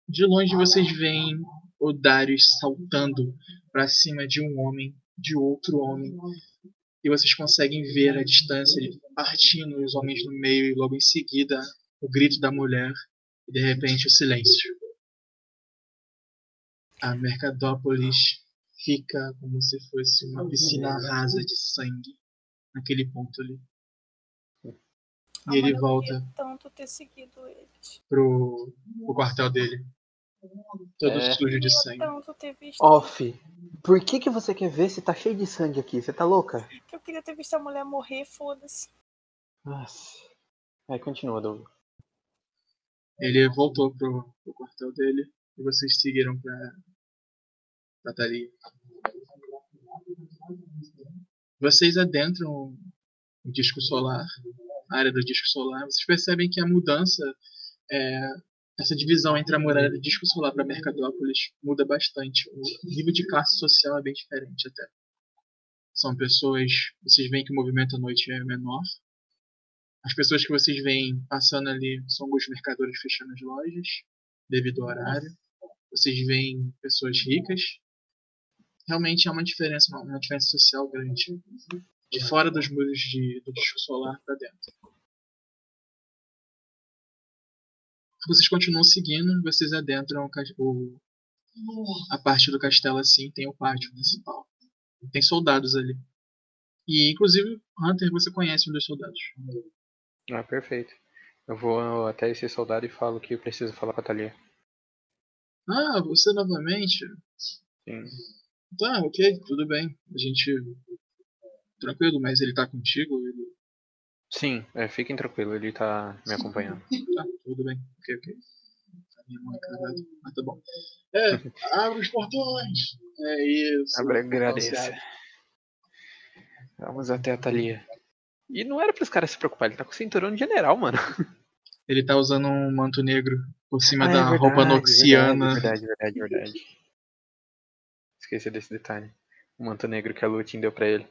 De longe vocês veem o Darius saltando para cima de um homem, de outro homem, e vocês conseguem ver a distância ele partindo os homens no meio e logo em seguida o grito da mulher e de repente o silêncio. A Mercadópolis fica como se fosse uma piscina rasa de sangue naquele ponto ali. E ele volta
Tanto ter seguido eles.
pro, pro quartel dele. Todo
É.
sujo de sangue.
Tanto ter visto.
Off, por que, que você quer ver se tá cheio de sangue aqui? Você tá louca?
Que eu queria ter visto a mulher morrer, foda-se.
Nossa. Aí continua, Doug.
Ele voltou pro, pro quartel dele e vocês seguiram pra, pra Thalia. Vocês adentram o disco solar, a área do disco solar. Vocês percebem que a mudança, é, essa divisão entre a muralha do disco solar para Mercadópolis muda bastante. O nível de classe social é bem diferente até. São pessoas. Vocês veem que o movimento à noite é menor. As pessoas que vocês veem passando ali são os mercadores fechando as lojas devido ao horário. Vocês veem pessoas ricas. Realmente há uma diferença, uma, uma diferença social grande. De fora dos muros de, do disco solar para dentro. Vocês continuam seguindo, vocês adentram o cas- o, a parte do castelo assim, tem o pátio principal. Tem soldados ali. E inclusive, Hunter, você conhece um dos soldados.
Ah, perfeito. Eu vou até esse soldado e falo que eu preciso falar com a Thalia.
Ah, você novamente?
Sim.
Tá, ok, tudo bem. A gente. Tranquilo, mas ele tá contigo? Ele...
Sim, é, fiquem tranquilo, ele tá me acompanhando.
Tá, tudo bem. Ok, ok. Tá minha mão encarada. Ah, tá bom.
<laughs>
É, abre os portões! É isso.
Abra-
Então, se
Agradeço.
abre.
Vamos até a Thalia. E não era pros caras se preocuparem, ele tá com o cinturão de general, mano.
<laughs> Ele tá usando um manto negro por cima
Ah, é
da
verdade,
roupa noxiana.
Verdade, é verdade, verdade, verdade. Esqueci desse detalhe. O manto negro que a Lutin deu pra ele.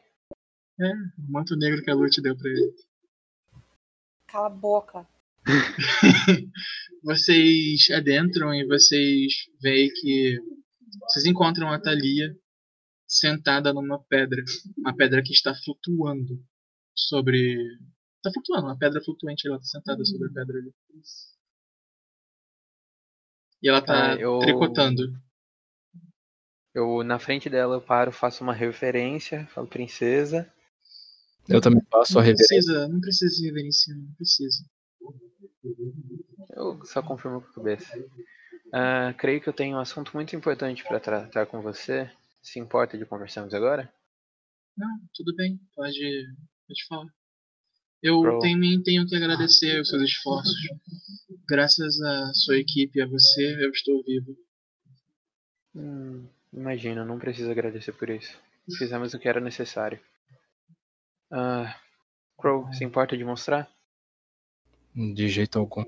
É, O manto negro que a Lute deu pra ele.
Cala a boca.
<laughs> Vocês adentram e vocês veem que. Vocês encontram a Thalia sentada numa pedra. Uma pedra que está flutuando sobre. Tá flutuando, uma pedra flutuante, ela tá sentada sobre a pedra ali. E ela tá
Ah, eu-
tricotando.
Eu, na frente dela, eu paro, faço uma referência, falo princesa.
Eu também faço a
Não
reverência.
precisa, não precisa se reverenciar, não precisa.
Eu só confirmo com a cabeça. Ah, creio que eu tenho um assunto muito importante pra tratar com você. Se importa de conversarmos agora?
Não, tudo bem, pode, pode falar. Eu
Pro.
também tenho que agradecer os seus esforços. Graças à sua equipe e a você, eu estou vivo.
Hum, imagino, não preciso agradecer por isso. Fizemos o que era necessário. Ah, Crow, se importa de mostrar?
De jeito algum.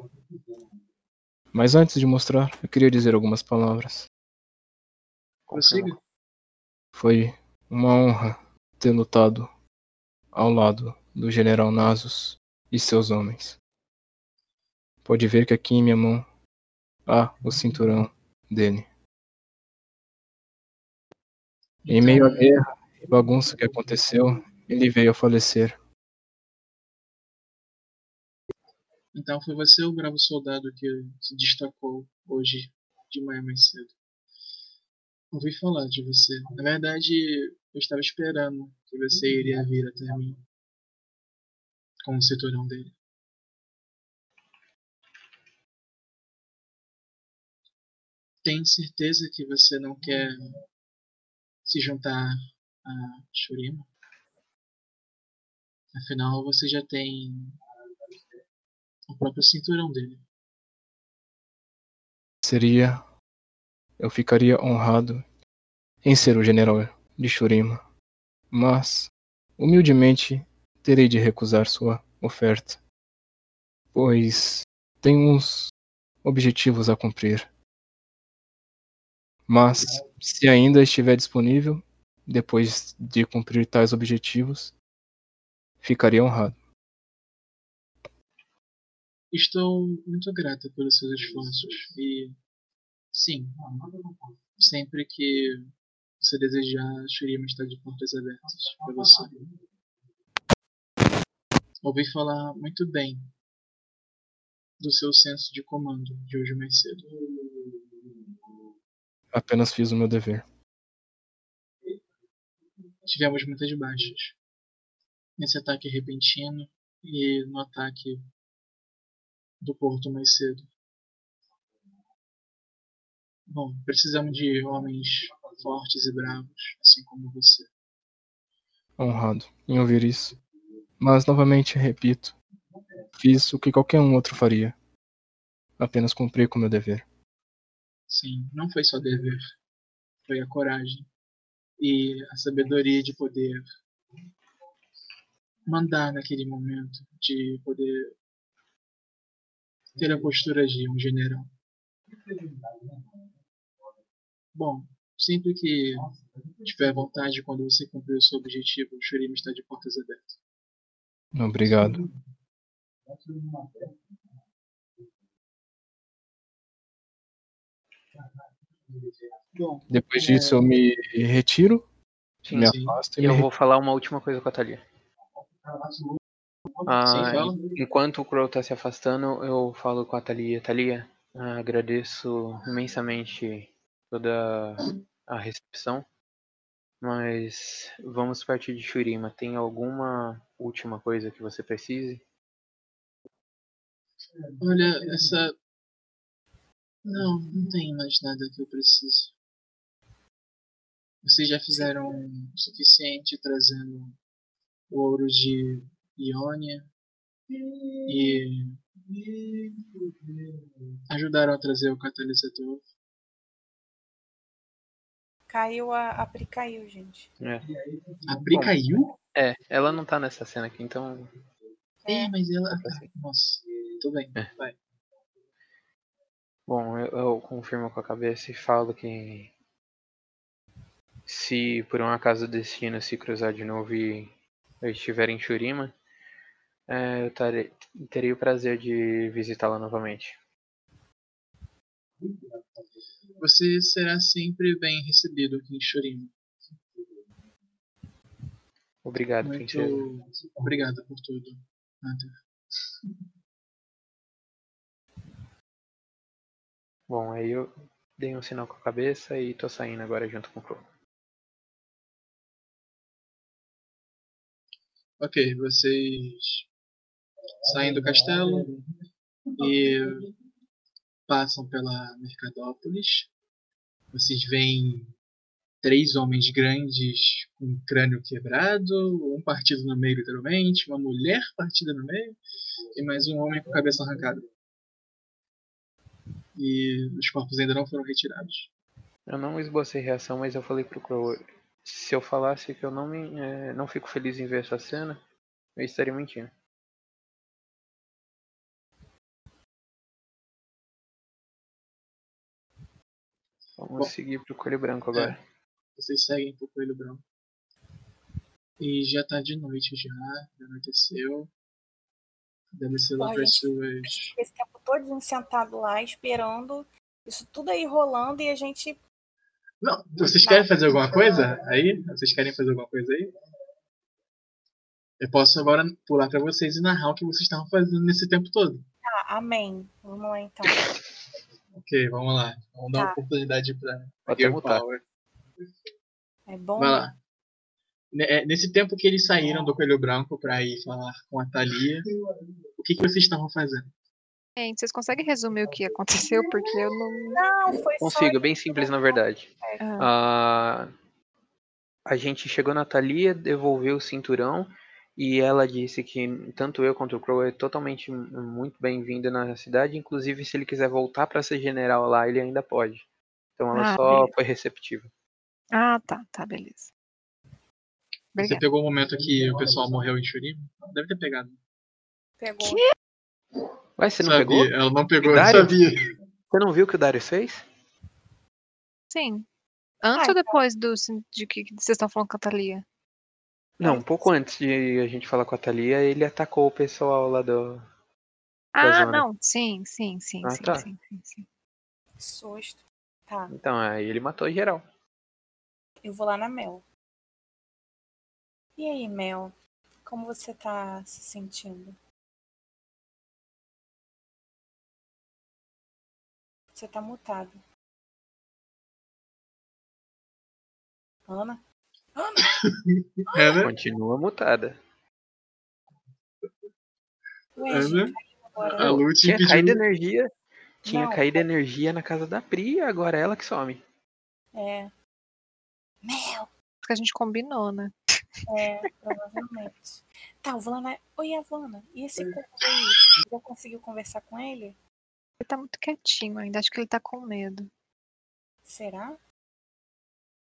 Mas antes de mostrar, eu queria dizer algumas palavras.
Confirmo.
Consigo?
Foi uma honra ter lutado ao lado do General Nasus e seus homens. Pode ver que aqui em minha mão há o cinturão dele.
Então,
Em meio
é
à guerra e bagunça que aconteceu, ele veio a falecer.
Então foi você o bravo soldado que se destacou hoje de manhã mais cedo. Ouvi falar de você. Na verdade, eu estava esperando que você iria vir até mim com o cinturão dele. Tenho certeza que você não quer se juntar a Shurima? Afinal, você já tem o próprio cinturão dele.
Seria. Eu ficaria honrado em ser o general de Shurima. Mas, humildemente, terei de recusar sua oferta. Pois tenho uns objetivos a cumprir. Mas, se ainda estiver disponível, depois de cumprir tais objetivos, ficaria honrado.
Estou muito grata pelos seus esforços e sim, sempre que você desejar, a Shurima está de portas abertas para você. Ouvi falar muito bem do seu senso de comando de hoje mais cedo.
Apenas fiz o meu dever.
Tivemos muitas baixas nesse ataque repentino e no ataque do porto mais cedo. Bom, precisamos de homens fortes e bravos, assim como você.
Honrado em ouvir isso. Mas novamente repito, fiz o que qualquer um outro faria. Apenas cumpri com o meu dever.
Sim, não foi só dever, foi a coragem e a sabedoria de poder mandar naquele momento, de poder ter a postura de um general. Bom, sempre que tiver vontade, quando você cumprir o seu objetivo, o Shurima está de portas abertas.
Obrigado.
Bom,
Depois disso eu me retiro,
Sim,
me
sim.
afasto
E
e me
eu vou falar uma última coisa com a Thalia. Ah,
sim, fala.
en- enquanto o Crow tá se afastando, eu falo com a Thalia. Thalia, ah, agradeço imensamente toda a recepção, mas vamos partir de Shurima. Tem alguma última coisa que você precise?
Olha, essa. Não, não tem mais nada que eu precise. Vocês já fizeram o suficiente trazendo o ouro de Iônia e ajudaram a trazer o catalisador.
Caiu a, a Pri caiu, gente.
É,
A Pri
Bom.
caiu?
É, ela não tá nessa cena aqui, então.
É, mas ela. ah,
assim.
Nossa, tudo bem,
É.
vai.
Bom, eu, eu confirmo com a cabeça e falo que. Se por um acaso o destino se cruzar de novo e eu estiver em Shurima, é, eu tarei- terei o prazer de visitá-la novamente.
Você será sempre bem recebido aqui em Shurima.
Obrigado,
Muito
princesa.
obrigado por tudo. Hunter.
Bom, aí eu dei um sinal com a cabeça e tô saindo agora junto com o Crow.
Ok, vocês saem do castelo e passam pela Mercadópolis. Vocês veem três homens grandes com o crânio quebrado, um partido no meio, literalmente, uma mulher partida no meio e mais um homem com a cabeça arrancada. E os corpos ainda não foram retirados.
Eu não esbocei reação, mas eu falei pro Crow. Se eu falasse que eu não, me, eh, não fico feliz em ver essa cena, eu estaria mentindo. Vamos
Bom.
seguir pro Coelho Branco agora.
Vocês seguem pro Coelho Branco. E já tá de noite já, já anoiteceu. Deve ser lá
Bom,
para
gente.
suas
Esse tempo todo sentado lá, esperando. Isso tudo aí rolando e a gente.
Não, vocês querem fazer alguma coisa aí? Vocês querem fazer alguma coisa aí? Eu posso agora pular pra vocês e narrar o que vocês estavam fazendo nesse tempo todo.
Ah, amém. Vamos lá
<laughs>
então.
Ok, vamos lá. Vamos dar uma
Tá.
oportunidade pra pra
até
Girl
mutar.
Power.
É bom.
Vai
né?
lá. Ne- é, Nesse tempo que eles saíram do Coelho Branco pra ir falar com a Thalia, o que, que vocês estavam fazendo?
Gente, vocês conseguem resumir o que aconteceu? Porque eu não.
Não, foi
Consigo,
só. É.
é bem simples na verdade.
Ah,
Ah, a gente chegou na Thalia, devolveu o cinturão E ela disse que tanto eu quanto o Crow é totalmente m- muito bem-vindo na cidade. Inclusive, se ele quiser voltar para ser general lá, ele ainda pode. Então ela
Ah,
só
beleza.
foi receptiva.
Ah, tá, tá, beleza.
Você
Obrigada.
pegou o momento que o pessoal morreu em Shurima? Deve ter pegado.
Pegou.
Ué, você não
sabia,
pegou?
ela não pegou, eu
Dário?
sabia.
Você não viu o que o Darius fez?
Sim. Antes
Ah,
ou depois do, sin- de que que vocês estão falando com a Thalia?
Não, um pouco antes de a gente falar com a Thalia, ele atacou o pessoal lá do.
Ah,
zona.
não. Sim, sim, sim,
Ah,
sim,
tá.
sim, sim, sim.
Que susto. Tá,
Então, aí ele matou geral.
eu vou lá na Mel. E aí, Mel? Como você tá se sentindo? Você tá mutado. Ana? Ana?
É, né?
Continua mutada.
Ué,
É,
gente, tá
né?
agora.
A
Não,
Lute
tinha
pediu-
caído energia. Tinha
Não.
caído energia na casa da Pri, agora é ela que some.
É. Mel!
Porque a gente combinou, né?
<laughs>
É, provavelmente. Tá, eu vou lá na. Oi, Havana. E esse corpo aí? Já conseguiu conversar com ele?
Ele tá muito quietinho ainda. Acho que ele tá com medo.
Será?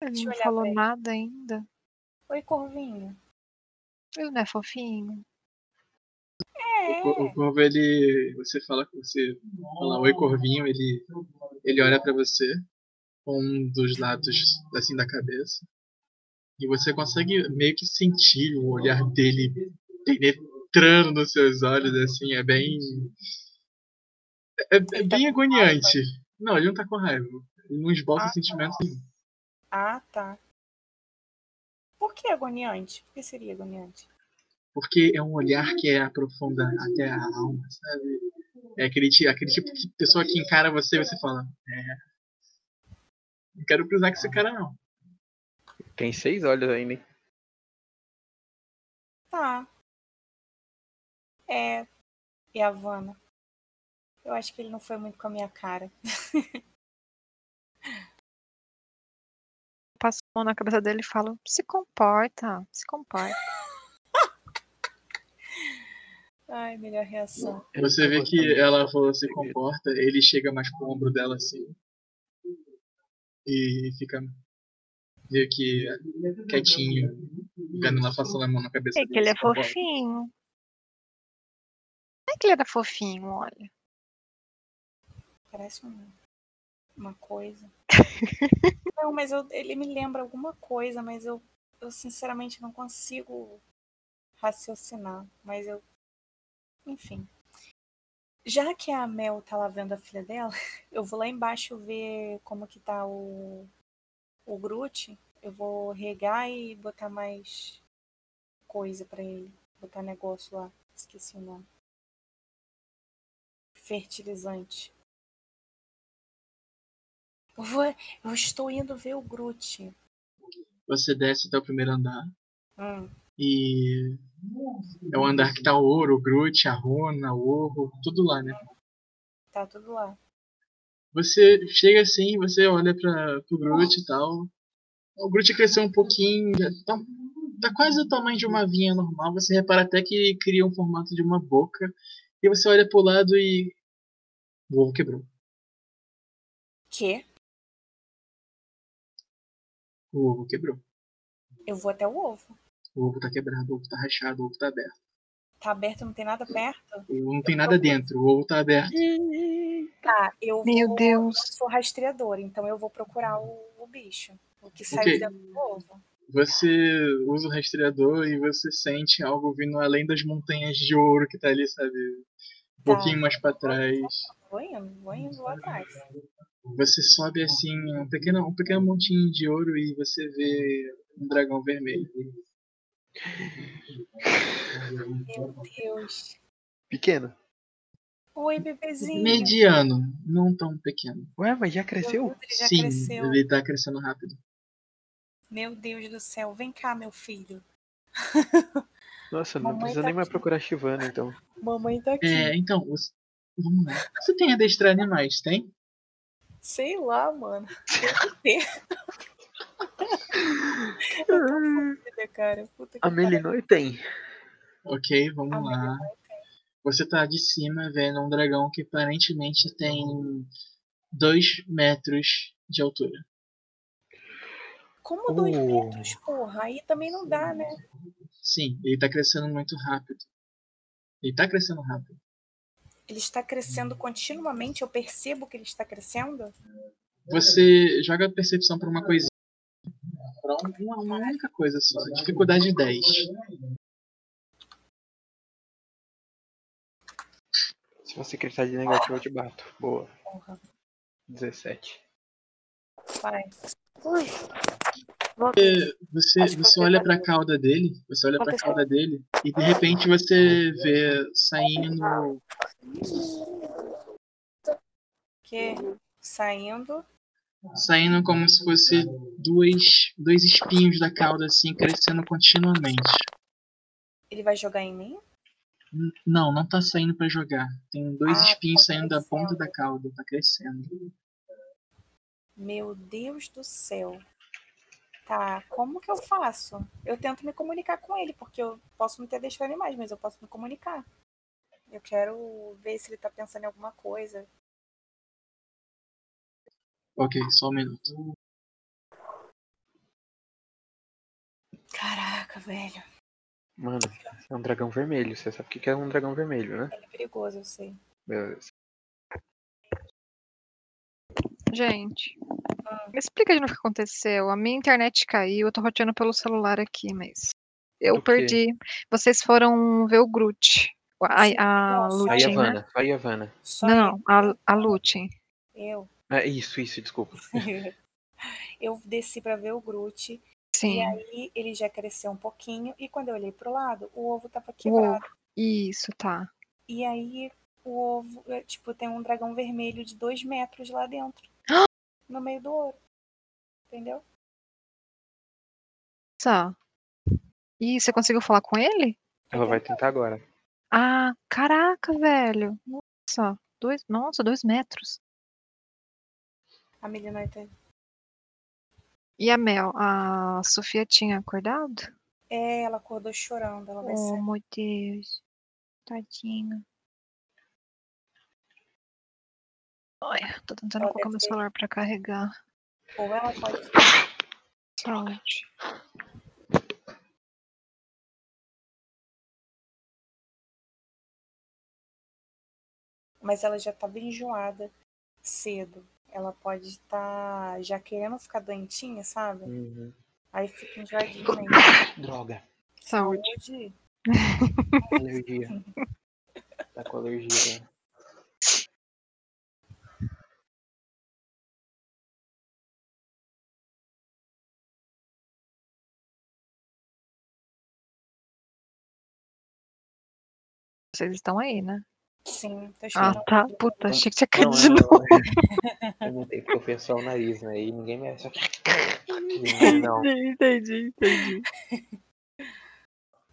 Ele
Deixa eu
não
olhar
falou
pra ele.
nada ainda.
Oi, Corvinho.
Ele não é fofinho.
O cor- o
É.
Corvo, ele. Você fala com você. Fala, oi, Corvinho. Ele, ele olha pra você com um dos lados assim da cabeça. E você consegue meio que sentir o olhar dele penetrando nos seus olhos, assim. É bem. É, é
Ele tá
bem
com
agoniante. Não, ele não tá com raiva. Ele não esboça
Ah,
sentimentos nenhum.
Ah, tá. Por que agoniante? Por que seria agoniante?
Porque é um olhar que é aprofunda até a alma, sabe? É aquele, ti- aquele tipo de pessoa que encara você e você fala: É. Não quero cruzar com esse cara, não.
Tem seis olhos ainda, hein?
Tá. É. E a Havana? Eu acho que ele não foi muito com a minha cara.
Passa a mão na cabeça dele e fala: se comporta, se comporta.
Ai, melhor reação.
Você
tô
vê
gostando
que
disso.
ela falou, se comporta, ele chega mais pro ombro dela assim. E fica meio que quietinho, <laughs> vendo ela passando a mão na cabeça
É
dele. assim,
que ele é
se comporta.
fofinho. Não é que ele era fofinho, olha.
Parece um- uma coisa. Não, mas eu- ele me lembra alguma coisa, mas eu, eu sinceramente não consigo raciocinar. Mas eu. Enfim. Já que a Mel tá lá vendo a filha dela, <laughs> eu vou lá embaixo ver como que tá o, o Groot. Eu vou regar e botar mais coisa pra ele. Botar né? negócio lá. Esqueci o nome. Fertilizante. Eu, vou, eu estou indo ver o Groot.
Você desce até o primeiro andar.
Hum,
E é o andar que tá o ouro, o Groot, a Runa, o Orro, tudo lá, né?
tá tudo lá.
Você chega assim, você olha pra, pro Groot e tal. O Groot cresceu um pouquinho, já tá, tá quase o tamanho de uma vinha normal. Você repara até que cria um formato de uma boca. E você olha pro lado e. O ovo quebrou.
Que
O ovo quebrou.
eu vou até o ovo.
O ovo tá quebrado, o ovo tá rachado, o ovo tá aberto.
Tá aberto, não tem nada perto?
O ovo não tem nada dentro, o ovo tá aberto.
Tá, eu
Meu
vou.
Deus.
Eu sou rastreador, então eu vou procurar o, o bicho. O que saiu
Ok.
de dentro do ovo.
Você usa o rastreador e você sente algo vindo além das montanhas de ouro que tá ali, sabe? Um
Tá.
pouquinho mais pra trás.
Vou indo, vou indo, vou atrás.
Você sobe assim um pequeno, um pequeno montinho de ouro e você vê um dragão vermelho.
Meu Deus.
Pequeno.
Oi, bebezinho.
Mediano, não tão pequeno.
Ué, mas já
Meu
cresceu?
Deus, ele já
Sim,
cresceu.
ele tá crescendo rápido.
Meu Deus do céu. Vem cá, meu filho.
Nossa, não
Mamãe
precisa
tá
nem mais
aqui.
procurar Chivana, então.
Mamãe tá aqui.
É, então, você, vamos lá. Você tem adestrar animais, tem?
Sei lá, mano. Deve ter. Eu tô fodida, cara. Puta que
A
pariu. <laughs>
Melinoi tem.
Ok, vamos lá. Você tá de cima vendo um dragão que aparentemente tem 2 metros de altura.
Como dois
Oh.
metros, porra? Aí também não dá, né?
Sim, ele tá crescendo muito rápido. Ele tá crescendo rápido.
Ele está crescendo continuamente, eu percebo que ele está crescendo.
Você joga a percepção pra uma coisinha. Pra um- uma, uma única coisa só. Dificuldade 10.
Se você gritar de negativo, eu te bato. Boa.
Porra,
17.
vai.
Ui.
Você, você,
Acho que
você
você
olha
tá-
pra cauda dele. Você olha pra
Aconteceu.
cauda dele. E de repente você vê saindo
Que saindo.
saindo como se fosse dois, dois espinhos da cauda, assim, crescendo continuamente.
Ele vai jogar em mim?
N- Não, não tá saindo pra jogar. Tem dois
Ah,
espinhos
tá
saindo da ponta
crescendo.
da cauda, tá crescendo.
Meu Deus do céu. Tá, como que eu faço? Eu tento me comunicar com ele, porque eu posso não ter deixado ele mais, mas eu posso me comunicar. Eu quero ver se ele tá pensando em alguma coisa.
Ok, só um minuto.
tá- Caraca, velho.
Mano, é um dragão vermelho. Você sabe o que que é um dragão vermelho, né?
Ele é perigoso, eu sei.
Beleza.
Gente,
Ah.
me explica de novo o que aconteceu. A minha internet caiu, eu tô roteando pelo celular aqui, mas eu
O quê?
perdi. Vocês foram ver o Groot.
Sim,
A, a
nossa.
Só a
Lutin, né?
Yavanna. Só a Yavanna.
Só
Não, não, a, a Lutin.
eu.
Ah, isso, isso, desculpa.
eu desci pra ver o Groot.
Sim.
E ele já cresceu um pouquinho. E quando eu olhei pro lado, o ovo tava
O
quebrado.
ovo. Isso, tá.
E aí o ovo, é, tipo, tem um dragão vermelho de dois metros lá dentro. No meio do ouro. Entendeu?
Só. E você conseguiu falar com ele?
Ela vai tentar agora.
Ah, caraca, velho. Nossa, dois, nossa, dois metros.
A menina tá vai ter-
E a Mel, a Sofia tinha acordado?
É, ela acordou chorando. Ela vai
Oh,
sair.
meu Deus. Tadinha. Olha, tô tentando
Ela
colocar
deve
meu
ter-
celular pra carregar.
Ou ela pode.
Saúde.
Mas ela já tava enjoada cedo. Ela pode estar já querendo ficar doentinha, sabe?
Uhum.
Aí fica enjoadinha. hein?
Droga.
Saúde.
Saúde.
Alergia. Tá com alergia. né?
Vocês estão aí, né?
Sim, tô
Ah,
esperando.
tá. Puta, achei que tinha
Não,
caído de
eu,
novo.
eu, eu mudei porque eu fui só o nariz, né? E ninguém merece.
<laughs>
Não,
Entendi, entendi.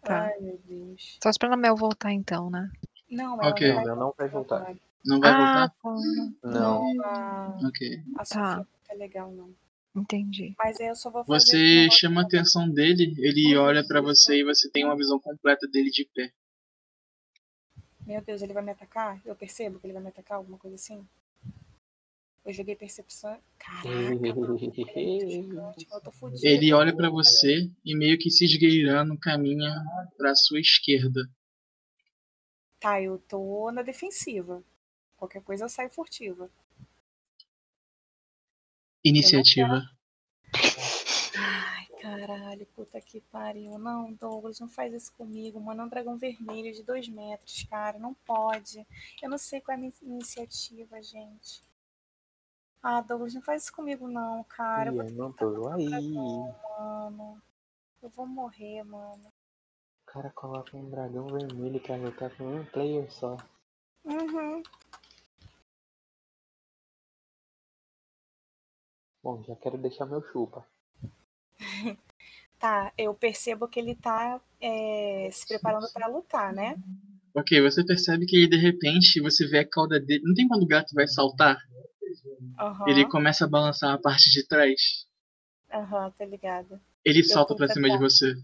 Tá.
Ai, meu Deus.
Só esperando a Mel voltar então, né?
Não, ela
Ok.
não vai
ela não vai
voltar.
voltar.
Não vai
ah,
voltar?
tá.
Não.
A,
Ok.
a Sofia não tá legal, não.
Entendi.
Mas aí eu só vou fazer. esse
Você
negócio
chama a atenção dele, ele olha pra você e você tem uma visão completa dele de
<laughs>
pé.
Meu Deus, ele vai me atacar? Eu percebo que ele vai me atacar, alguma coisa assim? Eu joguei percepção. Caraca, mano, ele é muito gigante, eu tô fodida.
Ele olha pra você e meio que se esgueirando caminha pra sua esquerda.
Tá, eu tô na defensiva. Qualquer coisa eu saio furtiva.
Iniciativa.
Ai, caralho, puta que pariu. Não, Douglas, não faz isso comigo, mano. É um dragão vermelho de dois metros, cara. Não pode. Eu não sei qual é a minha iniciativa, gente. Ah, Douglas, não faz isso comigo, não, cara. Eu vou
Eu não tô aí.
é.
Mano, eu vou morrer, mano.
O cara coloca um dragão vermelho pra lutar com um player só.
Uhum.
Bom, já quero deixar meu chupa.
Tá, eu percebo que ele tá é, se preparando pra lutar, né?
Ok, você percebe que de repente você vê a cauda dele. Não tem quando o gato vai saltar?
Aham,
Ele começa a balançar a parte de trás.
aham, tá ligado.
Ele
Eu
salta
vou
pra cima de
tentar.
você.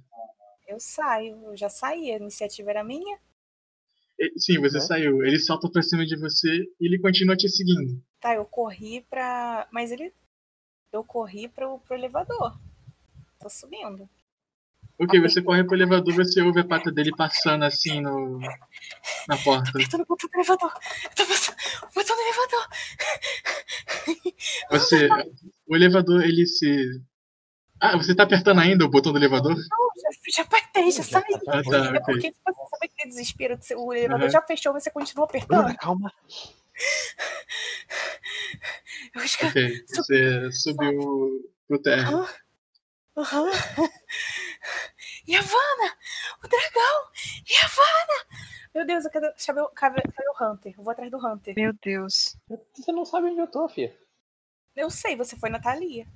Eu saio, eu já saí, a iniciativa era minha.
E- Sim, você
Né?
saiu. Ele salta pra cima de você e ele continua te seguindo.
Tá, eu corri pra. Mas ele. Eu corri pro, pro elevador. Tô subindo.
Ok,
Ah,
você
perdão.
corre pro elevador, você ouve a pata dele passando assim no, na porta.
Tá Apertando o botão do elevador. Eu tô passando o botão do elevador.
Você. O elevador, ele se. Ah, você tá apertando ainda o botão do elevador?
Não, já, já apertei, já saí.
Ah, tá,
É
ok.
porque tipo, você sabe aquele desespero que você- o elevador
Aham.
já fechou, mas você continua apertando.
Bruna, calma.
Eu acho que.
Ok. Você subiu pro térreo.
Aham. Aham. <laughs> E a Vana! O dragão! E a Vana! Meu Deus, eu quero chamar o, cadê- cadê o Hunter. Eu vou atrás do Hunter.
Meu Deus.
Você não sabe onde eu tô, filha.
Eu sei, você foi na Thalia.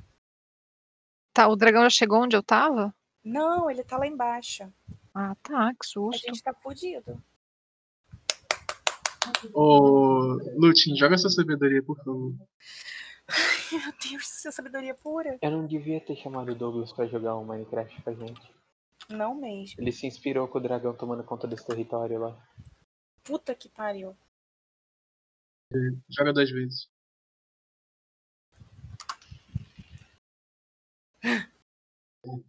Tá, o dragão já chegou onde eu tava?
Não, ele tá lá embaixo.
Ah, tá, que
A
susto.
gente tá fudido.
Ô, Lutin, joga sua sabedoria, por favor.
<laughs> Meu Deus, isso é sabedoria pura.
Eu não devia ter chamado o Douglas pra jogar um Minecraft com a gente.
Não mesmo.
Ele se inspirou com o dragão tomando conta desse território lá.
Puta que pariu.
Joga duas vezes.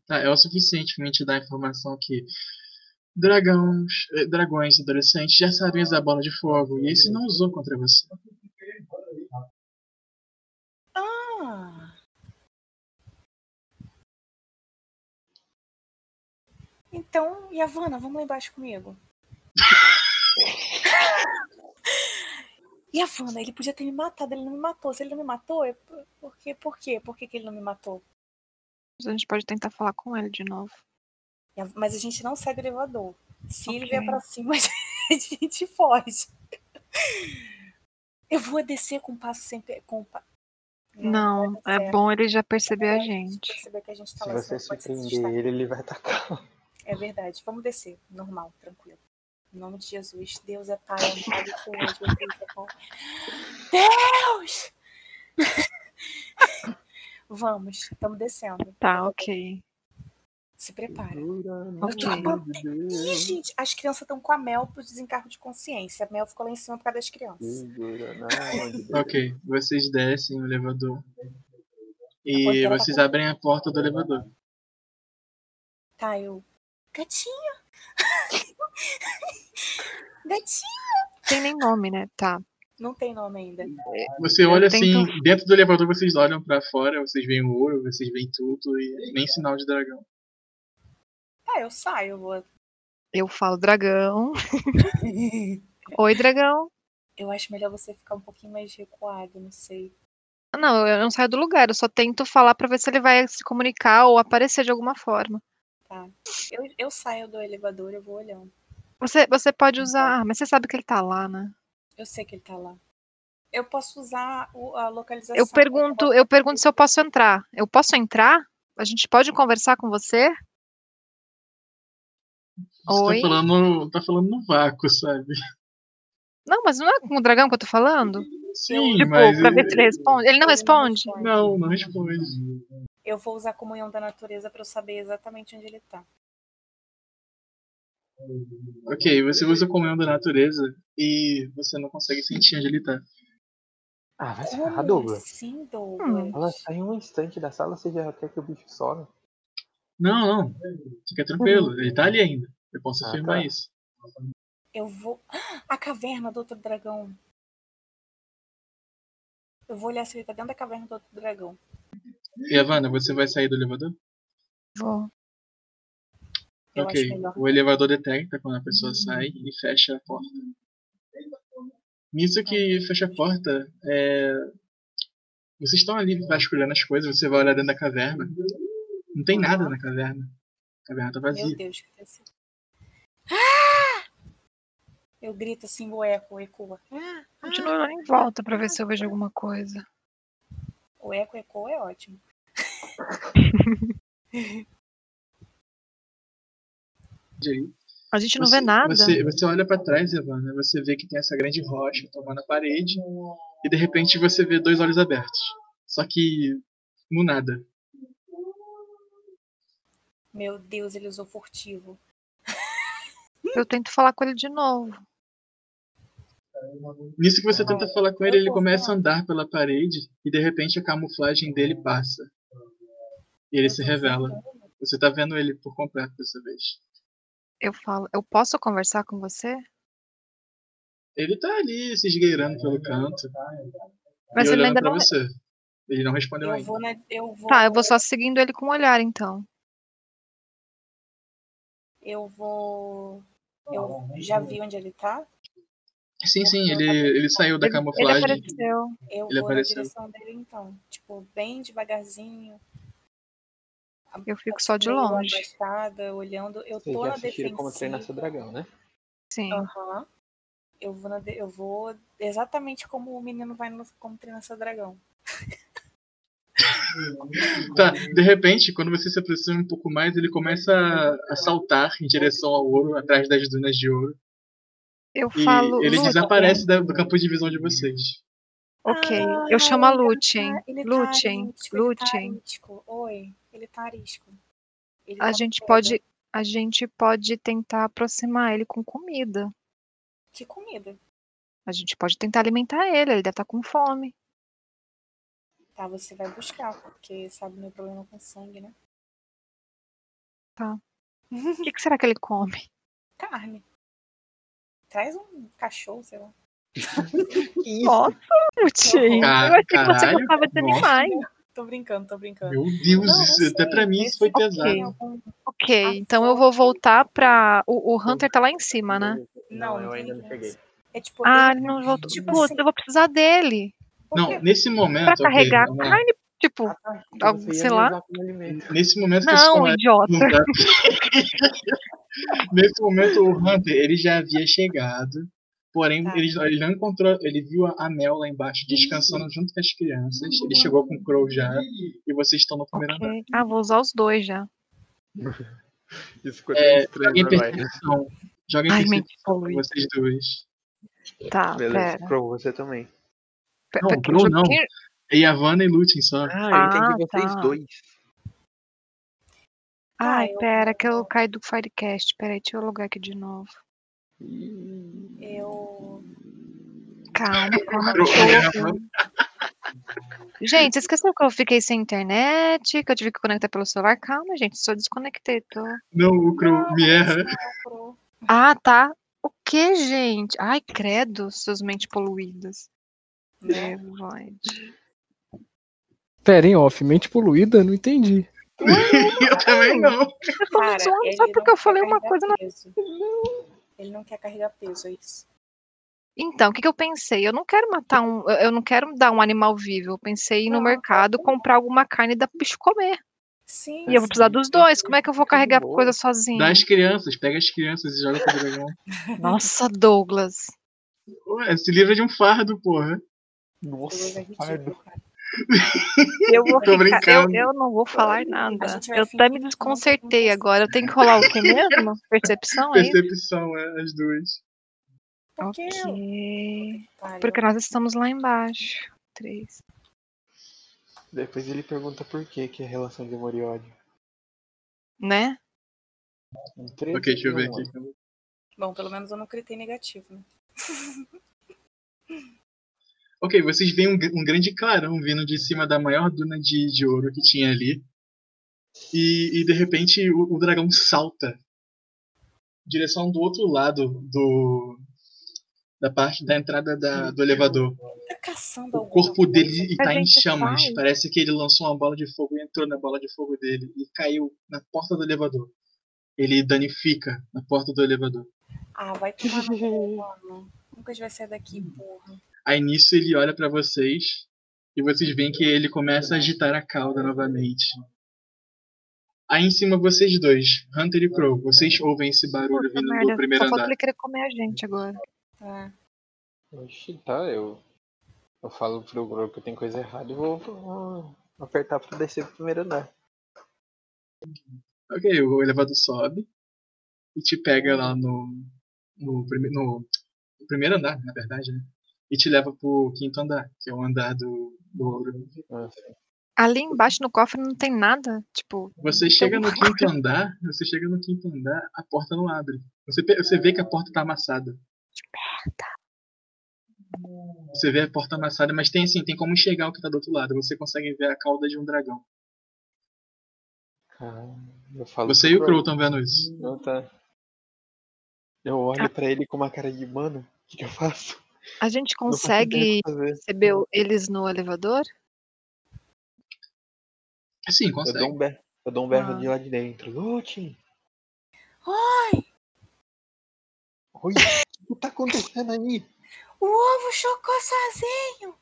Tá, é o suficiente pra mim te dar a informação que dragões, eh, dragões adolescentes já sabem usar bola de fogo e esse não usou contra você.
Ah. Então, e a Vana, vamos lá embaixo
<laughs>
comigo. E a Vana, ele podia ter me matado, ele não me matou. Se ele não me matou, é por- por quê? Por quê? Por que, que ele não me matou?
A gente pode tentar falar com ele de novo.
E a- Mas a gente não segue o elevador. Se ele
Ok.
vier pra cima, <laughs> a gente foge. Eu vou descer com um passo sempre. Com um pa...
Não,
vai dar
é
certo.
bom ele já perceber a
Você
gente.
percebeu que a gente tá
Se
lá,
você
senão
se
pode se
prender
assustar.
ele, ele vai atacar.
É verdade. Vamos descer. Normal, tranquilo. Em nome de Jesus. Deus é Pai, amado Senhor, Jesus é Pai. Deus! <laughs> Vamos, estamos descendo.
Tá, ok.
Se prepara.
Ok. Tá
tô arrependida. Ih, gente, as crianças estão com a Mel pro desencargo de consciência. A Mel ficou lá em cima por causa das crianças.
Ok, vocês descem o elevador
A
e
porteira tá
vocês
com-
abrem a porta do elevador.
Tá, eu. <laughs> Gatinha! Gatinha!
Tem nem nome, né? Tá.
Não tem nome ainda.
Você
Eu
olha assim,
tento-
dentro do elevador vocês olham pra fora, vocês veem o ouro, vocês veem tudo e nem sinal de dragão.
Ah, eu saio, eu vou.
Eu falo <laughs> dragão. Oi, dragão.
Eu acho melhor você ficar um pouquinho mais recuado, não sei.
Não, eu não saio do lugar, eu só tento falar pra ver se ele vai se comunicar ou aparecer de alguma forma.
tá? Eu, eu saio do elevador, eu vou olhando.
Você, você pode usar. Ah, mas você sabe que ele tá lá, né?
Eu sei que ele tá lá. Eu posso usar o- a localização.
Eu pergunto, eu pergunto se eu posso entrar. Eu posso entrar? A gente pode conversar com você?
Você
Oi?
tá falando, tá falando no vácuo, sabe?
Não, mas não é com o dragão que eu tô falando?
Sim,
Tipo,
mas.
pra ver se ele responde. Ele não responde?
Não, não responde.
Eu vou usar a comunhão da natureza pra eu saber exatamente onde ele tá.
Ok, você usa o comando da natureza e você não consegue sentir onde ele tá.
Ah, vai se ferrar,
Como
Douglas.
assim, Douglas?
Ela sai um instante da sala, você já quer que o bicho some?
Não, não. Fica tranquilo,
Uhum.
ele tá ali ainda. Eu posso
Ah,
afirmar
tá.
isso.
Eu vou. Ah, A caverna do outro dragão. Eu vou olhar se ele tá dentro da caverna do outro dragão.
E Havana, você vai sair do elevador?
Vou.
Eu acho
Ok.
melhor.
O elevador detecta quando a pessoa sai e fecha a porta. Nisso que fecha a porta, é... vocês estão ali vasculhando as coisas, você vai olhar dentro da caverna. Não tem nada na caverna. A caverna tá
Meu
vazia.
Deus, que aconteceu? Ah! Eu grito assim, o eco, ecoa. Ah,
Continua olhando em volta pra ver se eu vejo alguma coisa.
O eco, ecoa é
<laughs>
ótimo.
A gente não
Você-
vê nada.
Você, você olha pra trás, Evana, você vê que tem essa grande rocha tomando a parede, e de repente você vê dois olhos abertos. Só que no nada.
Meu Deus, ele usou furtivo.
Eu tento falar com ele de novo.
Nisso que você tenta falar com ele, ele começa a andar pela parede e de repente a camuflagem dele passa. E ele se revela. Você tá vendo ele por completo dessa vez.
Eu falo, eu posso conversar com você?
Ele tá ali se esgueirando pelo canto.
Mas
e
ele
olhando
ainda
pra
não-
você. Ele não respondeu
Eu
ainda.
vou na. Eu vou,
Tá, eu vou só seguindo ele com o olhar, então.
eu vou. Eu já vi onde ele tá.
Sim, sim, ele, ele saiu da
Ele, ele
camuflagem.
apareceu.
Eu
Ele
vou
apareceu.
na direção dele então. Tipo, bem devagarzinho.
Eu fico só de
meio
longe.
Abastada, olhando. Eu
Vocês
tô
já
na
assistiram
defensiva.
como treinar seu dragão, né?
Sim.
Aham. Eu vou, na de- eu vou exatamente como o menino vai no, como treinar seu dragão.
Tá, de repente, quando você se aproxima um pouco mais, ele começa a, a saltar em direção ao ouro, atrás das dunas de ouro.
Eu
E
falo. né?"
ele
Lute,
desaparece da- do campo de visão de vocês.
Ok.
Ah,
Eu chamo a
ele tá-
Lutin.
Ele tá
Lutin.
arisco, ele tá
Lutin.
arisco. Oi, ele tá arisco. Ele
A
tá
gente
pego.
pode. A gente pode tentar aproximar ele com comida.
Que comida.
A gente pode tentar alimentar ele, ele deve estar com fome.
Tá, você vai buscar, porque sabe meu problema com sangue, né?
Tá.
<laughs>
O que, que será que ele come?
Carne. Traz um cachorro, sei lá.
Que isso?
Nossa, Lutin! Eu
Ca-
achei que você
Ah, caralho,
gostava de
nossa.
animais.
Tô brincando, tô brincando.
Meu Deus,
Não,
isso-
não
até
sei,
pra mim
vê
isso foi
se tem
pesado.
algum-
Ok,
A
então eu
fome-
vou voltar pra. O, o Hunter tá lá em cima, né?
Não,
Não, eu
tô
ainda não
ligando.
cheguei.
É tipo,
Ah,
ele.
ele não voltou.
Tipo
Putz,
assim,
eu vou precisar dele
por
Não,
quê?
nesse
pra
momento, ok,
carregar
vamos lá.
carne, tipo,
Ah, tá. E
algo-
Você ia
sei
me
lá.
usar como alimento.
Nesse momento que isso
Não,
começa a
idiota.
juntar. <laughs> Nesse momento, o Hunter ele já havia chegado, porém
Tá.
ele, ele não encontrou. Ele viu a a Mel lá embaixo descansando junto com as crianças.
Uhum.
Ele chegou com o Crow já e vocês estão no primeiro andar.
Ok. Ah, vou usar os dois já.
Isso ficou
É,
até estranho
joga em
pra nós.
percepção. Joga em
Ai, mente
percepção pra
poluída.
vocês dois.
Tá,
Beleza,
pera.
Crow, você também.
Pe-
Não,
pe-
Crow
jo-
não.
quem-
E a Vanna e Lutin só.
Ah, eu entendi
Ah,
vocês
tá.
dois.
Ai,
Tá, eu
pera, Ah, que eu
vou-
caí do Firecast. Peraí, deixa eu logar aqui de novo.
Eu.
Calma, calma,
Crow,
que eu tô
olha,
logando. Gente, você esqueceu que eu fiquei sem internet, que eu tive que conectar pelo celular? Calma, gente, só desconectei. Tô...
não, o Crow
Não,
me erra.
não, pro-
Ah, tá. O que, gente? Ai, credo, suas mentes poluídas.
né?
Devoid.
Pera, hein, off, mente poluída? Não entendi.
Eu também não.
Vocês estão me
Cara,
zoando é só
ele
porque
não
eu
quer
falei uma
carregar
coisa. Na...
peso. Ele não quer carregar peso, é isso.
Então, o que, que eu pensei? Eu não quero matar um. Eu eu não quero dar um animal vivo. Eu pensei em ir no
Não,
mercado
claro que não.
comprar alguma carne e dar pro bicho comer.
Sim,
E eu vou
sim.
precisar dos dois. Como é que eu vou
Fica de
carregar
boa.
coisa
Dá
sozinha?
as crianças, pega as crianças e joga pro dragão.
Nossa, Douglas.
Ué, se livra de um fardo, porra.
Douglas é
Nossa,
ridículo,
fardo.
cara.
Eu vou
<laughs> Tô
ficar, eu,
brincando.
eu não vou falar
A
nada.
gente vai
Eu até me
fingir que não, não
desconcertei
consegue.
agora. Eu tenho que rolar o que
<laughs>
mesmo? Percepção é aí?
Percepção, é, as duas.
Porque eu.
Ok.
Pariu.
Porque nós estamos lá embaixo. Três.
Depois ele pergunta por que que é relação de amor e ódio.
Né?
Um
Ok,
13
deixa
e
eu ver
um 11.
aqui.
Bom, pelo menos eu não gritei negativo,
<laughs>
né?
Ok, vocês veem um, gr- um grande clarão vindo de cima da maior duna de, de ouro que tinha ali. E, e, de repente o, o dragão salta em direção do outro lado do da parte da entrada da- do elevador.
Tá caçando
O
alguma
corpo
coisa? tá
dele
A
está em
gente
chamas.
faz.
Parece que ele lançou uma bola de fogo e entrou na bola de fogo dele e caiu na porta do elevador. Ele danifica na porta do elevador.
Ah, vai tomar no cu, mano. Nunca a gente vai sair daqui,
Hum.
porra.
Aí nisso ele olha pra vocês e vocês veem que ele começa a agitar a cauda novamente. Aí em cima vocês dois, Hunter e Crow, vocês ouvem esse barulho
Puta
vindo do
merda.
primeiro
Só falta
andar.
ele querer comer a gente agora. Tá.
Ah,
Oxi, tá, eu, eu falo pro grupo que tem coisa errada e vou, vou apertar pra descer pro primeiro andar.
Ok, o elevador sobe e te pega lá no no, prime- no- no primeiro andar, na verdade, né? E te leva pro quinto andar, que é o andar do, do ouro.
Nossa,
Ali embaixo no cofre não tem nada. Tipo,
Você chega no quinto andar, você chega no quinto andar, a porta não abre. Você, pe- você vê que a porta tá amassada. Você vê a porta amassada, mas tem assim, tem como enxergar o que tá do outro lado. Você consegue ver a cauda de um dragão.
Eu falo
Você
pro
e o Crow
Crow.
estão vendo isso.
Não tá. Eu olho pra ele com uma cara de mano, o que, que eu faço?
a gente
Não faço ideia
consegue
do que fazer.
perceber o- eles no elevador?
Sim,
Eu
consegue.
dou um berro, eu dou um berro
Ah.
de lá de dentro. Lute!
Ai,
Oi, o que tá acontecendo aí?
o ovo chocou sozinho.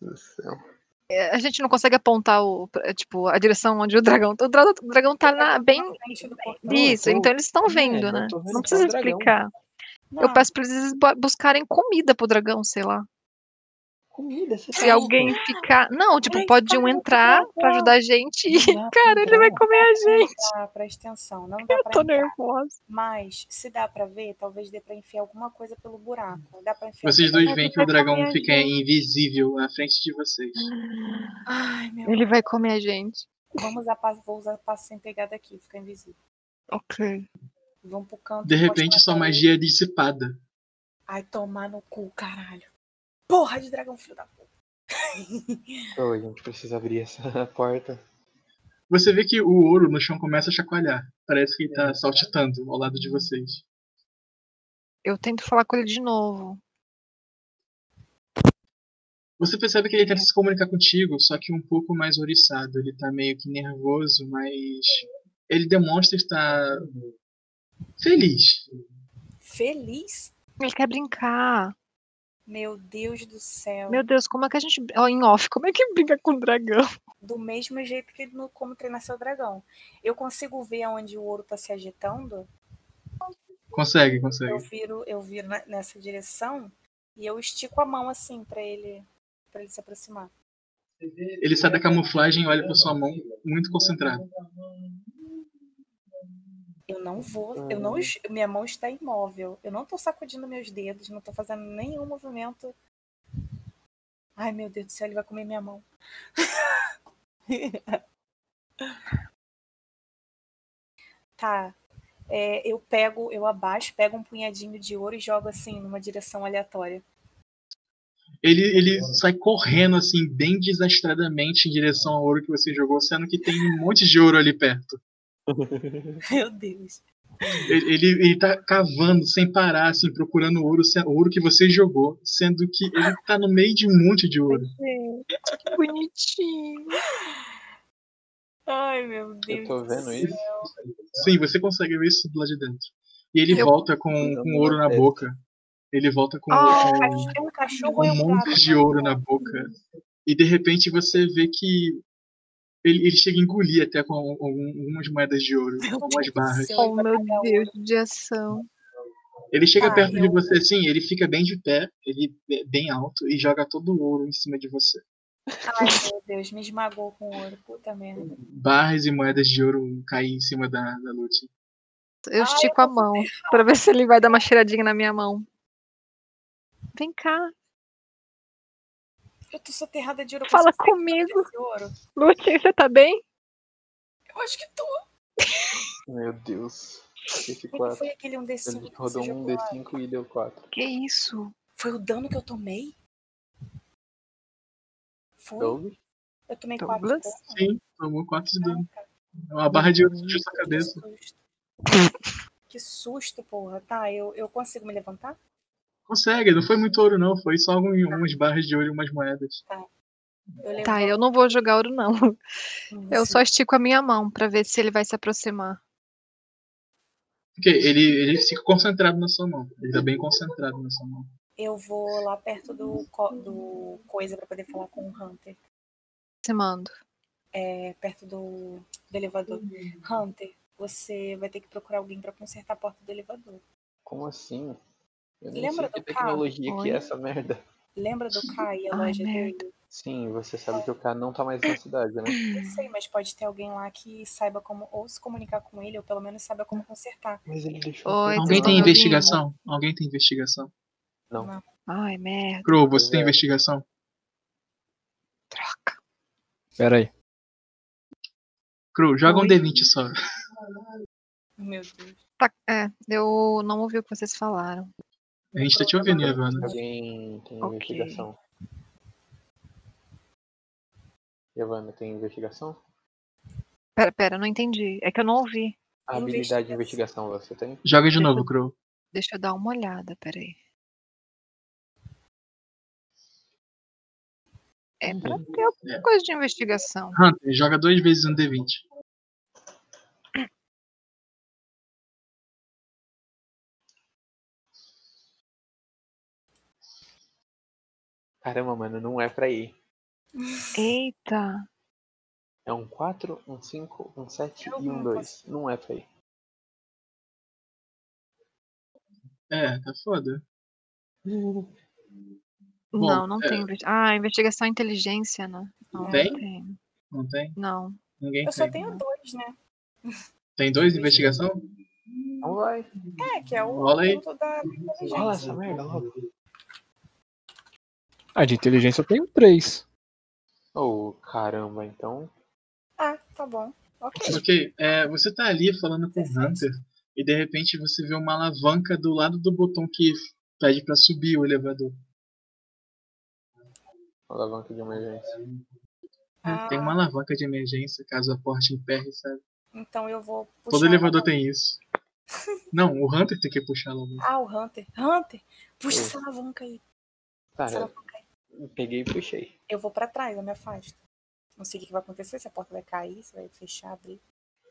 Meu Deus do céu.
É, A gente não consegue apontar o, é, tipo, a direção onde o dragão. O dra- o dragão tá na- bem.
Na frente do portão.
Não, eu
Isso,
tô-
então eles estão
é,
vendo,
eu
né?
tô vendo
Não
só
precisa
o dragão.
explicar. Eu
Não,
peço pra eles bu- buscarem comida pro dragão, sei lá.
Comida, você
Se
tá louco?
alguém ficar. Não, tipo,
Eles
pode um
falam pro
entrar pra
dragão.
ajudar a gente. <laughs>
Não dá pra
Cara, ele vai
entrar.
comer a gente. <laughs>
dá pra extensão, não dá pra
Tô
entrar.
nervosa.
Mas se dá pra ver, talvez dê pra enfiar alguma coisa pelo buraco. Dá pra enfiar.
Vocês dois
Ai,
veem
ele
que o
tá
vai comer
dragão
a
fica
gente.
invisível à frente de vocês.
Ai, meu.
Ele vai comer a gente.
Vamos usar passo, vou usar passo sem pegada aqui, fica invisível.
Ok.
Vamos pro canto.
De
encosta
repente,
na
sua
parede.
magia é dissipada.
Ai, tomar no cu, caralho. Porra de dragão, filho da puta.
Crow, a gente precisa abrir essa <laughs> porta.
Você vê que o ouro no chão começa a chacoalhar. Parece que ele
É.
tá saltitando ao lado de vocês.
Eu tento falar com ele de
um
novo.
Você percebe que ele tenta se comunicar contigo, só que um pouco mais oriçado. Ele tá meio que nervoso, mas ele demonstra estar feliz.
Feliz?
Ele quer brincar.
Meu Deus do céu.
Meu Deus, como é que a gente. Ó, em off, como é que <laughs> brinca com o dragão?
Do mesmo jeito que no Como Treinar Seu Dragão. Eu consigo ver onde o ouro tá se agitando.
Consegue,
Eu
consegue.
viro, eu viro na- nessa direção e eu estico a mão assim pra ele, para ele se aproximar.
Ele sai da camuflagem e olha pra sua mão, muito concentrado.
Eu não vou, eu não, es- minha mão está imóvel. Eu não tô sacudindo meus dedos, não tô fazendo nenhum movimento. Ai, meu Deus do céu, ele vai comer minha mão. <laughs> Tá. é, eu pego, eu abaixo, pego um punhadinho de ouro e jogo assim numa direção aleatória. <laughs>
Ele, ele sai correndo, assim, bem desastradamente em direção ao ouro que você jogou, sendo que tem um monte de ouro ali perto.
Meu Deus.
Ele, ele, ele tá cavando sem parar, assim, procurando ouro, se- o ouro que você jogou, sendo que ele tá no meio de um monte de ouro.
Gente, que bonitinho.
Ai, meu
Eu
Deus.
tô vendo isso.
Sim, você consegue ver isso do lado de dentro. E ele
Eu-
volta com,
Cuidado
com
na
ouro na
testa.
boca. Ele volta com,
Ah.
com
É um cachorro ou é
um
um gato?
monte de ouro na boca. E de repente você vê que ele, ele chega a engolir até com algum- algumas moedas de ouro,
Meu
algumas
Deus do
barras.
céu, ele
Oh,
vai
meu
pegar o
Deus, de ação.
Ele chega
Tá,
perto de
eu-
você assim, ele fica bem de pé, ele é bem alto e joga todo o ouro em cima de você.
Ai, meu Deus, me esmagou com o ouro. Puta merda.
Barras e moedas de ouro caem em cima da, da Lute.
Eu
Ah,
estico a mão pra ver <laughs> se ele vai dar uma cheiradinha na minha mão. Vem cá,
Eu tô soterrada de ouro. eu
fala
consigo sair
comigo.
desse ouro.
Lute, você tá bem?
Eu acho que tô.
Meu Deus. Esse
O que que
4.
foi aquele um D5
Ele
que você
rodou um
jogou lá?
D5 e deu 4.
Que isso?
Foi o dano que eu tomei? Foi?
Doug?
Eu tomei 4 de
Douglas?
dano?
Sim, tomou 4 de dano. É Uma barra de ouro de sua cabeça.
Que susto. Que susto, porra. Tá, eu, eu consigo me levantar?
Consegue, não foi muito ouro não, foi só algum, umas barras de ouro e umas moedas.
Eu levanto.
Tá, eu não vou jogar ouro, não. Eu
Você-
só estico a minha mão pra ver se ele vai se aproximar.
Ok, ele, ele fica concentrado na sua mão. Ele tá bem concentrado na sua mão.
Eu vou lá perto do, co- do coisa pra poder falar com o Hunter.
Te mando.
É, perto do, do elevador. Hunter, você vai ter que procurar alguém pra consertar a porta do elevador.
Como assim? Eu nem
Lembra
sei que
do K?
tecnologia que
Oi?
é essa merda.
Lembra do Kai e a
Ai,
loja
merda.
dele?
Sim, você sabe que o cara não tá mais na cidade, né?
Eu sei, mas pode ter alguém lá que saiba como ou se comunicar com ele, ou pelo menos saiba como consertar.
Mas ele deixou
Oi,
o
Alguém
vocês estão
tem
me
celular.
ouvindo?
investigação? Alguém tem investigação?
Não.
Não.
Ai, merda.
Crow, você tem
Zero.
investigação?
Pera aí.
Cru, joga um D20 só.
Meu Deus.
Tá, é, eu não ouvi o que vocês falaram.
A gente tá te ouvindo, Ivana.
Alguém tem
Ok.
investigação? Giovanna, tem investigação?
Pera, pera, eu não entendi. É que eu não ouvi.
A habilidade de investigação você tem?
Joga de novo, Cru.
Deixa eu dar uma olhada, peraí. É pra ter alguma coisa de investigação.
Hunter, joga duas vezes um D20.
Caramba, mano, não é pra ir.
Eita,
É um 4, um 5, um 7
Eu
e um
não
2. Não é pra ir.
É, tá foda. Bom,
não, não
é.
tem. investi- Ah, investigação e inteligência, né? Não, não
Tem?
tem.
Não tem?
Não.
Ninguém
Eu
tem.
só tenho dois, né?
Tem dois investigação?
Não vai.
É, que é o
Rola aí.
ponto da
Rola
inteligência.
essa merda logo.
Ah, de inteligência eu tenho três.
Oh, caramba, então.
Ah, tá bom. Ok. <laughs>
Ok, é, você tá ali falando com o Hunter e de repente você vê uma alavanca do lado do botão que pede pra subir o elevador.
Alavanca de emergência.
Ah.
Tem uma alavanca de emergência caso a porta emperre, sabe?
Então eu vou puxar.
Todo elevador
ela.
tem isso. Não, o Hunter tem que puxar a alavanca.
Ah, o Hunter. Hunter, puxa
Oi.
essa alavanca aí. Essa
Cara,
alavanca aí.
peguei e puxei.
Eu vou pra trás, eu me afasto. Não sei o que que vai acontecer, se a porta vai cair, se vai fechar, abrir.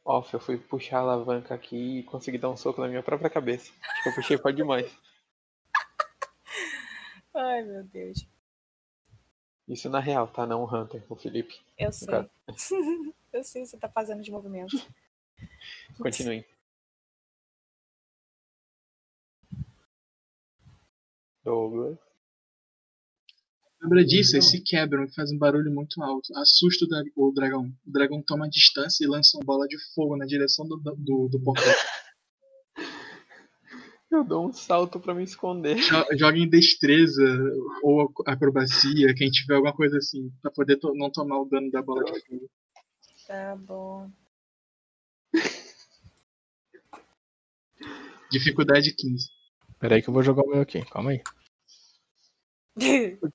Off, eu fui puxar a alavanca aqui e consegui dar um soco na minha própria cabeça. Acho que eu puxei forte demais.
Ai, meu Deus.
Isso na real, tá? Não o Hunter, o Felipe.
Eu sei.
Cara.
eu sei o que você tá fazendo de movimento.
Continue. Douglas.
Lembra disso, eles se quebram e fazem um barulho muito alto. Assusta o, dra- o dragão. O dragão toma a distância e lança uma bola de fogo na direção do, do, do
<laughs>
portão.
Eu dou um salto pra me esconder.
Jo- Joga em destreza ou ac- acrobacia, quem tiver alguma coisa assim, pra poder to- não tomar o dano da bola de
<laughs>
fogo.
Tá bom.
Dificuldade 15.
Pera aí que eu vou jogar o meu aqui. Calma aí.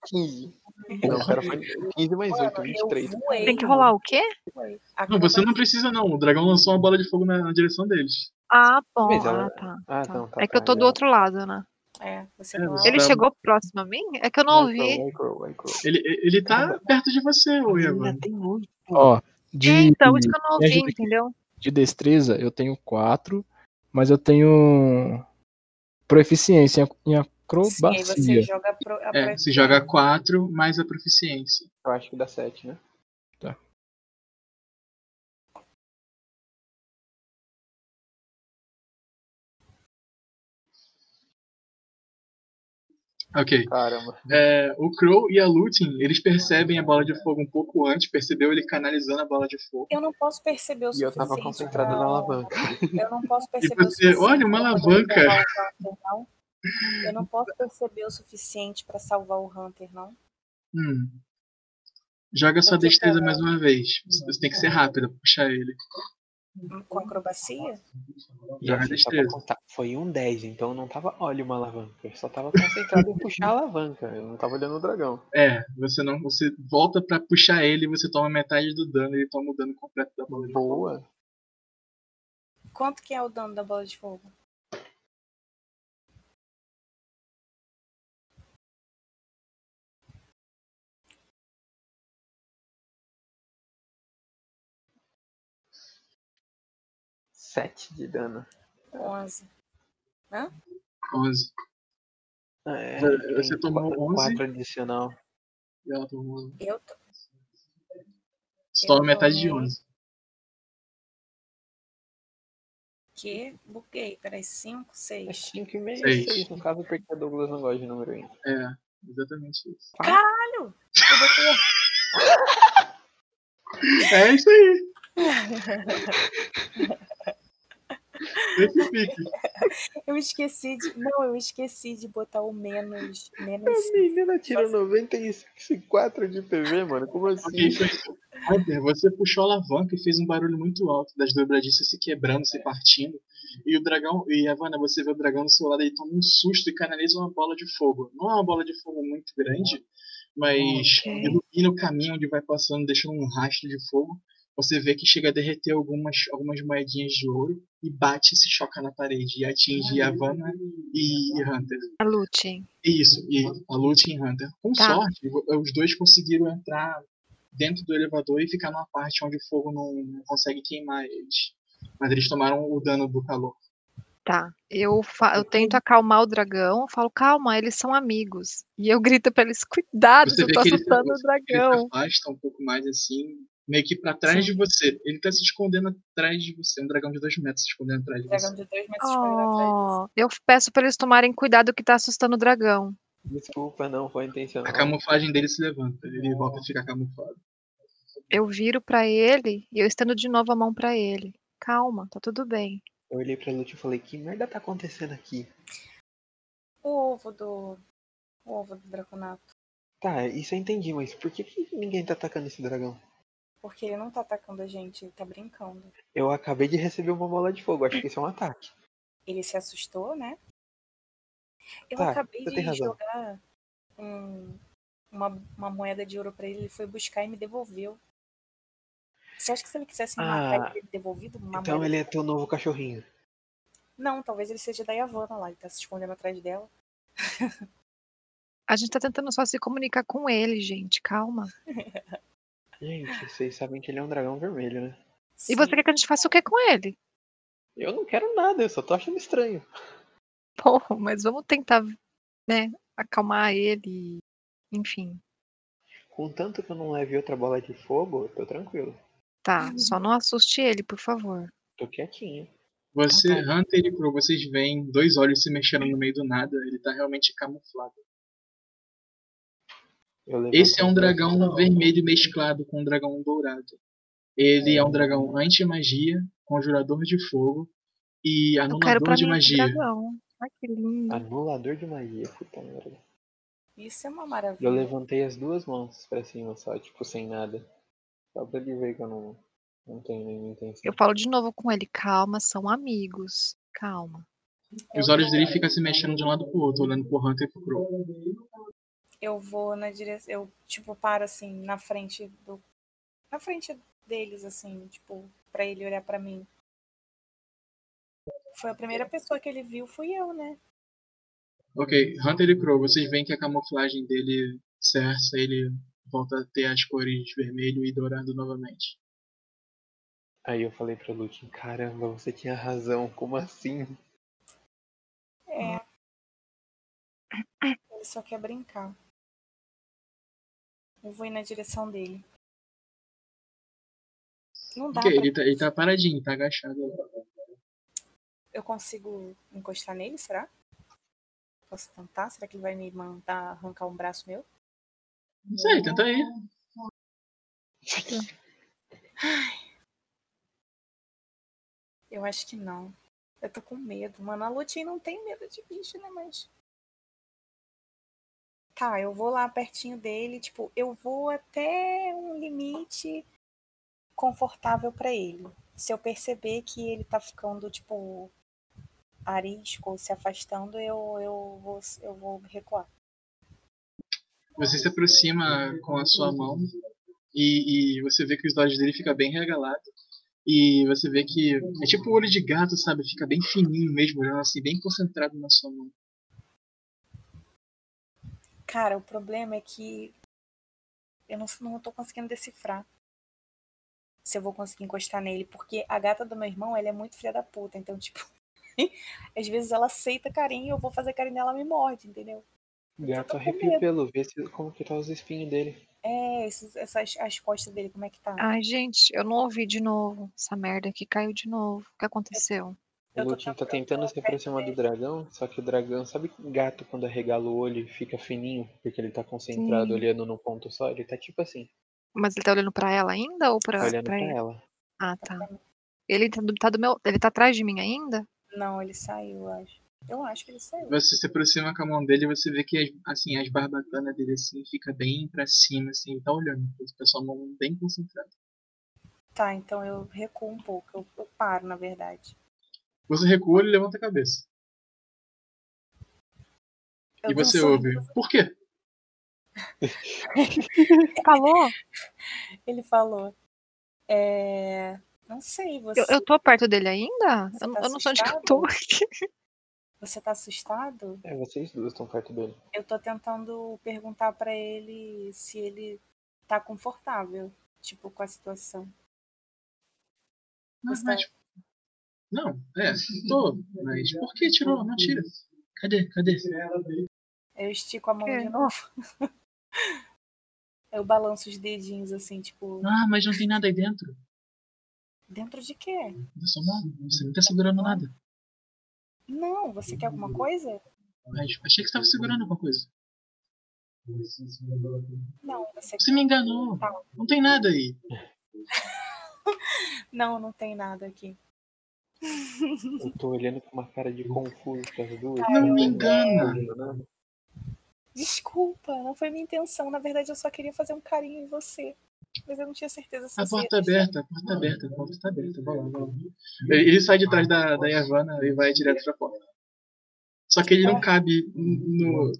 15. Não, pera, <laughs> foi 15 mais 8,
Mano, eu
23.
voei.
Tem que rolar o quê?
voei.
Não, você não precisa não. O dragão lançou uma bola de fogo na, na direção deles.
Ah, bom.
Mas ela-
Ah, tá.
Ah,
tá.
não, tá.
é que eu tô
tá,
do outro lado, né?
É, você
É,
não
você
Ele
Tá.
chegou próximo a mim? É que eu não
Vai,
ouvi.
Crow, vai, Crow, vai, Crow.
Ele, ele
É
tá perto de você, ô Evan.
tem muito.
Ó,
É,
de.
então, isso que eu não
me
ouvi,
ajuda aqui.
entendeu?
De destreza eu tenho quatro, mas eu tenho. Proeficiência em
Sim, aí você
acrobacia.
joga pro, a
É,
pro-
você joga 4 mais a proficiência.
Eu acho que dá 7, né?
Ok.
Caramba.
É, o Crow e a Lutin, eles percebem a bola de fogo um pouco antes, percebeu ele canalizando a bola de fogo.
Eu não posso perceber o
E eu
suficiente.
tava concentrado na
pra-
alavanca.
Eu não
<laughs>
posso perceber o
você,
suficiente.
olha, uma
pra poder
alavanca.
salvar o Hunter, não. Eu não posso perceber o suficiente pra salvar o Hunter, não.
Hum. Joga sua
Porque
destreza mais uma vez. Você você tem que ser rápida, pra puxar ele.
Uhum.
Com acrobacia?
E
Joga
assim, só pra
destreza.
contar, foi um 10, então eu não tava olha uma alavanca. Eu só tava concentrado
<laughs>
em um, puxar a alavanca. Eu não tava olhando o dragão.
É, você não, você volta pra puxar ele, você toma metade do dano, ele toma o dano completo da bola de fogo.
Boa.
Quanto que é o dano da bola de fogo?
sete de dano.
11.
11.
Ah, É,
Você
tem
tomou
qua-
11?
quatro adicional.
E ela tomou.
Eu tô-
Você toma
Eu
metade de
tomei.
11.
que buguei. Peraí, 5,
É
6.
5 e meio,
Seis.
6 no caso, porque a Douglas né? não gosta de número ainda.
É, exatamente isso.
Eu botei
É isso aí. Esse pique.
Eu esqueci de. Não, eu esqueci de botar o menos. menos
A menina tirou 94 de PV, mano. Como
Ok,
assim?
foi isso. Hunter, você puxou a alavanca e fez um barulho muito alto das dobradiças se quebrando, se partindo. E o dragão. E Havana, você vê o dragão do seu lado, ele toma um susto e canaliza uma bola de fogo. Não é uma bola de fogo muito grande, mas
Ok.
ilumina o caminho onde vai passando, deixando um rastro de fogo. Você vê que chega a derreter algumas, algumas moedinhas de ouro e bate e se choca na parede. E atinge Havana e e Hunter.
A Lute.
Isso, e a Lute e Hunter. Com
Tá.
sorte, o- os dois conseguiram entrar dentro do elevador e ficar numa parte onde o fogo não, não consegue queimar eles. Mas eles tomaram o dano do calor.
Tá. Eu, fa- eu tento acalmar o dragão, eu falo, calma, eles são amigos. E eu grito pra eles, cuidado,
Você
eu
vê
tô
que ele-
assustando o
você Ele se
dragão.
afasta um pouco mais assim, meio que pra trás
Sim.
de você. Ele tá se escondendo atrás de você. Um dragão de dois metros se escondendo atrás de
dragão
você.
de dois metros escondido atrás disso.
Oh, eu peço pra eles tomarem cuidado que tá assustando o dragão.
Desculpa, não foi intencional.
A camuflagem dele se levanta. Ele volta a ficar camuflado.
Eu viro pra ele e eu estendo de novo a mão pra ele. Calma, tá tudo bem.
Eu olhei pra Lute e falei, que merda tá acontecendo aqui?
O ovo do. O ovo do Draconato.
Tá, isso eu entendi, mas por que, que ninguém tá atacando esse dragão?
Porque ele não tá atacando a gente, ele tá brincando.
Eu acabei de receber uma bola de fogo, acho que isso é um ataque.
Ele se assustou, né? Eu
Tá,
acabei
você tem
de
razão.
jogar um- uma, uma moeda de ouro pra ele, ele foi buscar e me devolveu. Você acha que se ele quisesse me matar, ele
Ah,
teria me devolvido uma
Então
moeda?
ele é teu novo cachorrinho.
Não, talvez ele seja da Yavanna lá, ele tá se escondendo atrás dela.
A gente tá tentando só se comunicar com ele, gente.
<laughs>
Calma.
Gente, vocês sabem que ele é um dragão vermelho, né?
E
Sim.
você quer que a gente faça o que com ele?
Eu não quero nada, eu só tô achando estranho.
<laughs> Porra, mas vamos tentar, né, acalmar ele. Enfim,
Contanto que eu não leve outra bola de fogo, eu tô tranquilo.
tá. Só não assuste ele, por favor.
Uhum. Tô é quietinho.
Você,
Tá
Hunter e Crow, vocês veem dois olhos se mexendo no meio do nada. Ele tá realmente camuflado.
Eu levanto
Esse é
a
um
mão.
dragão vermelho mesclado com um dragão dourado. Ele é um dragão anti-magia, conjurador de fogo e
Eu quero
anulador
pra
de
mim esse
magia.
dragão. Ai, que
Ah,
lindo.
Anulador de magia, puta merda.
Isso é uma
Eu
maravilha.
levantei as duas mãos pra cima só, tipo, sem nada. Só pra ele ver que eu não, não tenho nenhuma intenção.
Eu falo de novo com ele. Calma, são amigos. Calma.
E Os
Eu
olhos
vou-
dele ficam se mexendo de um lado pro outro, olhando pro Hunter e pro Crow.
eu vou na direção. Eu, tipo, paro assim, na frente do. Na frente deles, assim, tipo, pra ele olhar pra mim. Foi a primeira pessoa que ele viu, fui eu, né?
Ok, Hunter e Crow, vocês veem que a camuflagem dele cerça, ele volta a ter as cores vermelho e dourado novamente.
Aí eu falei pra Luke, caramba, você tinha razão, como assim?
É. Ele só quer brincar. Eu vou ir na direção dele. Não dá
Ok,
pra.
ele tá, ele tá paradinho, tá agachado.
Eu consigo encostar nele, será? Posso tentar? Será que ele vai me mandar arrancar um braço meu?
Não sei, tenta aí.
Eu acho que não. Eu tô com medo, mano. A Lutin não tem medo de bicho, né? Mas. Tá, eu vou lá pertinho dele, tipo, eu vou até um limite confortável pra ele. Se eu perceber que ele tá ficando, tipo, arisco, ou se afastando, eu, eu, vou, eu vou recuar.
Você se aproxima com a sua mão e, e você vê que os olhos dele ficam bem regalados. E você vê que é tipo o olho de gato, sabe? Fica bem fininho mesmo, olhando assim, bem concentrado na sua mão.
Cara, o problema é que eu não, não tô conseguindo decifrar se eu vou conseguir encostar nele, porque a gata do meu irmão, ela é muito filha da puta, então, tipo, <laughs> às vezes ela aceita carinho, eu vou fazer carinho nela, ela me morde, entendeu?
Gato
tô com
arrepia
medo.
pelo, vê se, como que tá os espinhos dele.
É, esses, essas, as costas dele, como é que tá?
Ai, gente, eu não ouvi de novo. Essa merda aqui caiu de novo. O que aconteceu?
O
Eu tô
Lutin tá
tentando,
tentando
eu
se
tô perto
aproximar do dragão, só que o dragão, sabe que gato quando arregala o olho e fica fininho, porque ele tá concentrado
Sim.
olhando num ponto só, ele tá tipo assim,
Mas ele tá olhando pra ela ainda ou
tá
pra,
olhando
pra
pra
ele?
ela.
Ah, tá. Ele tá do, tá do meu. Ele tá atrás de mim ainda?
Não, ele saiu, eu acho. Eu acho que ele saiu.
Você se aproxima com a mão dele e você vê que as- assim, as barbatanas dele assim, fica bem pra cima, assim, ele tá olhando. O pessoal mão bem concentrado.
Tá, então eu recuo um pouco. Eu, eu paro, na verdade.
Você recua, ele levanta a cabeça.
Eu
e
dou um
você
sorriso.
ouve. Por quê?
Falou?
Ele falou. É... Não sei, você,
Eu, eu tô perto dele ainda?
Você
Eu,
tá
eu não sei onde que eu tô.
você tá assustado?
É, vocês duas estão perto dele.
Eu tô tentando perguntar pra ele se ele tá confortável, tipo, com a situação.
Não,
Você
mas... Não, é, tô. Mas por que tirou? Não tira. Cadê? Cadê?
Eu estico a mão
É.
de novo. <laughs> Eu balanço os dedinhos assim, tipo,
Ah, mas não tem nada aí dentro.
dentro de quê?
Da sua mão. Você não tá segurando nada.
Não, você quer alguma coisa?
Mas achei que você tava segurando alguma coisa.
Não, você
Você me enganou.
tá.
Não tem nada aí.
Não, não tem nada aqui. <laughs>
Eu tô olhando com uma cara
Hum.
de confuso para as duas.
Não me
entendendo
engana.
nada, né?
Desculpa, não foi minha intenção. Na verdade, eu só queria fazer um carinho em você. Mas eu não tinha certeza se
A
você ia
porta tá
deixar.
aberta, a porta tá aberta, a porta tá aberta. Vai lá, vai lá. Ele ele sai de trás da, da Yavanna e vai direto pra porta. Só que ele não cabe no,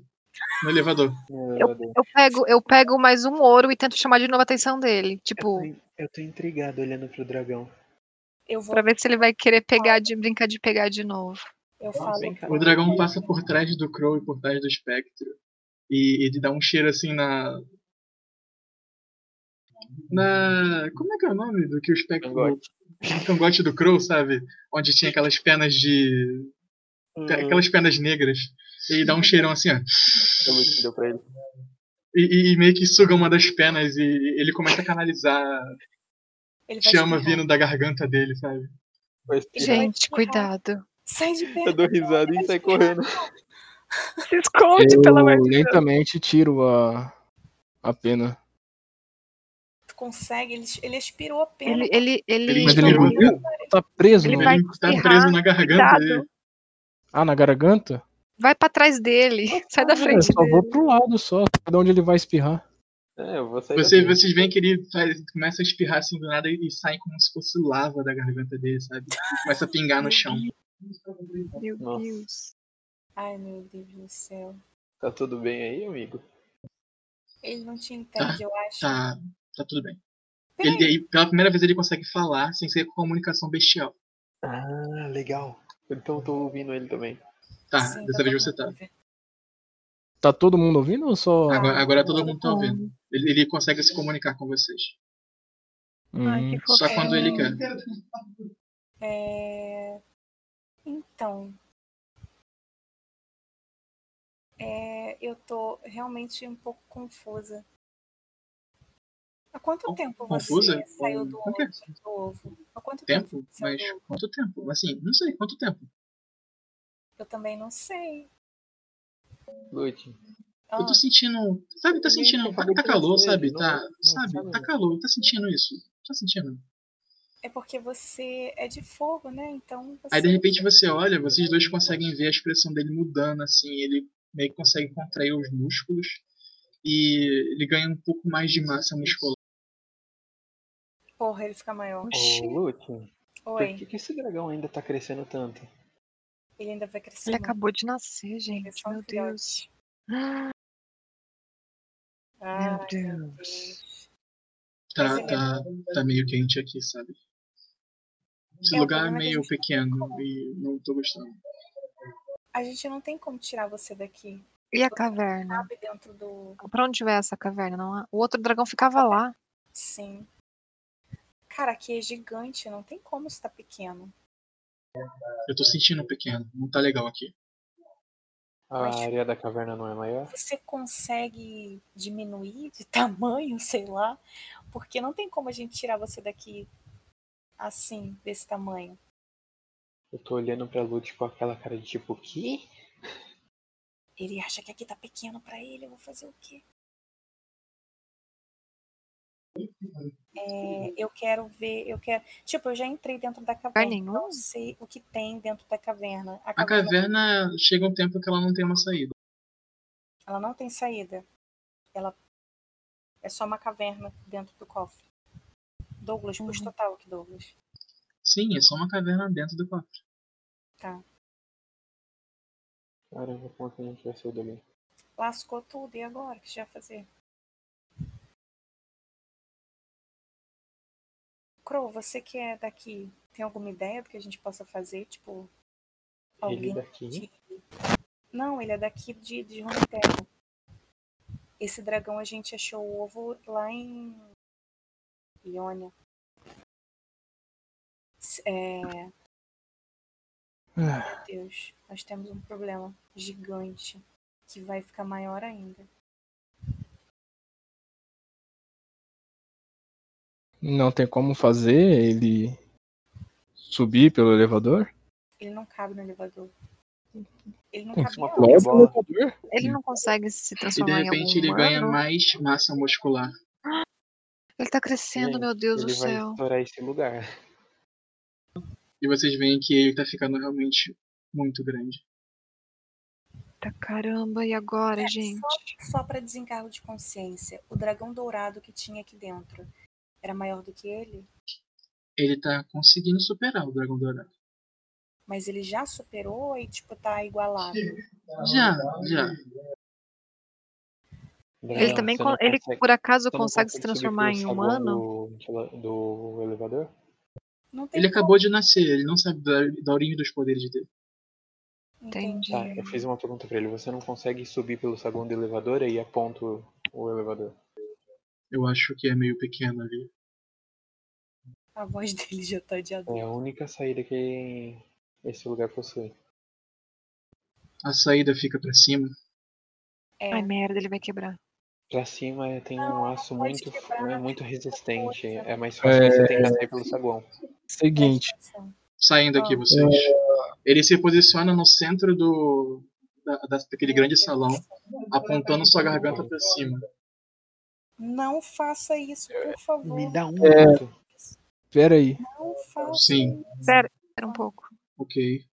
no elevador.
Meu Deus.
Eu pego, eu pego mais um ouro e tento chamar de novo a atenção dele.
Eu, tô,
Tipo,
in- eu tô intrigado olhando pro dragão.
Eu vou,
pra ver se ele vai querer pegar de brincar de pegar de novo.
eu falo.
Vem cá.
O dragão passa por trás do Crow e por trás do Espectro. E ele dá um cheiro assim na. Na. Como é que é o nome do que o Espectro.
Cangote.
No cangote do Crow, sabe? Onde tinha aquelas penas de.
Hum.
Aquelas penas negras. Ele dá um cheirão assim, ó.
Eu vou te dar pra ele.
E, e- e meio que suga uma das penas e ele começa a canalizar
Ele vai
chama
espirrar.
vindo da garganta dele, sabe?
Vai ser-
Ele vai
Gente,
espirrar.
cuidado.
Sai de perto.
Eu dou risada
ele
e
vai
sai
espirrar.
correndo.
Se esconde, pelo amor
Eu
de Deus.
lentamente tiro a, a pena.
Tu consegue, ele, ele expirou a pena.
Ele, ele, ele,
Ele
Mas ele
Inspirou,
engoliu? Tá preso,
Ele
né?
vai
tá
espirrar,
preso na garganta
cuidado.
dele.
Ah, na garganta?
Vai pra trás dele. Sai da
Ah, eu
frente
só vou
dele.
pro lado só, de onde ele vai espirrar.
É, eu vou sair
Você,
daqui.
vocês veem que ele faz- começa a espirrar assim do nada e sai como se fosse lava da garganta dele, sabe? E começa a pingar no chão.
Meu
Nossa.
Deus.
Ai, meu Deus do céu.
Tá tudo bem aí, amigo?
Ele não te entende, eu acho.
Tá, tá tudo bem.
Peraí,
Ele, e aí, pela primeira vez ele consegue falar sem ser comunicação bestial.
Ah, legal. Então eu tô ouvindo ele também.
Tá,
sim,
dessa
tá
vez
todo
você
mundo
tá.
ouvindo.
Tá todo mundo ouvindo ou só.
Agora, agora todo mundo tá
Bom,
ouvindo. Ele, ele consegue se comunicar com vocês.
Ai, que
Hum,
Só quando ele quer.
É... Então. É, eu tô realmente um pouco confusa. Há quanto
Con-
tempo você
confusa?
saiu do
Com o quê?
ovo? Do ovo? Há quanto tempo,
Tempo?
você saiu
Mas
do ovo?
quanto tempo? Assim, não sei, quanto tempo?
Eu também não sei.
Lute.
Eu tô
Ah,
sentindo. Sabe, tá
Eu meio
sentindo.
que
Tá,
acabei
tá
de
calor,
nascer,
sabe?
não-
Tá.
não
Sabe,
sabe.
tá calor, tá sentindo isso. Tá sentindo.
é porque você é de fogo, né? Então
Tá
Aí de
você.
repente você olha, vocês dois conseguem ver a expressão dele mudando, assim, ele meio que consegue contrair os músculos e ele ganha um pouco mais de massa muscular.
Porra, ele fica maior.
Ô,
Oxi.
Lute, Hum. por
Oi,
que, que esse dragão ainda tá crescendo tanto?
ele ainda vai
Ele
crescer muito.
acabou de nascer,
Ele é
gente.
só um
Meu Deus.
filhote. Ai,
Meu Deus.
Deus. Mas
Tá,
ele é-
tá, tá meio quente aqui, sabe? Esse
É, o
lugar é
problema é que a
meio
gente
tá
não tem
pequeno
como.
e não tô gostando.
A gente não tem como tirar você daqui.
E a caverna?
Cabe dentro do.
Pra onde vai essa caverna? Não há- O outro dragão ficava lá.
Sim. Cara, aqui é gigante, não tem como estar pequeno.
Eu tô sentindo pequeno, não tá legal aqui.
A
Mas-
área da caverna não é maior?
Você consegue diminuir de tamanho, sei lá, porque não tem como a gente tirar você daqui assim, desse tamanho.
Eu tô olhando pra Lute com aquela cara de tipo, que?
Ele acha que aqui tá pequeno pra ele, eu vou fazer o quê? É, eu quero ver, eu quero. Tipo, eu já entrei dentro da
Lugar
caverna.
nenhum?
Não sei o que tem dentro da caverna. A
Tá
A
caverna,
caverna chega um tempo que ela não tem uma saída.
ela não tem saída. Ela é só uma caverna dentro do cofre. Douglas, push total aqui, Douglas.
Sim, é só uma caverna dentro do cofre.
Tá.
Caramba, como é que a gente vai sair dali?
Lascou tudo, e agora? O que a gente vai fazer? Crow, você que é daqui, tem alguma ideia do que a gente possa fazer? Tipo, alguém
Ele é daqui.
de- Não, ele é daqui de, de Runeterra. Esse dragão a gente achou o ovo lá em Iônia. S- É...
Ah. É,
Meu Deus, nós temos um problema gigante que vai ficar maior ainda.
Não tem como fazer ele subir pelo elevador?
Ele não cabe no elevador. Ele não
Tem
cabe
que ser
nem
uma
antes.
Logo o
bola.
elevador?
Ele não consegue se
E de
transformar em algum
repente ele ganha
humano?
mais massa muscular.
Ele tá crescendo,
Gente,
meu Deus do
ele vai
céu.
estourar esse lugar.
E vocês veem que ele tá ficando realmente muito grande.
Tá caramba, e agora,
É,
gente?
Só, só para desencargo de consciência, o dragão dourado que tinha aqui dentro era maior do que ele,
Ele tá conseguindo superar o Dragão Dourado.
mas ele já superou e tipo tá igualado.
Já, Ah, já.
Ele também,
você não
con- ele
consegue,
por acaso
você não
consegue se
consegue subir
transformar
pelo
em
saguão
humano?
do, do elevador?
Não tem
Ele
como,
acabou de nascer, ele não sabe da, da origem dos poderes dele.
entende?
Tá, eu fiz uma pergunta pra ele. Você não consegue subir pelo saguão do elevador e aponta o- o elevador?
Eu acho que é meio pequeno ali.
A voz dele já tá de
É
adulto.
a única saída que esse lugar possui.
A saída fica pra cima.
É,
Ai, merda, ele vai quebrar.
Pra cima é, tem
Não,
um
não
aço
pode
muito, f-
quebrar, tipo,
é muito
tem muita
resistente.
coisa.
É mais fácil
É.
você tentar sair pelo saguão.
Seguinte,
presta atenção.
Saindo aqui
Ah.
vocês. Ele se posiciona no centro do da, da- daquele grande salão, apontando sua garganta pra cima.
Não faça isso, por favor.
Me dá um
É.
minuto.
pera aí.
Não faça
Sim.
isso.
Pera, espera um pouco.
Ok.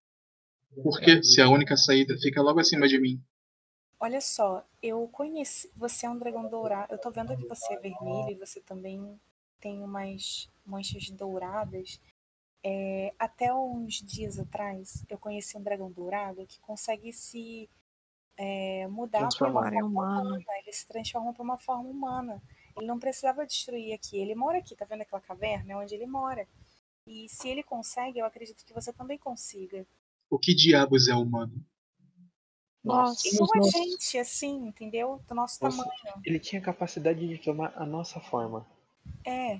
Por quê? Se a única saída fica logo acima de mim.
Olha só, eu conheci. Você é um dragão dourado. Eu tô vendo que você é vermelho e você também tem umas manchas douradas. É, até uns dias atrás, eu conheci um dragão dourado que consegue se é, mudar pra uma
Transformar.
Agora é
forma
humano.
humana. Ele se transforma pra uma forma humana. Ele não precisava destruir aqui. Ele mora aqui, tá vendo aquela caverna? É onde ele mora. E se ele consegue, eu acredito que você também consiga.
O que diabos é humano?
Nossa.
Nossa.
Igual a é gente, assim, entendeu? Do nosso
Você-
tamanho.
Ele tinha capacidade de tomar a nossa forma.
É.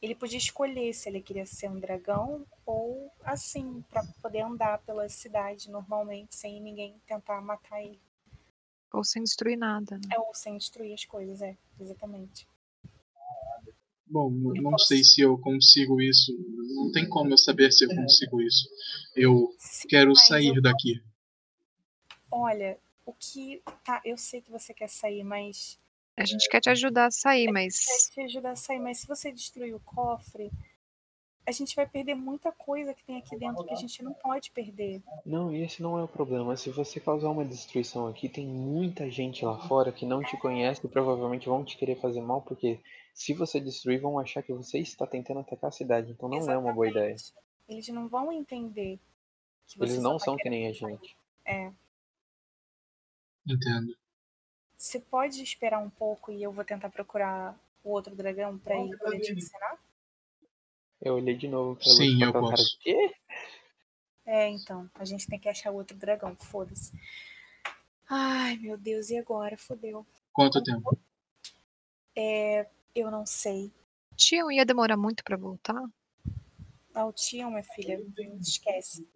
Ele podia escolher se ele queria ser um dragão ou assim, pra poder andar pela cidade normalmente, sem ninguém tentar matar ele.
Ou sem destruir nada. né?
É, ou sem destruir as coisas, é, exatamente.
Bom, eu
Eu
não
posso-
sei se eu consigo isso. Não tem como eu saber se eu consigo isso. Eu
Sim,
quero
mas eu-
sair daqui.
olha, o que. Tá, eu sei que você quer sair, mas.
A gente quer te ajudar a sair, mas
Quer te ajudar a sair, mas se você destruir o cofre, a gente vai perder muita coisa que tem aqui dentro que a gente não pode perder.
Não, e esse não é o problema. Se você causar uma destruição aqui, tem muita gente lá fora que não te conhece e provavelmente vão te querer fazer mal, porque se você destruir, vão achar que você está tentando atacar a cidade. Então não é uma boa ideia.
Exatamente. Eles não vão entender que você só
Eles não
tá
são que
querendo
nem a
sair.
gente.
É.
Entendo.
Você pode esperar um pouco e eu vou tentar procurar o outro dragão pra ele poder te ensinar?
Eu olhei de novo pra Lute
Sim,
com
eu
aquela cara de
posso.
quê?
É, então. A gente tem que achar o outro dragão, foda-se. Ai, meu Deus, e agora? Fodeu.
Quanto
<laughs>
tempo?
É, eu não sei.
Tion ia demorar muito pra voltar.
Ah, o tio, minha filha, esquece.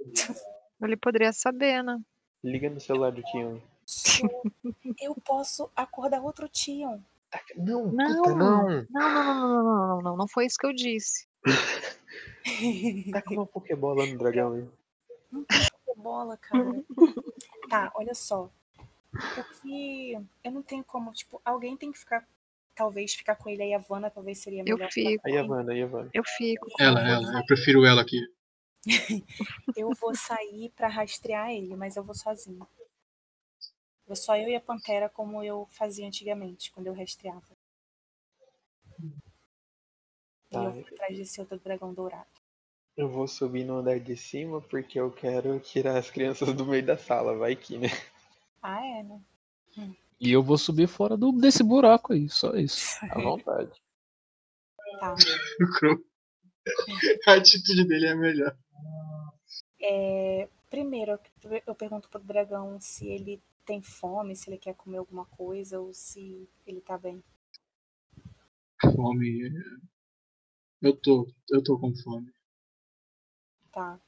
Ele poderia saber, né?
Liga no celular do
<laughs>
tio.
Sou- Eu posso acordar outro tio.
Taca- Não, puta,
Não,
não!
não, não, não, não, não, não, não, não foi isso que eu disse.
Taca Tá uma pokebola no dragão. hein?
Não tem Hum, bola, cara. Tá, olha só. O que eu não tenho como, tipo, alguém tem que ficar talvez ficar com ele e a Havana talvez seria
Eu
é melhor. pra
fico.
Aí a
Corinne.
Wanda, aí a Wanda.
Eu fico.
Ela, ela. Eu prefiro ela aqui.
Eu vou sair pra rastrear ele, mas eu vou sozinha. Vou só eu e a Pantera, como eu fazia antigamente, quando eu rastreava.
Tá.
E eu vou atrás desse outro dragão dourado.
Eu vou subir no andar de cima porque eu quero tirar as crianças do meio da sala, vai que, né?
Ah, é, né?
E eu vou subir fora do, desse buraco aí, só isso.
À
<laughs>
vontade.
Tá.
O Crow. A atitude dele é a melhor.
É, primeiro, eu- eu pergunto pro dragão se ele tem fome, se ele quer comer alguma coisa ou se ele tá bem.
Fome. é- Eu tô. Eu tô com fome.
Tá.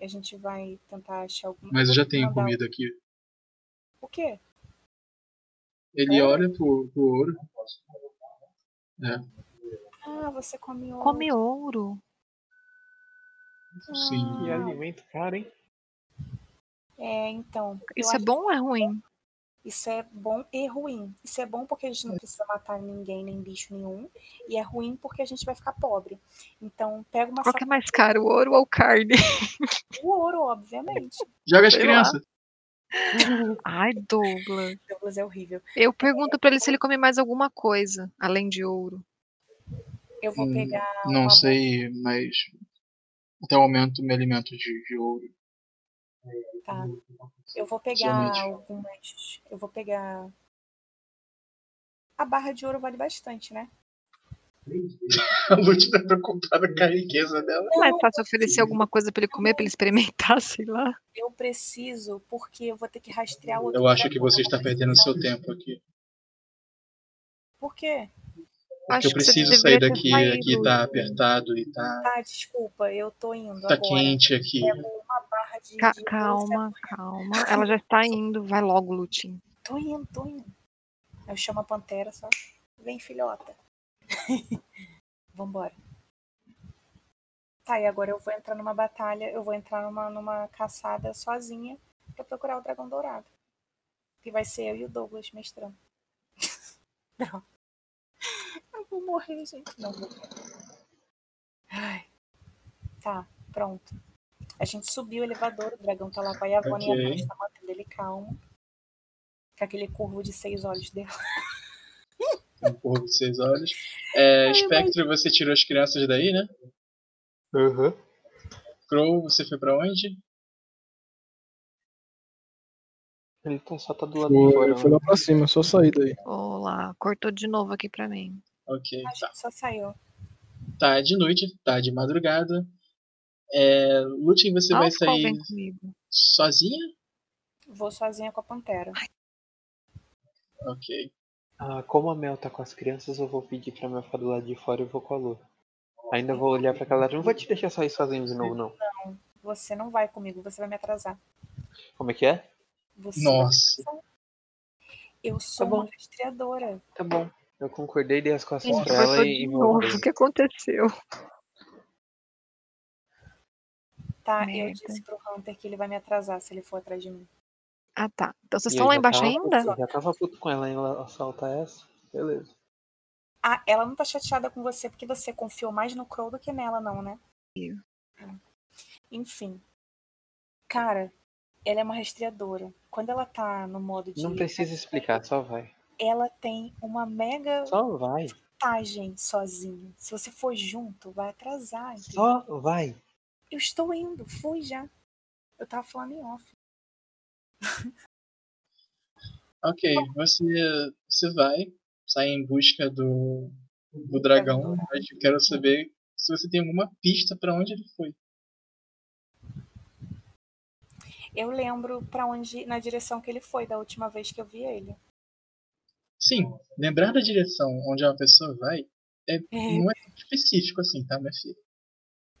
A gente vai tentar achar alguma
Mas eu já tenho
mandar
comida aqui.
O quê? É?
Ele olha pro, pro ouro. É.
Ah, você come ovo.
Come ouro.
Sim.
Que alimento caro, hein?
É, então. eu
Isso é
acho
bom ou é ruim?
que Isso é bom e ruim. Isso é bom porque a gente não precisa matar ninguém, nem bicho nenhum. E é ruim porque a gente vai ficar pobre. Então, pega uma
Qual que é
sacola
mais caro, o ouro ou carne?
do ouro, obviamente.
<laughs> Joga as
Sei lá.
crianças.
Ai, Douglas.
Douglas é horrível.
Eu pergunto pra ele se ele come mais alguma coisa, além de ouro.
Eu vou
Hum,
pegar
Não
uma
sei, mas. Até o momento me alimento de, de ouro.
Tá. Eu vou pegar
Somente.
algumas. Eu vou pegar. A barra de ouro vale bastante, né?
A Lute tá preocupada com a riqueza dela.
Não é
Não,
fácil oferecer alguma coisa pra ele comer, pra ele experimentar, <laughs> sei lá.
eu preciso, porque eu vou ter que rastrear outro.
Eu acho que
dragão.
você está perdendo seu tempo aqui.
Por quê?
Porque
Acho
eu
que você
preciso sair
deveria ter
daqui.
saído.
Aqui tá apertado e tá,
Tá, desculpa, eu tô indo
tá
agora.
quente aqui.
Pego uma barra de,
Ca-
de é ouro.
calma, calma. Ela já está indo. Vai logo, Lutin.
Tô indo, tô indo. Aí Eu chamo a pantera só. Vem, filhota. Vambora. Tá, e agora eu vou entrar numa batalha, eu vou entrar numa, numa caçada sozinha pra procurar o dragão dourado. Que vai ser eu e o Douglas mestrando. <laughs> Não. Eu vou morrer, gente. Não vou. Ai. Tá, pronto. A gente subiu o elevador, o dragão tá lá com a Yavona e a
Ok.
Yavona tá mantendo ele calmo. Com aquele curvo de seis olhos dele.
Tem um corvo de seis olhos. É, Spectre, você tirou as crianças daí, né?
Aham.
Crow, você foi pra onde?
Ele tá, só tá do lado de fora,
Foi, foi
né?
lá pra cima, só sair daí.
Olá, cortou de novo aqui pra mim.
Ok,
A
tá.
gente só saiu.
Tá de noite, tá de madrugada. É, Lutin, <laughs> você vai
Alfal
sair
vem comigo.
sozinha?
Vou sozinha com a pantera.
Ok.
Ah, como a Mel tá com as crianças, eu vou pedir pra Mel ficar do lado de fora e eu vou com a Lu. Ainda vou olhar pra galera. Não vou te deixar sair sozinho de novo, não.
Você não vai comigo, você vai me atrasar.
Como é que é?
Você vai
Nossa.
Eu sou
Tá bom.
uma rastreadora.
Tá bom. Eu concordei, dei as costas
Gente,
pra ela
cortou
e,
de
e
novo.
voltei.
O que aconteceu?
Tá, eu
Merda.
disse pro Hunter que ele vai me atrasar se ele for atrás de mim.
Ah, tá. Então vocês
E
estão
eu
lá
já
embaixo
tava
ainda?
puto, eu já tava puto com ela, ela assalta essa. Beleza.
Ah, ela não tá chateada com você porque você confiou mais no Crow do que nela, não, né?
Eu.
Enfim. Cara, ela é uma rastreadora. Quando ela tá no modo de.
Não precisa explicar, só vai.
Ela tem uma mega
Só vai.
vantagem sozinha. Se você for junto, vai atrasar, entendeu?
Só vai.
Eu estou indo, fui já. Eu tava falando em off.
Ok, você, você vai sair em busca do, do dragão, mas eu quero saber se você tem alguma pista pra onde ele foi.
Eu lembro pra onde, na direção que ele foi da última vez que eu vi ele.
Sim, lembrar da direção onde uma pessoa vai é, não é específico assim, tá, minha filha?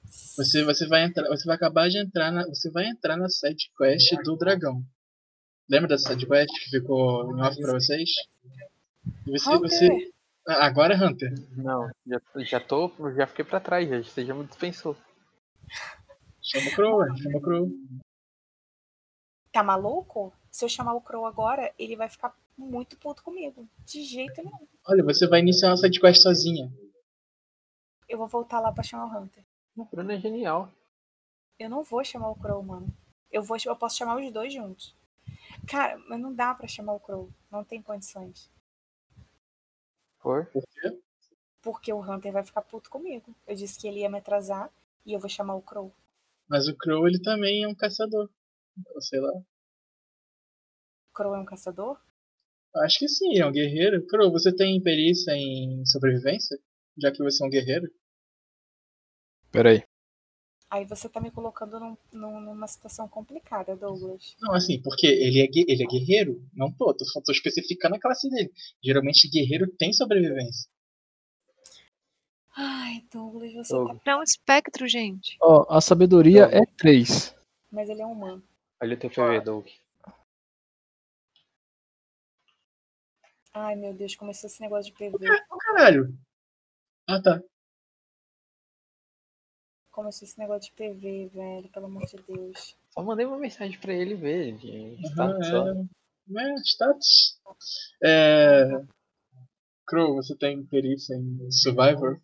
Você, você vai entrar, você vai acabar de entrar na, você vai entrar na side quest do dragão. Lembra da side quest que ficou em off pra vocês? E Você, você,
Hunter!
ah, agora é Hunter.
Não, já, já tô. Já fiquei pra trás, já. Você já me dispensou.
Chama o Crow, ué, chama o Crow.
Tá maluco? Se eu chamar o Crow agora, ele vai ficar muito puto comigo. De jeito nenhum.
Olha, você vai iniciar uma sidequest sozinha.
Eu vou voltar lá pra chamar o Hunter.
O Bruno é genial.
Eu não vou chamar o Crow, mano. Eu, vou, eu posso chamar os dois juntos. Cara, mas não dá pra chamar o Crow. Não tem condições.
Por?
Por quê?
Porque o Hunter vai ficar puto comigo. Eu disse que ele ia me atrasar e eu vou chamar o Crow.
Mas o Crow, ele também é um caçador. Eu sei lá.
O Crow é um caçador?
Acho que sim, é um guerreiro. Crow, você tem perícia em sobrevivência? Já que você é um guerreiro?
Peraí.
Aí você tá me colocando num- num- numa situação complicada, Douglas.
Não, assim, porque ele é, gue- ele é guerreiro. Não tô, tô, só tô especificando a classe dele. Geralmente guerreiro tem sobrevivência.
Ai, Douglas, você tá.
Douglas.
Não é um espectro, gente.
Ó, a sabedoria é 3.
Mas ele é humano.
Olha o teu PV, Doug.
Ai, meu Deus, começou esse negócio de PV.
Ô caralho. Ah tá.
Começou esse negócio de PV, velho, pelo amor de Deus.
Só mandei uma mensagem pra ele ver. tá De
Aham,
status, ó.
é, é, status. É, Crow, você tem perícia em Survivor?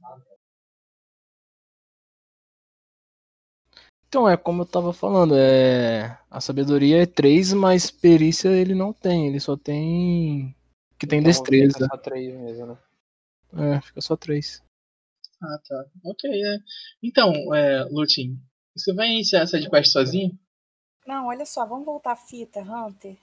Então, é como eu tava falando, é... a sabedoria é 3, mas perícia ele não tem, ele só tem. que tem
Então,
destreza.
fica
tá
Só três mesmo, né?
É, fica só 3.
Ah tá. Ok, é. Então, é, Lutin, você vai iniciar essa quest sozinho?
Não, olha só, vamos voltar à fita, Hunter.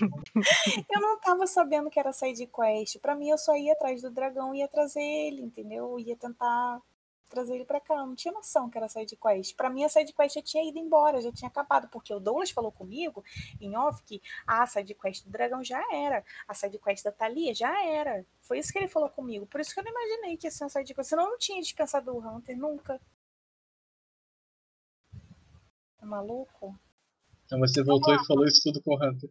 eu não tava sabendo que era sair de quest. Pra mim, eu só ia atrás do dragão e ia trazer ele, entendeu? Eu ia tentar trazer ele pra cá. Eu não tinha noção que era sair de quest. Pra mim, a side quest já tinha ido embora, já tinha acabado, porque o Douglas falou comigo em off que ah, a side quest do dragão já era, a side quest da Thalia já era. Foi isso que ele falou comigo. Por isso que eu não imaginei que ia ser uma side quest. Senão eu não tinha dispensado o Hunter nunca. Tá maluco?
Então você voltou e falou isso tudo com o Hunter.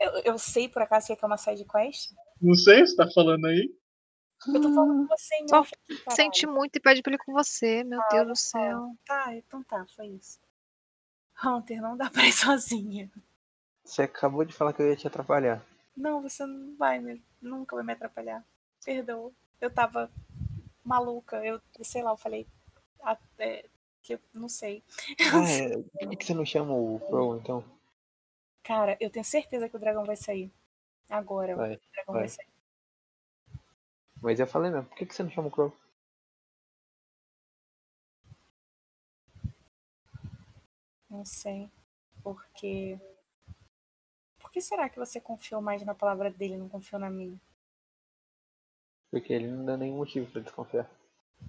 Eu, eu sei por acaso que é uma side quest?
Não sei, você tá falando aí?
Eu tô falando com você né? em
Só
off aqui, caralho.
Sente muito e pede pra ele com você, meu
Ah,
Deus do céu.
então. Tá, então tá, foi isso. Hunter, não dá pra ir <laughs> sozinha.
Você acabou de falar que eu ia te atrapalhar.
Não, você não vai, me- nunca vai me atrapalhar. Perdoa. Eu tava maluca. Eu, sei lá, eu falei até que eu não sei. <laughs>
Ah, é, por que que você não chama o Pro, então?
Cara, eu tenho certeza que o dragão vai sair. Agora,
Vai,
o dragão
vai.
vai, sair.
Mas eu falei mesmo, por que que você não chama o Crow?
Não sei. Porque. Por que será que você confiou mais na palavra dele e não confiou na minha?
Porque ele não dá nenhum motivo pra desconfiar.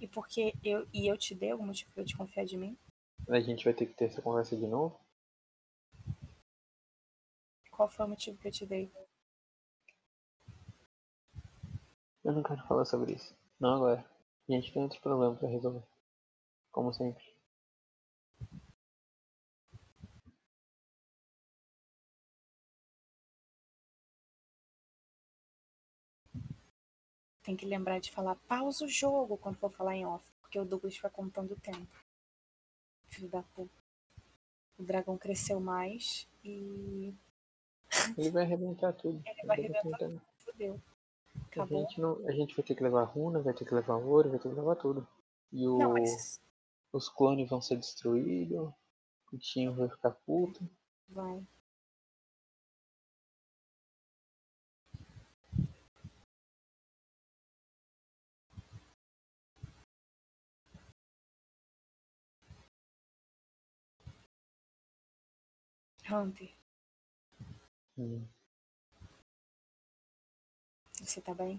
E porque eu e eu te dei algum motivo pra eu te confiar de mim?
A gente vai ter que ter essa conversa de novo.
Qual foi o motivo que eu te dei?
Eu não quero falar sobre isso. Não agora. A gente tem outro problema pra resolver. Como sempre.
Tem que lembrar de falar pausa o jogo quando for falar em off, porque o Douglas vai contando o tempo. Filho da puta. O dragão cresceu mais e
Ele vai arrebentar tudo.
Ele vai arrebentar
tudo.
fodeu.
A
Acabou.
gente, não, a gente vai ter que levar runa, vai ter que levar ouro, vai ter que levar tudo. E o,
Não, mas
os clones vão ser destruídos, o Tinho vai ficar puto.
vai. Hunter,
Hum.
você tá bem?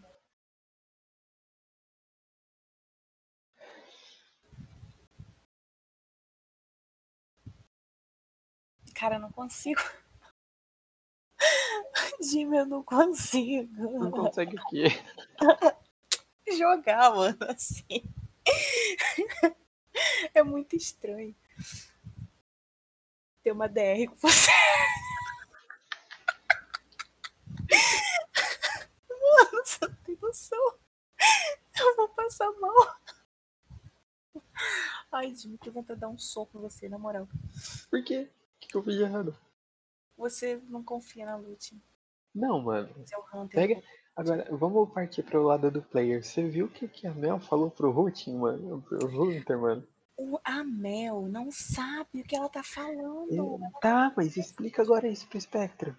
Cara, eu não consigo. <laughs> Jimmy, eu não <laughs>
Não
consigo
consegue o quê?
jogar, mano, assim. <laughs> É muito estranho. Ter uma DR com você. <laughs> <laughs> Mano, você não tem noção. Eu vou passar mal. Ai, Jimmy, que vontade de dar um soco em você, na moral.
Por quê? O que que eu fiz de errado?
você não confia na Lute.
Não, mano.
Seu Hunter.
Pega. Agora, vamos partir pro lado do player. Você viu o que, que a Mel falou pro Rutin, mano? Pro Hunter, mano?
O- a Mel não sabe o que ela tá falando.
E- Tá, mas explica agora isso pro Spectro.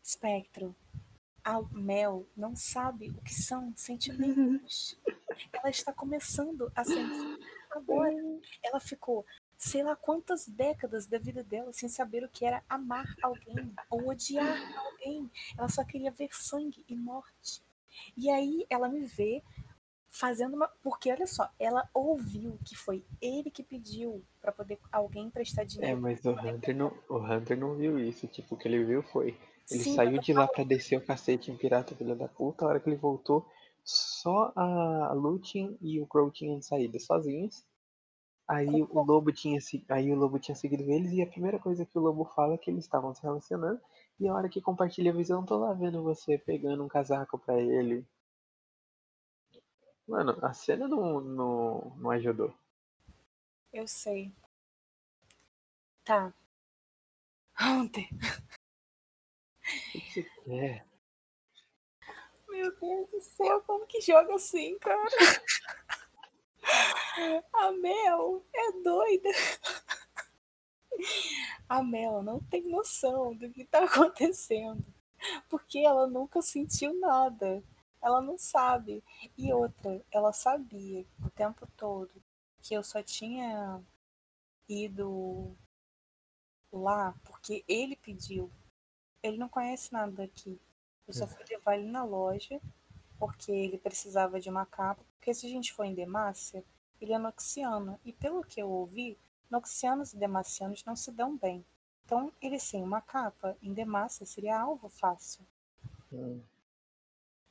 Espectro. A Mel não sabe o que são sentimentos. ela está começando a sentir agora. Ela ficou sei lá quantas décadas da vida dela sem saber o que era amar alguém ou odiar alguém. Ela só queria ver sangue e morte. E aí ela me vê fazendo uma. Porque olha só, ela ouviu que foi ele que pediu para poder alguém prestar
É,
dinheiro.
mas o Hunter não, o Hunter não viu isso. Tipo, o que ele viu foi. Ele
Sim,
saiu
eu tô
de lá pra descer o cacete em pirata, filha da puta. A hora que ele voltou, só a Lutin e o Crow tinham saído sozinhos. Aí o lobo tinha se- aí o lobo tinha seguido eles e a primeira coisa que o lobo fala é que eles estavam se relacionando. E a hora que compartilha a visão, tô lá vendo você pegando um casaco pra ele. Mano, a cena não, não, não ajudou.
Eu sei. Tá. Hunter. <laughs>
O que você quer?
Meu Deus do céu, como que joga assim, cara? <laughs> A Mel é doida. A Mel não tem noção do que tá <laughs> acontecendo. Porque ela nunca sentiu nada. Ela não sabe. E outra, ela sabia o tempo todo que eu só tinha ido lá porque ele pediu. Ele não conhece nada daqui. Eu só fui levar ele na loja porque ele precisava de uma capa. Porque se a gente for em Demácia, ele é noxiano. E pelo que eu ouvi, noxianos e demacianos não se dão bem. Então, ele sem uma capa, em Demácia, seria alvo fácil.
Hum,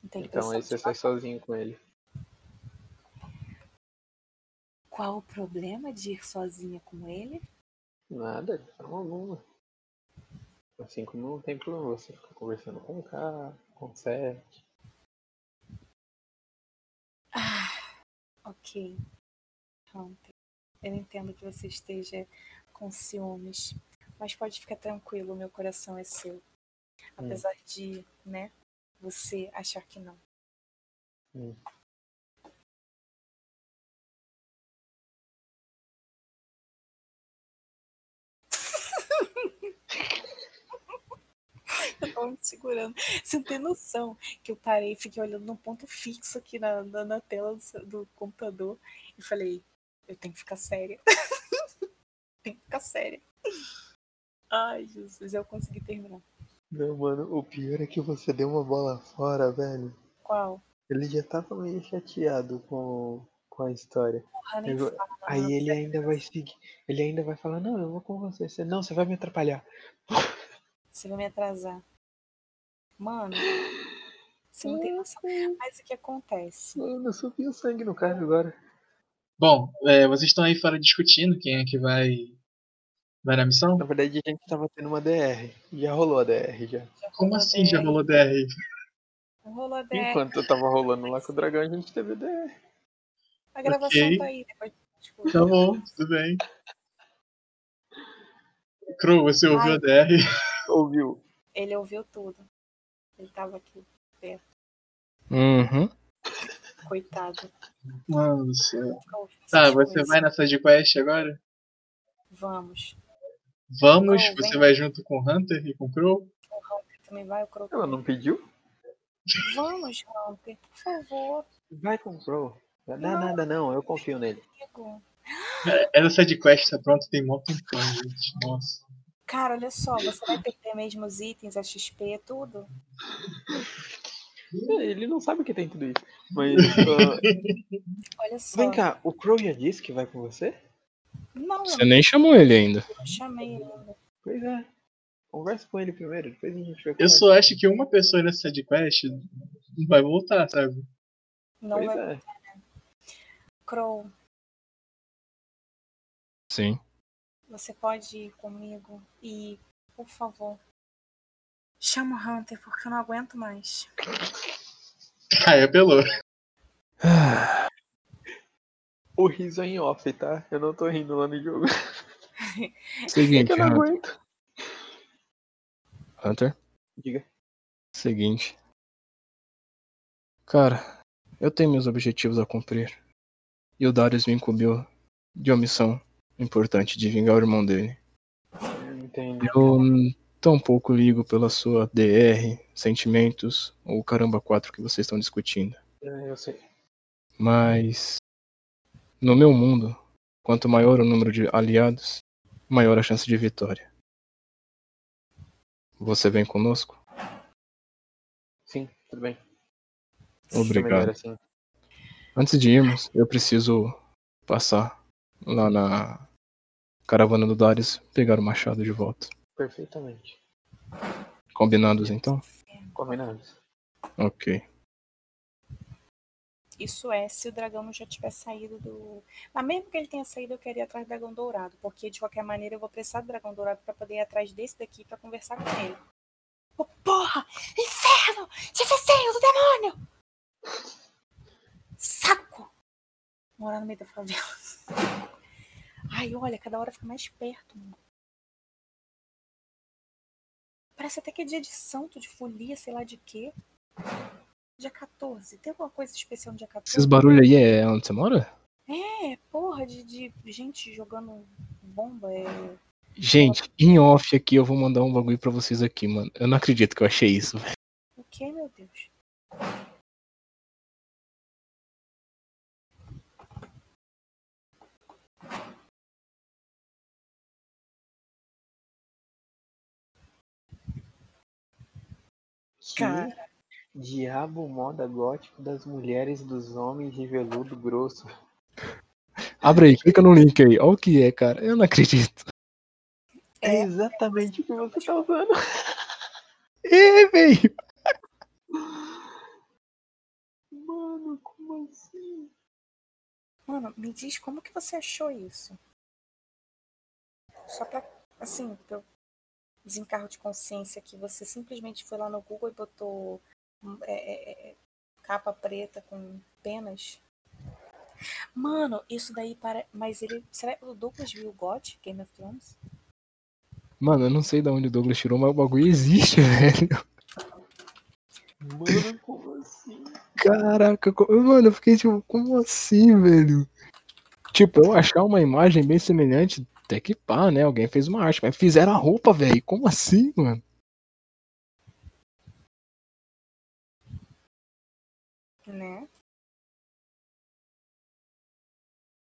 Entende?
Então aí você sai sozinho com ele.
Qual o problema de ir sozinha com ele?
Nada, de forma alguma. Assim como não tem problema você ficar conversando com o cara, com o Seth.
Ok, Hunter.
Hum.
Eu entendo que você esteja com ciúmes, mas pode ficar tranquilo, meu coração é seu. Apesar de, né, você achar que não.
Hum.
Eu tava me segurando. Você não tem noção que eu parei, fiquei olhando num ponto fixo aqui na, na, na tela do, seu- do computador e falei, eu tenho que ficar séria. <laughs> tenho que ficar séria. Ai, Jesus, eu consegui terminar.
Não, mano, o pior é que você deu uma bola fora, velho.
Qual?
Ele já tava meio chateado com, com a história.
Porra, nem
Eu-
fala, mano.
aí ele ainda vai seguir. Ele ainda vai falar, não, eu vou com você. Você, não, você vai me atrapalhar.
Você vai me atrasar. Mano, você não tem noção. Mas o que acontece?
Uhum. Mano, eu subi o sangue no cara agora.
Bom, é, vocês estão aí fora discutindo quem é que vai, vai na missão?
Na verdade, tá a gente tava tendo uma DR. Já rolou a DR já.
Já
Como
rolou
assim já
DR?
rolou DR?
Rolou a DR.
Enquanto eu tava rolando lá com o dragão, a gente teve DR.
A gravação
Ok.
tá aí. Depois tipo,
Tá bom, tudo bem. Crow, você ouviu a DR?
Ouviu?
ele ouviu tudo. Ele tava aqui,
Uhum.
coitado.
Mano do céu.
Ficou
Tá,
essas
você
coisas.
vai na side quest agora?
Vamos.
Vamos,
Crow,
você
vem.
vai junto com o Hunter e com o Crow?
Hunter também vai, o Crow
Ela
também.
não pediu?
Vamos, Hunter, por favor,
Vai com o Crow. Não dá
Não.
nada não, eu confio nele.
amigo.
Essa side quest tá pronta, tem mó tempão, gente. Nossa.
Cara, olha só, você vai perder mesmo os itens, a XP, tudo?
É, Ele não sabe que tem tudo isso.
<laughs>
Mas. ah,
Olha só.
vem cá, o Crow já disse que vai com você?
Não, eu
Você nem chamou ele ainda.
não chamei ele ainda.
Pois é. Conversa com ele primeiro, depois a gente vai
Eu
conversar.
só acho que uma pessoa nessa side quest não vai voltar, sabe?
Não
Pois
vai.
é.
Crow,
Sim.
você pode ir comigo e, por favor, chama o Hunter, porque eu não aguento mais.
Ai, apelou.
O riso é em off, tá? Eu
<laughs>
não tô rindo lá no jogo. É
Seguinte,
que eu não
Hunter.
aguento.
Hunter.
Diga.
Seguinte. Cara, eu tenho meus objetivos a cumprir. E o Darius me incumbiu de uma missão importante de vingar o irmão dele.
Entendo.
Eu hum, tão pouco ligo pela sua DR, sentimentos ou caramba quatro que vocês estão discutindo.
É, Eu sei.
Mas no meu mundo, quanto maior o número de aliados, maior a chance de vitória. Você vem conosco?
Sim, tudo bem.
é
Também não
Obrigado.
era assim.
Antes de irmos, eu preciso passar lá na caravana do Darius pegar o machado de volta.
Perfeitamente.
Combinados então?
Combinados.
Ok.
Isso é, se o dragão já tiver saído do. Mas mesmo que ele tenha saído, eu quero ir atrás do dragão dourado, porque de qualquer maneira eu vou precisar do dragão dourado pra poder ir atrás desse daqui pra conversar com ele. Ô, porra! Inferno! Jefferson do demônio! Saco! Morar no meio da favela. Ai, olha, cada hora fica mais perto, mano. Parece até que é dia de santo, de folia, sei lá de quê. Dia 14. Tem alguma coisa especial no dia 14?
Esses barulhos aí é onde você mora?
É, porra, de, de gente jogando bomba. É...
Gente, em off aqui eu vou mandar um bagulho pra vocês aqui, mano. Eu não acredito que eu achei isso. velho.
O que, meu Deus?
Que
Cara.
diabo moda gótico das mulheres dos homens de veludo grosso.
Abre aí, clica no link aí. Olha o que é, cara. Eu não acredito.
É exatamente o que você tá usando.
É, velho.
Mano, como assim?
Mano, me diz como que você achou isso? Só pra, assim, pra eu desencargo de consciência que você simplesmente foi lá no Google e botou hum, é, é, é, capa preta com penas. Mano, isso daí para. Mas ele. Será que é o Douglas viu o God, Game of Thrones?
Mano, eu não sei de onde o Douglas tirou, mas o bagulho existe, <laughs> velho.
Mano, como assim?
Caraca, co- mano, eu fiquei tipo, como assim, velho? Tipo, eu achar uma imagem bem semelhante, até que pá, né? Alguém fez uma arte, mas fizeram a roupa, velho. Como assim, mano?
Né?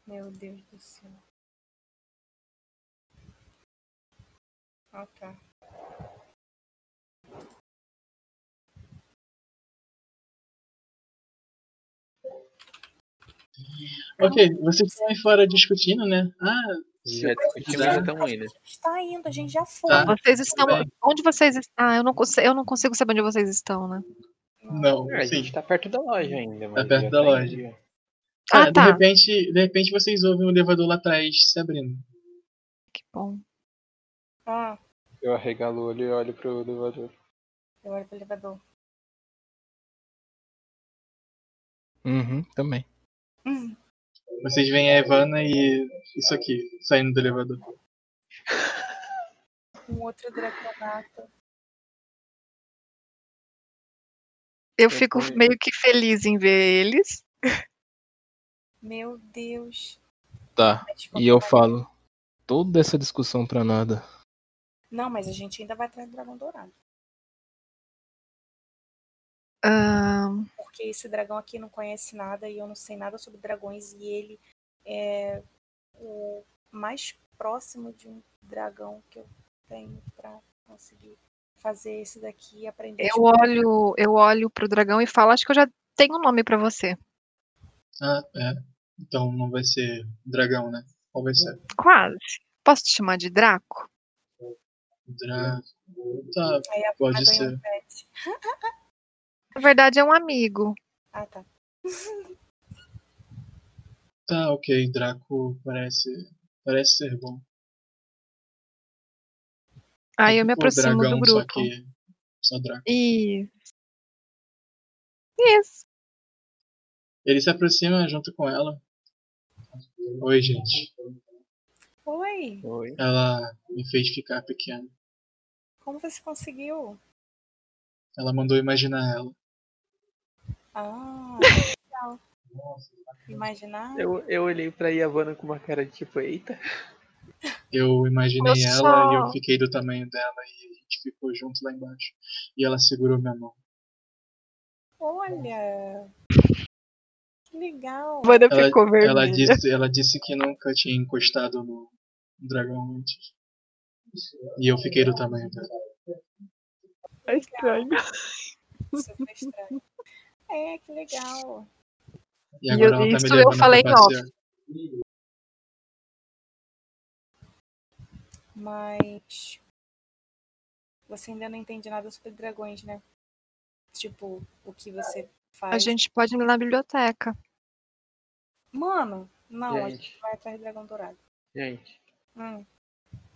Meu Deus do céu. Ah, tá.
Ok, vocês estão aí fora discutindo, né? Ah, se
Já
eu
discutimos então.
precisar-
e estamos indo.
A gente tá indo, a gente já foi.
Tá.
Vocês estão.
bem.
Onde vocês estão? Ah, eu não, conse- eu não consigo saber onde vocês estão, né?
Não,
Ah, a
sim.
gente tá perto da loja ainda, mas
perto
já
da
tá em
loja.
dia.
Ah,
É, de
tá.
repente, de repente vocês ouvem o elevador lá atrás se abrindo.
Que bom.
Ah,
Eu arregalo o olho e olho pro elevador.
eu olho pro tá elevador.
Uhum, também.
Hum,
Vocês veem a Evana e isso aqui, saindo do elevador.
um outro draconato.
Eu fico
ponho-
meio que feliz em ver eles.
Meu Deus.
Tá.
Mas, tipo,
E eu falo, toda essa discussão pra nada.
Não, mas a gente ainda vai atrás do dragão dourado.
Ahn,
Porque esse dragão aqui não conhece nada e eu não sei nada sobre dragões. E ele é o mais próximo de um dragão que eu tenho pra conseguir fazer esse daqui e aprender.
eu olho, eu olho pro dragão e falo, acho que eu já tenho um nome pra você.
Ah, é. Então não vai ser dragão, né? Qual vai ser?
Quase. Posso te chamar de Draco?
Dragão. Tá,
Aí a Bruna
pode
ganhou
ser.
um pet.
Na verdade, é um amigo.
Ah, tá.
Tá, ok, Draco parece, parece ser bom.
Aí eu me
Tipo
aproximo do
dragão, só
grupo.
que só Draco.
Isso. Isso.
Ele se aproxima junto com ela. Oi, gente.
Oi!
Oi.
Ela me fez ficar pequeno.
Como você conseguiu?
Ela mandou imaginar ela.
Ah, legal. Imaginar?
Ah. Eu, eu olhei pra Yavanna com uma cara de tipo, eita.
Eu imaginei
Eu
ela e
só-
eu fiquei do tamanho dela e a gente ficou junto lá embaixo. E ela segurou minha mão.
Olha! Que legal!
Wanda
Ela-
ficou vermelha.
<laughs>
Ela disse, ela disse que nunca tinha encostado no dragão antes. E eu fiquei do tamanho dela.
É estranho.
Super estranho. É, que legal.
E
E
agora
eu-
ela tá
isso
me
eu
levando
falei em
pra
off.
passear.
Mas. Você ainda não entende nada sobre dragões, né? Tipo, o que você faz.
A gente pode ir na biblioteca.
Mano, não, a
Gente.
gente vai atrás do dragão dourado.
Gente,
Hum,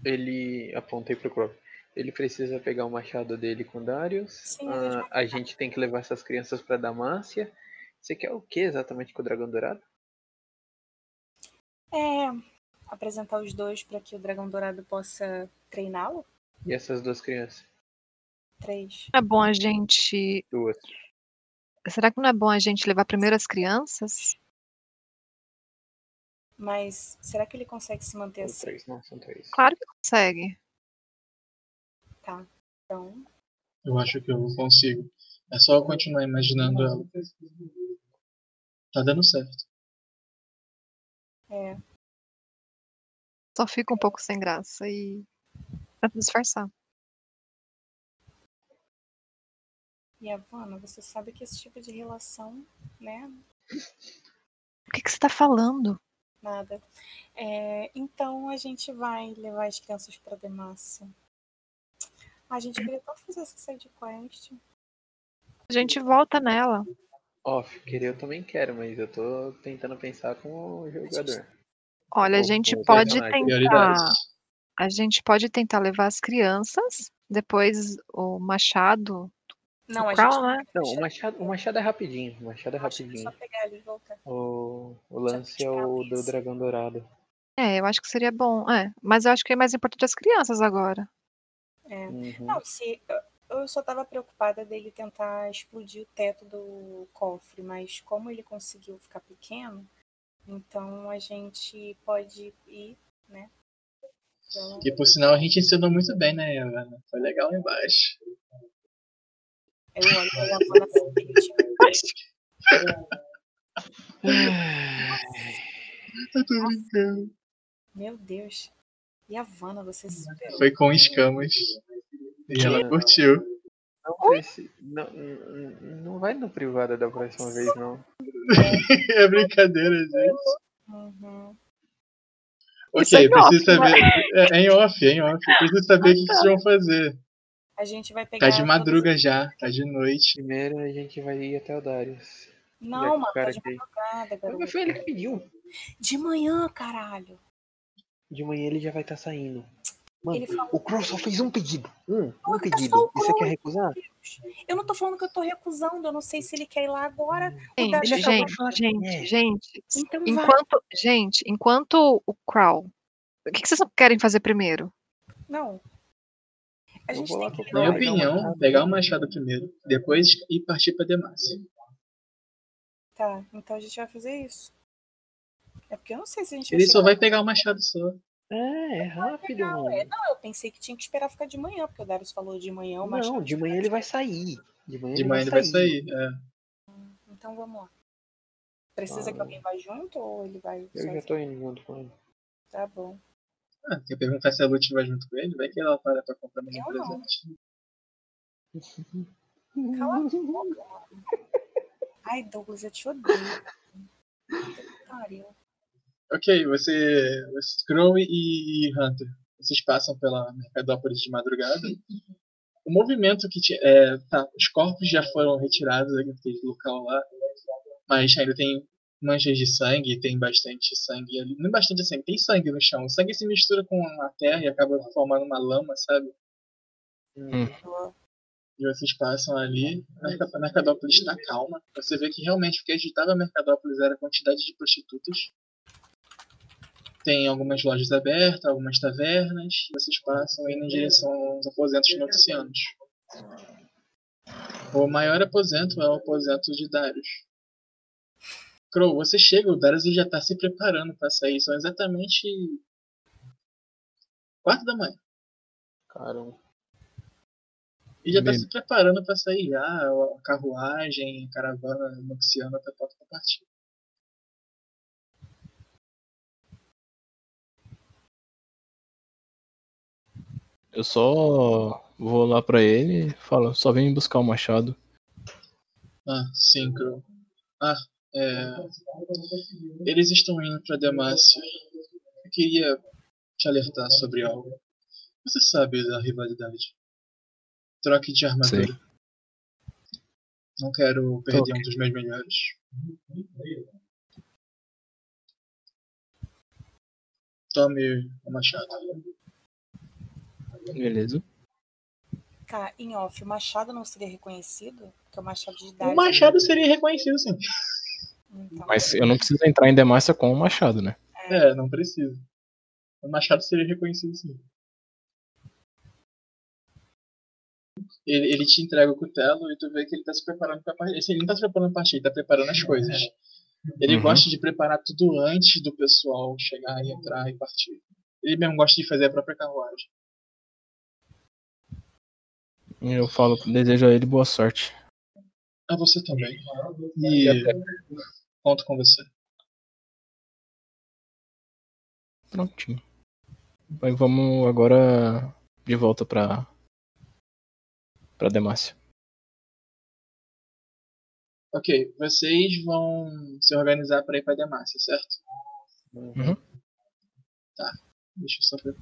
ele. Apontei pro Crop. Ele precisa pegar o machado dele com Darius.
Sim, a gente
Ah, a gente tem que levar essas crianças pra Damácia. Você quer o que exatamente com o Dragão Dourado?
É. Apresentar os dois para que o dragão dourado possa treiná-lo?
E essas duas crianças?
Três.
É bom a gente.
Duas.
Será que não é bom a gente levar primeiro as crianças?
Mas será que ele consegue se manter
Ou
assim?
três, não, são três.
Claro que consegue.
Então,
Eu acho que eu consigo. É só eu continuar imaginando ela. Tá dando certo.
é.
Só fica um pouco sem graça e. Tenta disfarçar.
E Havana, você sabe que esse tipo de relação, né?
O que, que você tá falando?
Nada. É, então a gente vai levar as crianças pra Demacia. A gente queria tanto fazer essa side quest.
A gente volta nela.
Off, querer eu também quero, mas eu tô tentando pensar com o jogador.
Olha, a
Bom,
gente
bom,
pode
personagem.
tentar.
Prioridades.
A gente pode tentar levar as crianças, depois o machado,
Não,
o
a
Crown,
gente
né?
Não, o machado, o machado é rapidinho. O machado é
acha que é só
rapidinho.
pegar ele e voltar.
O, o lance é o do Dragão Dourado.
É, eu acho que seria bom. É, mas eu acho que é mais importante as crianças agora.
É.
Uhum.
Não, se. Eu só tava preocupada dele tentar explodir o teto do cofre, mas como ele conseguiu ficar pequeno, então a gente pode ir, né? pela-
E por sinal a gente ensinou muito bem, né, Eva? Foi legal lá embaixo.
Eu olho pra Havana assim, tipo,
Eu tô brincando.
meu Deus. E Havana, você se
Uhum.
superou.
Foi com escamas. E ela curtiu.
Não, preci- não, não- não vai no privado da próxima vez, não.
<laughs> é brincadeira, gente.
Uhum.
Isso é
Ok,
em
preciso
off,
saber. É, é em off, é em off. Preciso saber o que que vocês vão fazer.
A gente vai pegar.
Tá de
todas-
madruga já, tá de noite.
Primeiro a gente vai ir até o Darius. Já que
Não,
o
mano, tá
cara
de
que-
madrugada,
Mas
garoto.
foi ele que pediu.
De manhã, caralho.
De manhã ele já vai estar saindo. Mano,
Ele falou.
o Crow só fez um pedido. Um, um
Olha, tá só
pedido.
o
E você quer
Crow.
recusar?
Eu não tô falando que eu tô recusando, eu não sei se ele quer ir lá agora. O
Gente,
Davi
Ele acabou
gente,
de falar que
gente,
quer.
gente.
Então vai.
Enquanto, gente, enquanto o Crow, o que, que vocês querem fazer primeiro?
Não. A
Eu
gente
vou lá
tem que
com o
ir
Minha
Crow
lá.
pegar o
opinião,
machado.
pegar o machado primeiro, depois ir partir pra Demacia.
Tá, então a gente vai fazer isso. É porque eu não sei se a gente vai
Ele só
chegar.
vai pegar um. o machado só.
É, é rápido,
Não, é,
mano.
não, eu pensei que tinha que esperar ficar de manhã, porque o Darius falou de manhã, mas.
Não, de manhã ele vai sair. De manhã
De manhã
ele vai
ele vai
sair.
sair. é.
Então vamos lá. Precisa que
Ah.
alguém vá junto ou ele vai
Eu já
sozinho?
tô indo junto com ele.
Tá bom.
Ah, quer perguntar se a Lute vai junto com ele? Vai que ela para pra comprar mais um
Eu não.
presente.
Cala a
<laughs>
boca, mano. Ai, Douglas, eu te odeio. Puta que pariu.
Ok, você. você Crow e, e Hunter. Vocês passam pela Mercadópolis de madrugada. O movimento que. ti- É, tá, os corpos já foram retirados daquele local lá. Mas ainda tem manchas de sangue, tem bastante sangue ali. Não é bastante sangue, tem sangue no chão. O sangue se mistura com a terra e acaba formando uma lama, sabe? E vocês passam ali, a Merca- a Mercadópolis está calma. Você vê que realmente o que agitava a Mercadópolis era a quantidade de prostitutas. Tem algumas lojas abertas, algumas tavernas. Vocês passam indo em direção aos aposentos noxianos. O maior aposento é o aposento de Darius. Crow, você chega, o Darius ele já está se preparando para sair. São exatamente. 4 da manhã.
Caramba.
Ele já tá está
Bem-
se preparando para sair. Ah, a carruagem, a caravana noxiana tá pronta para partir.
Eu só vou lá pra ele e falo, só vem me buscar o machado.
Ah, sim, Crow. Ah, é. Eles estão indo para Demacia. Eu queria te alertar sobre algo. Você sabe da rivalidade. Troque de armadura.
Sei.
Não quero perder
Troque.
um dos meus melhores. Tome o machado.
Beleza.
Tá, em off, o machado não seria reconhecido? Porque o machado de Darius.
O machado seria reconhecido, sim.
Então,
Mas eu não preciso entrar em Demacia com o machado, né?
É, não precisa. O machado seria reconhecido, sim. Ele, ele te entrega o cutelo e tu vê que ele tá se preparando pra partida. Assim, ele não tá se preparando pra partida, ele tá preparando as coisas. Ele
Uhum.
gosta de preparar tudo antes do pessoal chegar e entrar e partir. Ele mesmo gosta de fazer a própria carruagem.
E eu falo, desejo a ele boa sorte.
Ah, você também. E conto com você.
Prontinho. Mas vamos agora de volta pra. pra Demacia.
Ok, vocês vão se organizar pra ir pra Demacia, certo?
Uhum.
Tá. Deixa eu só ver.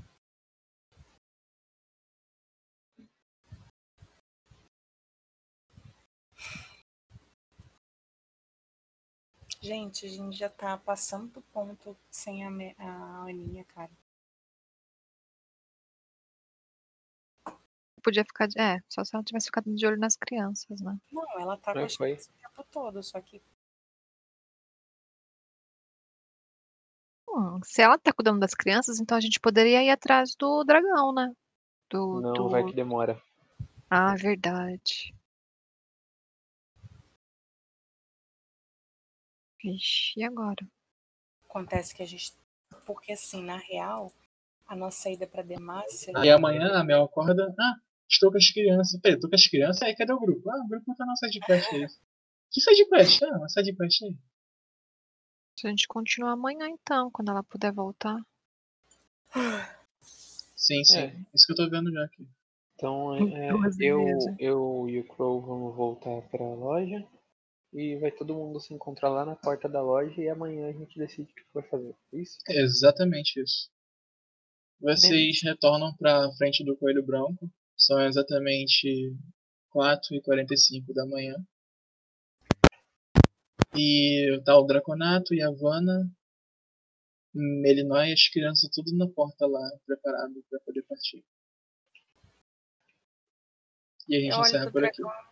gente, a gente já tá passando do ponto sem a, me- a Aninha, cara.
Podia ficar. de- É, só se ela tivesse ficado de olho nas crianças, né?
Não, ela tá
Já
com a
foi.
gente o tempo todo, só que
Hum, se ela tá cuidando das crianças, então a gente poderia ir atrás do dragão, né? Do,
Não,
do-
vai que demora.
Ah, verdade. Vixe, e agora?
acontece que a gente. Porque assim, na real, a nossa ida pra Demácia.
Aí amanhã a Mel acorda. Ah, estou com as crianças. Peraí, estou com as crianças. Aí cadê o grupo? Ah, o grupo não tá na side quest aí. Que side quest? Ah, uma side quest aí.
Se a gente continuar amanhã, então, quando ela puder voltar.
Sim, sim.
É.
Isso que eu tô vendo já aqui.
Então é,
Duas e
eu,
meia.
eu e o Crow vamos voltar pra loja e vai todo mundo se encontrar lá na porta da loja e amanhã a gente decide o que vai fazer. Isso?
É exatamente isso. Vocês
Beleza.
retornam pra frente do Coelho Branco. São exatamente 4h45 da manhã. E tá o Draconato e a Havana. Melinói e as crianças tudo na porta lá, preparado pra poder partir. E a gente
Eu olho
encerra
pro
por aqui.
dragão,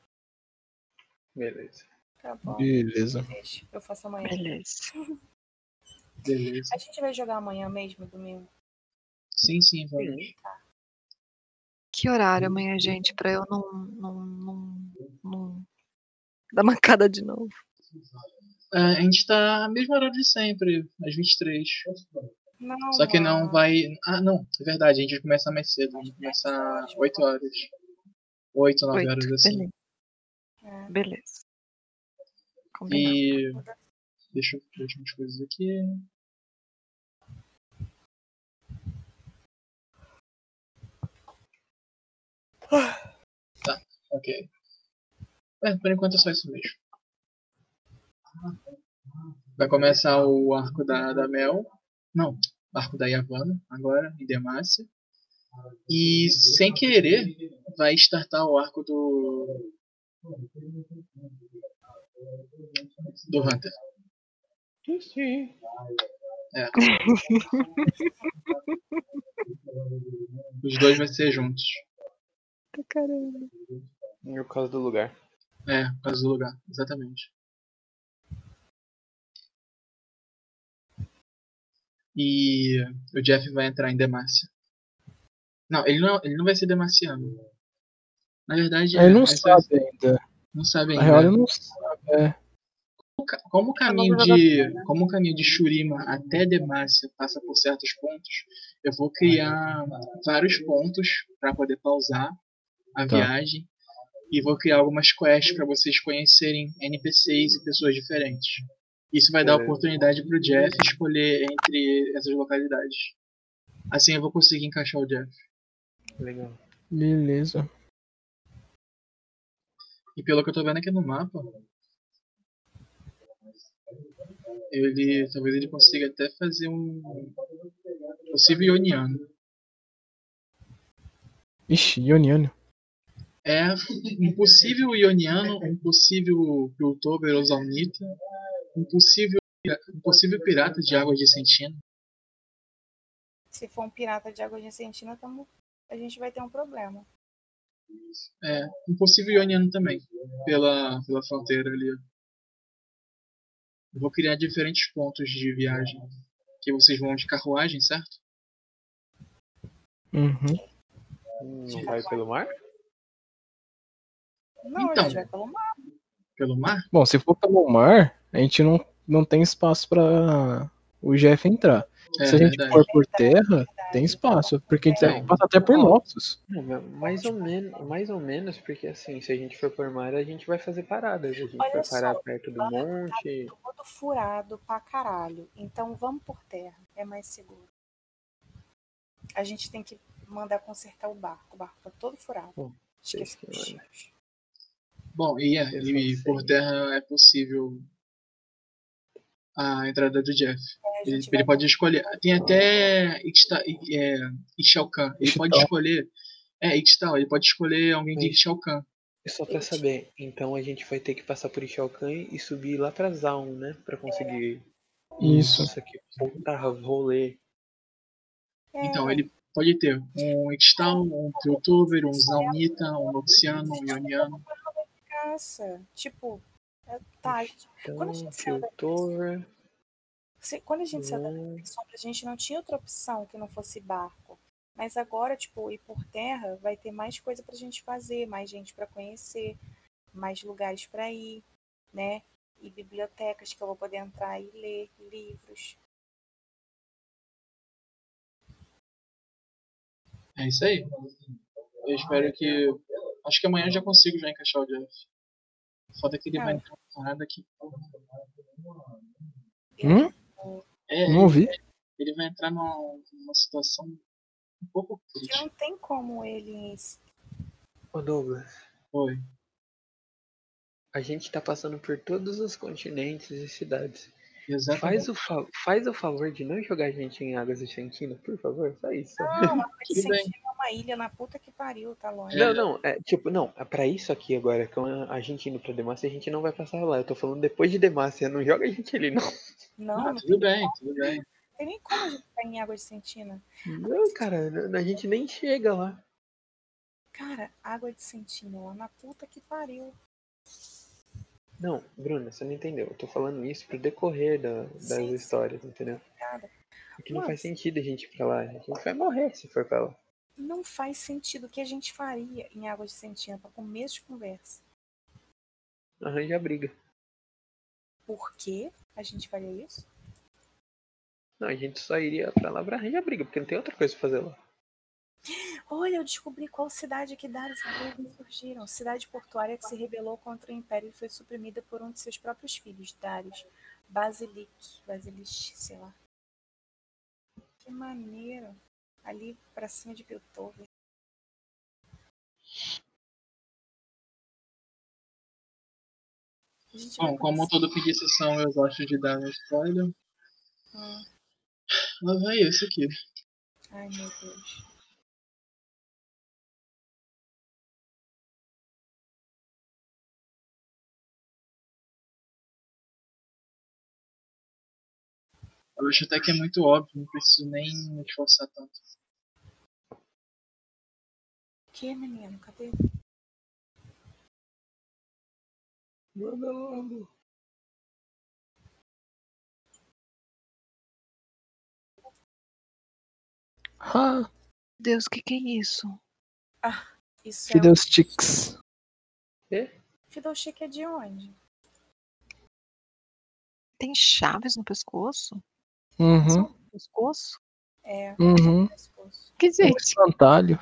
Beleza.
tá bom.
Beleza.
Deixa, eu faço amanhã.
Beleza.
Beleza.
A gente vai jogar amanhã mesmo, domingo.
Sim, sim, vamos.
Uhum.
Que
Uhum.
horário amanhã, gente, pra eu não. não, não, não... dar mancada de novo.
Ah, a gente tá no mesmo horário de sempre, às 23.
Não,
Só que não
mano.
vai. Ah, não, é verdade, a gente vai começar mais cedo. A gente vai começar 8 horas. 8, 9 horas
Oito.
assim.
Beleza. Beleza. Combinado.
E. Deixa eu ver as coisas aqui. Tá, ok. É, por enquanto é só isso mesmo. Vai começar o arco da, da Mel. Não, arco da Yavanna agora, em Demacia. E sem querer, vai startar o arco do. Do
<laughs>
Hunter.
Sim.
É. Os dois vão ser juntos.
Caramba.
Por causa do lugar.
É, por causa do lugar, exatamente. E o Jeff vai entrar em Demacia. Não, ele não, ele não vai ser demaciano. Na verdade,
Ele não
essa- é
sabe ainda.
não sabe
Na
ainda.
real, ele não sabe. É.
Como o ca- Como o caminho de como o caminho de Shurima até Demacia passa por certos pontos, eu vou criar vários pontos para poder pausar a
Tá.
viagem e vou criar algumas quests para vocês conhecerem NPCs e pessoas diferentes. Isso vai dar
Beleza.
oportunidade para o Jeff escolher entre essas localidades. Assim eu vou conseguir encaixar o Jeff.
Legal.
Beleza.
E pelo que eu tô vendo aqui no mapa, ele talvez ele consiga até fazer um possível ioniano.
Ixi, Ioniano.
É um possível ioniano, um possível Piltover ou Zaunita, um possível, um possível pirata de águas de Sentina.
Se for um pirata de água de Sentina, tamo- a gente vai ter um problema.
É, um possível ioniano também, pela, pela fronteira ali. ó. Eu vou criar diferentes pontos de viagem, que vocês vão de carruagem, certo?
Uhum.
Não Hum, vai pelo mar?
Não,
Então.
a gente vai pelo mar.
Pelo mar.
Bom, se for pelo mar, a gente não, não tem espaço pra o Jeff entrar.
É
se a gente
verdade.
for por terra, tem espaço. Porque
Então.
passa até por Nopsos.
Não, mas É, mais ou menos, mais ou menos, porque assim, se a gente for por mar, a gente vai fazer paradas. A gente
Olha
vai
só,
parar perto do
lá tá
monte.
Todo furado pra caralho. Então vamos por terra, é mais seguro. A gente tem que mandar consertar o barco. O barco tá todo furado.
Bom,
Esqueci
que
dos
manda.
chips.
Bom, e, é,
Eu só
e por
sei.
terra é possível a entrada do
Aí É,
Jeff.
a
Ele,
gente
ele
vai
pode escolher. Tem até Ixta, I- é, Ixchel Khan. Ele pode
Ixtal.
escolher. É, Ixtal, ele pode escolher alguém de
Ixtal.
Ixchel Khan.
Só pra saber, então a gente vai ter que passar por Ixchel Khan e subir lá pra Zaun, né? Pra conseguir.
Isso.
Nossa, que puta rolê.
É,
Então, ele pode ter um Ixtal, um Piltover, um Zaunita, um Noxiano, um Ioniano.
caça. Tipo, é, tá. a gente- Quando a
Então,
gente saiu da
Piltover,
Se- Quando a gente saiu da
Zaun.
sombra, a gente não tinha outra opção que não fosse barco. Mas agora, tipo, ir por terra vai ter mais coisa pra gente fazer, mais gente pra conhecer, mais lugares pra ir, né? E bibliotecas que eu vou poder entrar e ler, livros.
É isso aí. Eu espero que. Acho que amanhã eu já consigo já encaixar o Jeff. Foda que ele
Ah.
vai
Cara.
entrar uma parada que.
Hum?
É,
Não ouvi.
ele vai entrar numa, numa situação um pouco
Que
crítica.
não tem como eles.
Ô Douglas,
Oi.
a gente tá passando por todos os continentes e cidades.
Exatamente.
Faz o, fa- faz o favor de não jogar a gente em águas de Sentina, por favor, só isso. <laughs>
Não, a Água de
Tudo bem.
Sentina é uma ilha na puta que pariu, tá longe.
Não, não, é tipo, não, é pra isso aqui agora, com a a gente indo pra Demacia, a gente não vai passar lá. Eu tô falando depois de Demacia, não joga a gente ali, não.
Não,
Ah,
não
tudo bem, tudo bem.
tem nem como a gente estar em Água de Sentina.
Não, cara, n- a gente nem chega lá.
Cara, Água de Sentina, lá na puta que pariu.
Não, Bruna, você não entendeu. Eu tô falando isso pro decorrer da- das
Sim.
histórias, entendeu?
Cara,
Porque não
Mano,
faz sentido a gente ir pra lá. A gente vai morrer se for pra lá.
não faz sentido o que a gente faria em Água de Sentina para começo de conversa.
Arranja briga.
Por que a gente faria isso?
Não, a gente só iria pra lá pra arranjar briga, porque não tem outra coisa pra fazer lá.
Olha, eu descobri qual cidade que Darius e Draven surgiram. Cidade portuária que se rebelou contra o Império e foi suprimida por um de seus próprios filhos, Darius. Basilic, Basilic, sei lá. Que maneiro. Ali pra cima de Piltover. A gente vai
Bom, como
conhecer.
todo fim de sessão eu gosto de dar um spoiler,
Hum,
lá vai esse aqui.
Ai, meu Deus.
Eu acho até que é muito óbvio, não preciso nem me esforçar tanto.
Que menino? Cadê?
Manda logo.
Ah,
Deus, o que, que é isso?
Isso é
Fiddlesticks.
um... Fiddlestick é de onde?
Tem chaves no pescoço?
Uhum,
No pescoço?
É,
uhum.
pescoço.
Que
É um
gente?
espantalho.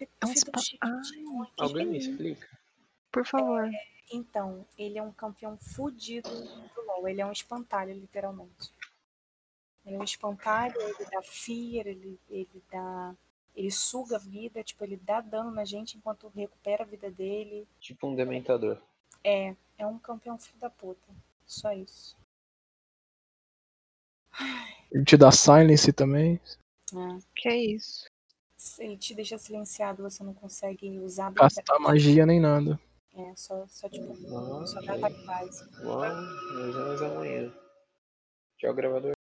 É um
Fiddlestick
espa-
de onde?
Alguém me explica?
Por favor.
Então, ele é um campeão fudido do LoL. Ele é um espantalho, literalmente. Ele é um espantalho, ele dá fear, ele, ele dá. Ele suga a vida, tipo, ele dá dano na gente enquanto recupera a vida dele.
Tipo um dementador.
É, é um campeão filho da puta. Só isso.
Ele te dá silence também.
É.
Que é isso?
Se Ele te deixa silenciado, você não consegue usar
Castar
habilidade.
magia nem nada.
É, só, só tipo,
Ah,
só dá ataque básico.
Uau, nós vemos amanhã. Tchau, gravador.